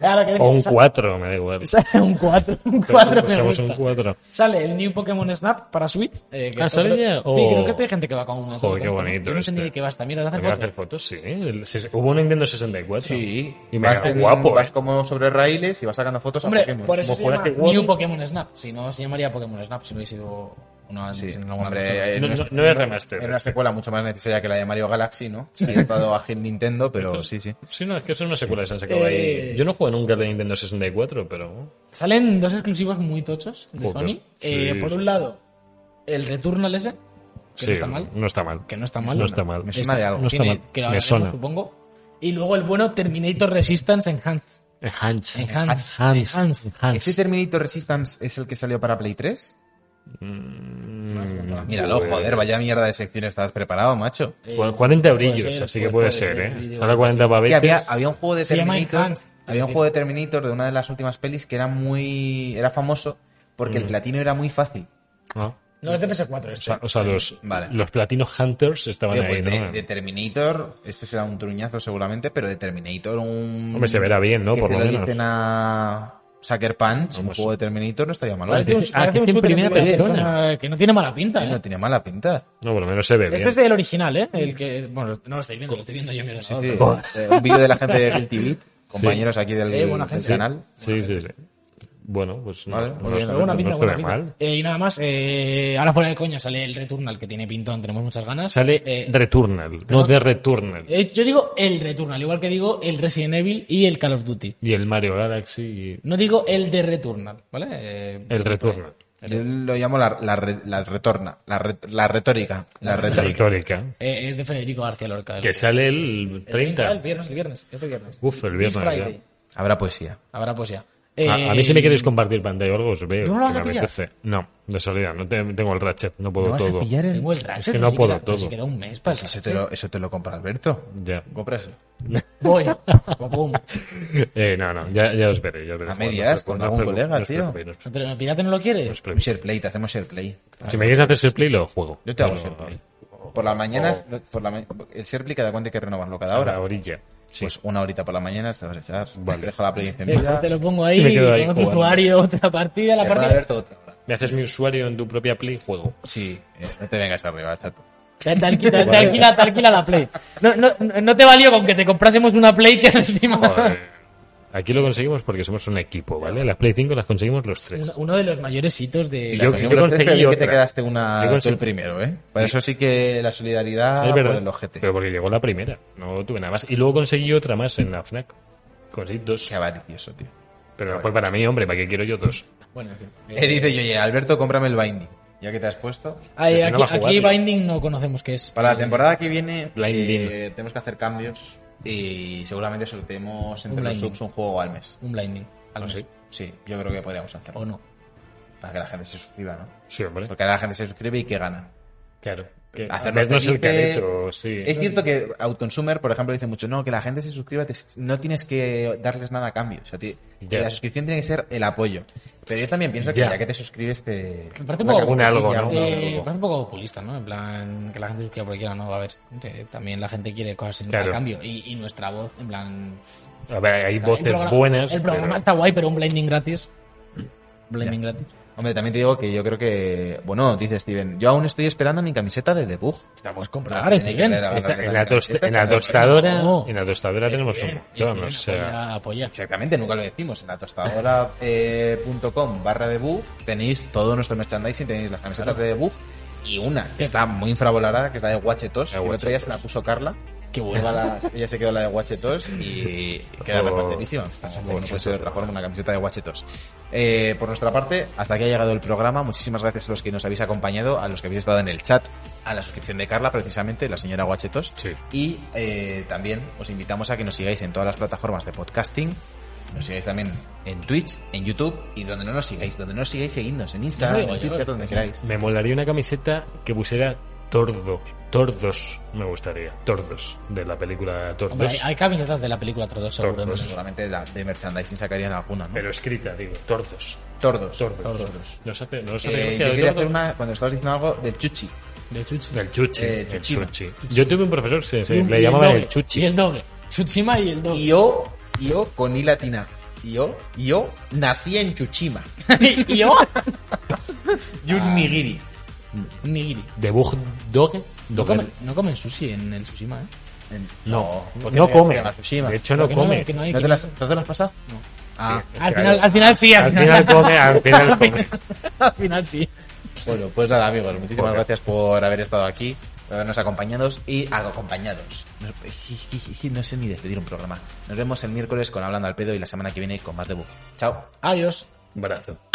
Speaker 3: Ahora que
Speaker 1: O un 4, me da igual.
Speaker 3: Sale un 4. Un
Speaker 1: Pero
Speaker 3: 4 me
Speaker 1: cogemos
Speaker 3: gusta.
Speaker 1: un 4.
Speaker 3: Sale el New Pokémon Snap para Switch. eh, que
Speaker 1: Ah,
Speaker 3: es
Speaker 1: ¿sale
Speaker 3: otro-
Speaker 1: ya?
Speaker 3: Sí,
Speaker 1: Oh.
Speaker 3: creo que esto hay gente que va con uno.
Speaker 1: Joder, qué
Speaker 3: con otro.
Speaker 1: bonito
Speaker 3: Yo no sé
Speaker 1: este.
Speaker 3: ni de qué va esta mierda.
Speaker 1: ¿Te
Speaker 3: ¿Hace
Speaker 1: voy a
Speaker 3: fotos?
Speaker 1: hacer fotos? Sí. El- se- Hubo un Nintendo 64.
Speaker 2: Sí.
Speaker 1: Y me
Speaker 2: vas,
Speaker 1: guapo.
Speaker 2: vas
Speaker 1: eh.
Speaker 2: como sobre raíles y vas sacando fotos a
Speaker 3: Hombre,
Speaker 2: Pokémon.
Speaker 3: por eso
Speaker 1: Como
Speaker 3: se
Speaker 1: juegas
Speaker 3: llama
Speaker 1: de Word.
Speaker 3: New Pokémon Snap. Si no, se llamaría Pokémon Snap si no hubiese sido una
Speaker 2: Sí,
Speaker 3: en alguna
Speaker 2: hombre, eh,
Speaker 1: No-
Speaker 2: es-
Speaker 1: no- no es remaster.
Speaker 2: Era una secuela mucho más necesaria que la de Mario Galaxy, ¿no? Se ha dado a Gil Nintendo, pero sí, sí.
Speaker 1: Sí, no, es que son unas secuelas que han sacado
Speaker 3: Eh.
Speaker 1: ahí. Yo no juego nunca de Nintendo 64, pero.
Speaker 3: Salen dos exclusivos muy tochos de
Speaker 1: Joder,
Speaker 3: Sony. Eh,
Speaker 1: sí,
Speaker 3: por
Speaker 1: sí.
Speaker 3: un lado, el Returnal ese,
Speaker 1: sí,
Speaker 3: que no está mal.
Speaker 1: No está mal.
Speaker 3: Que no está mal.
Speaker 1: No está mal.
Speaker 2: Me suena de algo.
Speaker 1: No está
Speaker 3: Tiene-
Speaker 1: mal.
Speaker 3: que lo
Speaker 1: Me
Speaker 3: hablaremos,
Speaker 1: suena.
Speaker 3: supongo. Y luego el bueno Terminator Resistance Enhanced.
Speaker 1: Enhance.
Speaker 3: Enhance.
Speaker 1: Enhance.
Speaker 3: Enhance.
Speaker 1: Enhance.
Speaker 2: ¿Ese Terminator Resistance es el que salió para Play 3?
Speaker 1: Mm,
Speaker 2: Míralo,
Speaker 1: pues,
Speaker 2: joder, vaya mierda de sección estabas preparado, macho.
Speaker 3: Eh,
Speaker 1: cu- 40 brillos,
Speaker 3: puede ser,
Speaker 1: así que puede ser, ¿eh? Ahora 40
Speaker 2: Es que
Speaker 1: pavetes.
Speaker 2: había, había un juego de
Speaker 3: Se llama
Speaker 2: Terminator.
Speaker 3: Enhanced.
Speaker 2: Había un juego de Terminator de una de las últimas pelis que era muy. era famoso
Speaker 1: Mm.
Speaker 2: porque el platino era muy fácil.
Speaker 1: Ah,
Speaker 3: No, es de PS4
Speaker 1: o
Speaker 3: este.
Speaker 1: sea, o sea, los,
Speaker 2: Vale.
Speaker 1: los platinos Hunters estaban
Speaker 2: Oye,
Speaker 1: ahí,
Speaker 2: pues
Speaker 1: ¿no?
Speaker 2: de, de Terminator, este será un truñazo seguramente, pero de Terminator un.
Speaker 1: Hombre, se verá bien, ¿no?
Speaker 2: que
Speaker 1: Por
Speaker 2: te
Speaker 1: lo menos.
Speaker 2: dicen a Sucker Punch, un
Speaker 1: Vamos.
Speaker 2: juego de Terminator no estaría mal.
Speaker 1: Vale.
Speaker 2: ¿vale?
Speaker 3: Parece un-
Speaker 1: Ah,
Speaker 3: parece
Speaker 1: que es
Speaker 3: un
Speaker 1: en
Speaker 3: shooter
Speaker 1: primera
Speaker 3: primera
Speaker 1: persona.
Speaker 3: persona Que no tiene mala pinta,
Speaker 2: No
Speaker 3: ¿eh?
Speaker 2: tiene mala pinta.
Speaker 1: No, por lo menos se ve bien.
Speaker 3: Este es del original, ¿eh? El que... Bueno, no lo estáis viendo, lo estoy viendo yo mira,
Speaker 2: Sí,
Speaker 3: ¿no?
Speaker 2: sí. Eh, Un vídeo de la gente de Guilty Beat, compañeros aquí del,
Speaker 3: Eh, buena
Speaker 2: del
Speaker 3: gente.
Speaker 2: canal.
Speaker 1: Sí, sí, sí. Bueno, pues no,
Speaker 2: Vale, muy
Speaker 1: no,
Speaker 2: bien,
Speaker 1: no-
Speaker 3: Pero buena
Speaker 1: no
Speaker 3: pinta,
Speaker 1: suena
Speaker 3: buena pinta.
Speaker 1: mal.
Speaker 3: Eh, y nada más, eh, ahora fuera de coña sale el Returnal que tiene pintón, tenemos muchas ganas.
Speaker 1: Sale
Speaker 3: Eh,
Speaker 1: Returnal, no de Returnal.
Speaker 3: eh, yo digo el Returnal, igual que digo el Resident Evil y el Call of Duty.
Speaker 1: Y el Mario Galaxy y
Speaker 3: No digo el de Returnal, ¿vale? Eh,
Speaker 1: el Returnal.
Speaker 2: Yo lo llamo la, la, re- la retorna, la, re- la retórica. La
Speaker 1: La
Speaker 2: retórica.
Speaker 1: retórica.
Speaker 3: eh, es de Federico García Lorca. el-
Speaker 1: Que sale el
Speaker 3: el
Speaker 1: 30.
Speaker 3: El viernes, el viernes, este viernes.
Speaker 1: Uf, el
Speaker 3: This
Speaker 1: viernes,
Speaker 3: Friday.
Speaker 1: ya.
Speaker 2: Habrá poesía.
Speaker 3: Habrá pues ya. Eh,
Speaker 1: A, a mí si
Speaker 2: Eh,
Speaker 1: me queréis compartir pantalla o algo os veo.
Speaker 3: ¿Tú no lo vas
Speaker 1: que
Speaker 3: a
Speaker 1: me
Speaker 3: pillar?
Speaker 1: apetece. No, de salida. No te- tengo el ratchet, no puedo
Speaker 2: ¿No vas a
Speaker 1: todo.
Speaker 2: pillar el-
Speaker 3: Tengo el Ratchet.
Speaker 1: que no
Speaker 3: así
Speaker 1: puedo
Speaker 3: queda-
Speaker 1: todo.
Speaker 3: así queda un mes para el
Speaker 2: Eso te, lo,
Speaker 3: Ratchet.
Speaker 2: eso te lo compra Alberto.
Speaker 1: Ya.
Speaker 2: Cómpraselo.
Speaker 3: Voy. Pum, pum.
Speaker 1: Eh, no, no, ya, ya os veré. Ya os veré
Speaker 2: A
Speaker 1: jugando, pero
Speaker 2: medias, con
Speaker 1: no os
Speaker 2: algún
Speaker 1: preocu-
Speaker 2: colega,
Speaker 1: no os
Speaker 2: tío.
Speaker 1: preocupéis, no os preocupéis,
Speaker 3: ¿Pero pirata no lo
Speaker 1: no
Speaker 3: quiere?
Speaker 1: os
Speaker 2: Un
Speaker 1: preocupéis.
Speaker 2: SharePlay, te hacemos SharePlay.
Speaker 1: Si me queréis hacer SharePlay, lo juego.
Speaker 2: Yo te hago
Speaker 1: No,
Speaker 2: SharePlay. Por las mañanas, por la ma- el SharePlay cada cuánto hay que renovarlo, cada hora.
Speaker 1: A la orilla. Sí.
Speaker 2: Pues una horita por la mañana te vas a echar. Te dejo la play
Speaker 3: Eh,
Speaker 2: encendida.
Speaker 3: te lo pongo ahí,
Speaker 1: Y me quedo ahí
Speaker 3: pongo tu
Speaker 1: jugando.
Speaker 3: usuario, otra partida, la
Speaker 2: Te pone
Speaker 3: partida.
Speaker 2: Alberto otra hora.
Speaker 1: me haces mi usuario en tu propia Play y juego.
Speaker 2: Sí, eh, no te vengas arriba, chato.
Speaker 3: Te, te alqui- te- te alquila, te alquila la Play. No, no, no te valió con que te comprásemos una Play que encima...
Speaker 1: Joder. Aquí lo conseguimos porque somos un equipo, ¿vale? Las Play 5 las conseguimos los tres.
Speaker 3: Uno- Uno de los mayores hitos de...
Speaker 1: Y
Speaker 3: la-
Speaker 1: yo-
Speaker 2: Pero los tres,
Speaker 1: conseguí
Speaker 2: pero vi que te
Speaker 1: otra.
Speaker 2: quedaste una
Speaker 1: Yo
Speaker 2: tú
Speaker 1: conseguí-
Speaker 2: el primero, ¿eh? Para eso sí que la solidaridad
Speaker 1: es
Speaker 2: por
Speaker 1: verdad.
Speaker 2: el ojete.
Speaker 1: Pero porque llegó la primera. No tuve nada más. Y luego conseguí otra más en la FNAC. Conseguí dos.
Speaker 2: Qué avaricioso, tío.
Speaker 1: Pero no fue para mí, hombre. ¿Para qué quiero yo dos?
Speaker 3: Bueno, en fin. eh,
Speaker 1: Eh,
Speaker 2: He dicho yo, oye, Alberto, cómprame el binding. Ya que te has puesto.
Speaker 3: Ay,
Speaker 1: Pero si no
Speaker 3: aquí,
Speaker 1: va a jugar,
Speaker 3: aquí
Speaker 1: tío.
Speaker 3: Binding no conocemos qué es.
Speaker 2: Para la temporada que viene
Speaker 1: Blinding.
Speaker 2: eh, tenemos que hacer cambios y seguramente sorteemos entre
Speaker 3: Un
Speaker 2: los
Speaker 3: blinding.
Speaker 2: subs un juego al mes.
Speaker 3: Un Blinding.
Speaker 1: Ah,
Speaker 3: al menos.
Speaker 2: Sí, yo creo que podríamos hacerlo.
Speaker 3: O no.
Speaker 1: Oh.
Speaker 2: Para que la gente se suscriba, ¿no?
Speaker 1: Sí, hombre.
Speaker 2: Porque ahora la gente se suscribe y que gana.
Speaker 1: Claro. Que
Speaker 2: Hacernos
Speaker 1: hacernos el
Speaker 2: felices.
Speaker 1: careto, sí.
Speaker 2: Es cierto que Autoconsumer, por ejemplo, dice mucho, no, que la gente se suscriba, te- no tienes que darles nada a cambio. O sea, ti-
Speaker 1: Ya.
Speaker 2: que la suscripción tiene que ser el apoyo. Pero yo también pienso que
Speaker 1: Ya.
Speaker 2: ya que te suscribes te...
Speaker 3: Me parece un
Speaker 1: Una
Speaker 3: poco...
Speaker 1: caguna, algo,
Speaker 3: eh,
Speaker 1: ¿no?
Speaker 3: me parece un poco populista, ¿no? En plan, que la gente suscriba porque quiera, no, a ver, eh, también la gente quiere cosas en
Speaker 1: Claro.
Speaker 3: a cambio. Y, y nuestra voz, en plan,
Speaker 1: A ver, hay voces
Speaker 3: El programa-
Speaker 1: buenas.
Speaker 3: El programa
Speaker 1: pero-
Speaker 3: está guay, pero un blinding gratis. Blinding gratis.
Speaker 2: Hombre, también te digo que yo creo que... Bueno, dice Steven, yo aún estoy esperando mi camiseta de debug.
Speaker 3: Te la puedes
Speaker 2: No,
Speaker 3: comprar,
Speaker 2: tiene que
Speaker 3: Steven.
Speaker 2: ver a-
Speaker 1: Está- en, la tost- en la tostadora, en la tostadora tenemos un montón, o sea,
Speaker 3: Apoya, apoya.
Speaker 2: Exactamente, nunca lo decimos. En la tostadora.com barra debug tenéis todo nuestro merchandising, tenéis las camisetas de debug y una que está muy infravalorada, que es la de Guachetos.
Speaker 1: La
Speaker 2: El otro día se la
Speaker 1: Guachetos.
Speaker 2: puso Carla.
Speaker 3: Que
Speaker 2: Ella
Speaker 3: vuelva la...
Speaker 2: la- ella se quedó la de Guachetos y queda
Speaker 1: Oh,
Speaker 2: repartidísima. No puede ser de otra forma una camiseta de Guachetos. Eh, por nuestra parte, hasta aquí ha llegado el programa. Muchísimas gracias a los que nos habéis acompañado, a los que habéis estado en el chat, a la suscripción de Carla, precisamente, la señora Guachetos.
Speaker 1: sí.
Speaker 2: Y eh, también os invitamos a que nos sigáis en todas las plataformas de podcasting. Nos sigáis también en Twitch, en YouTube y donde no nos sigáis, donde no nos sigáis, seguidnos en Instagram,
Speaker 3: Ya lo digo
Speaker 2: en
Speaker 3: yo,
Speaker 2: Twitter, donde
Speaker 3: sí.
Speaker 2: queráis.
Speaker 1: Me molaría una camiseta que pusiera Tordo. Tordos, me gustaría. Tordos, de la película
Speaker 3: Hombre, hay,
Speaker 1: Tordos.
Speaker 3: hay camisetas de la película Tordos, seguro.
Speaker 1: Tordos.
Speaker 3: ¿no?
Speaker 2: Seguramente de la- de merchandising sacarían alguna, ¿no?
Speaker 1: Pero escrita, digo, Tordos.
Speaker 2: tordos.
Speaker 1: Tordos.
Speaker 2: Tordos.
Speaker 1: ¿No os hace, no os hace gracia
Speaker 2: Eh, yo
Speaker 1: de
Speaker 2: quería
Speaker 1: Tordos?
Speaker 2: hacer una, cuando estabas diciendo algo, del chuchi.
Speaker 3: De Chuchi.
Speaker 1: El chuchi,
Speaker 2: Eh,
Speaker 1: el
Speaker 2: chuchima.
Speaker 1: chuchi. Yo tuve un profesor, sí, sí,
Speaker 3: Y un- y
Speaker 1: le llamaban
Speaker 3: doble,
Speaker 1: el
Speaker 3: Y
Speaker 1: chuchi.
Speaker 3: el doble. Chuchima y el doble.
Speaker 2: Yo, yo con I latina. Yo, yo nací en Chuchima. Ah.
Speaker 3: ¿Y yo?
Speaker 2: Y un nigiri. Mm,
Speaker 3: Un Nigiri.
Speaker 1: Debug Doge.
Speaker 3: No
Speaker 1: Doge.
Speaker 3: comen, no comen sushi en el Sushima, ¿eh?
Speaker 1: No,
Speaker 2: porque
Speaker 1: no
Speaker 2: te-
Speaker 1: come.
Speaker 2: te la Tsushima.
Speaker 1: De hecho, no
Speaker 3: Porque no-
Speaker 1: come.
Speaker 3: que no hay-
Speaker 2: ¿No te las, ¿no te las pasas? No. Ah,
Speaker 3: Al final, al final sí, al,
Speaker 1: Al final come, al final come.
Speaker 3: al final sí.
Speaker 2: Bueno, pues nada, amigos, muchísimas
Speaker 1: Joder.
Speaker 2: gracias por haber estado aquí, por habernos acompañados y acompañados. No, no sé ni despedir un programa. Nos vemos el miércoles con Hablando al Pedo y la semana que viene con más debug. Chao.
Speaker 3: Adiós.
Speaker 1: Brazo.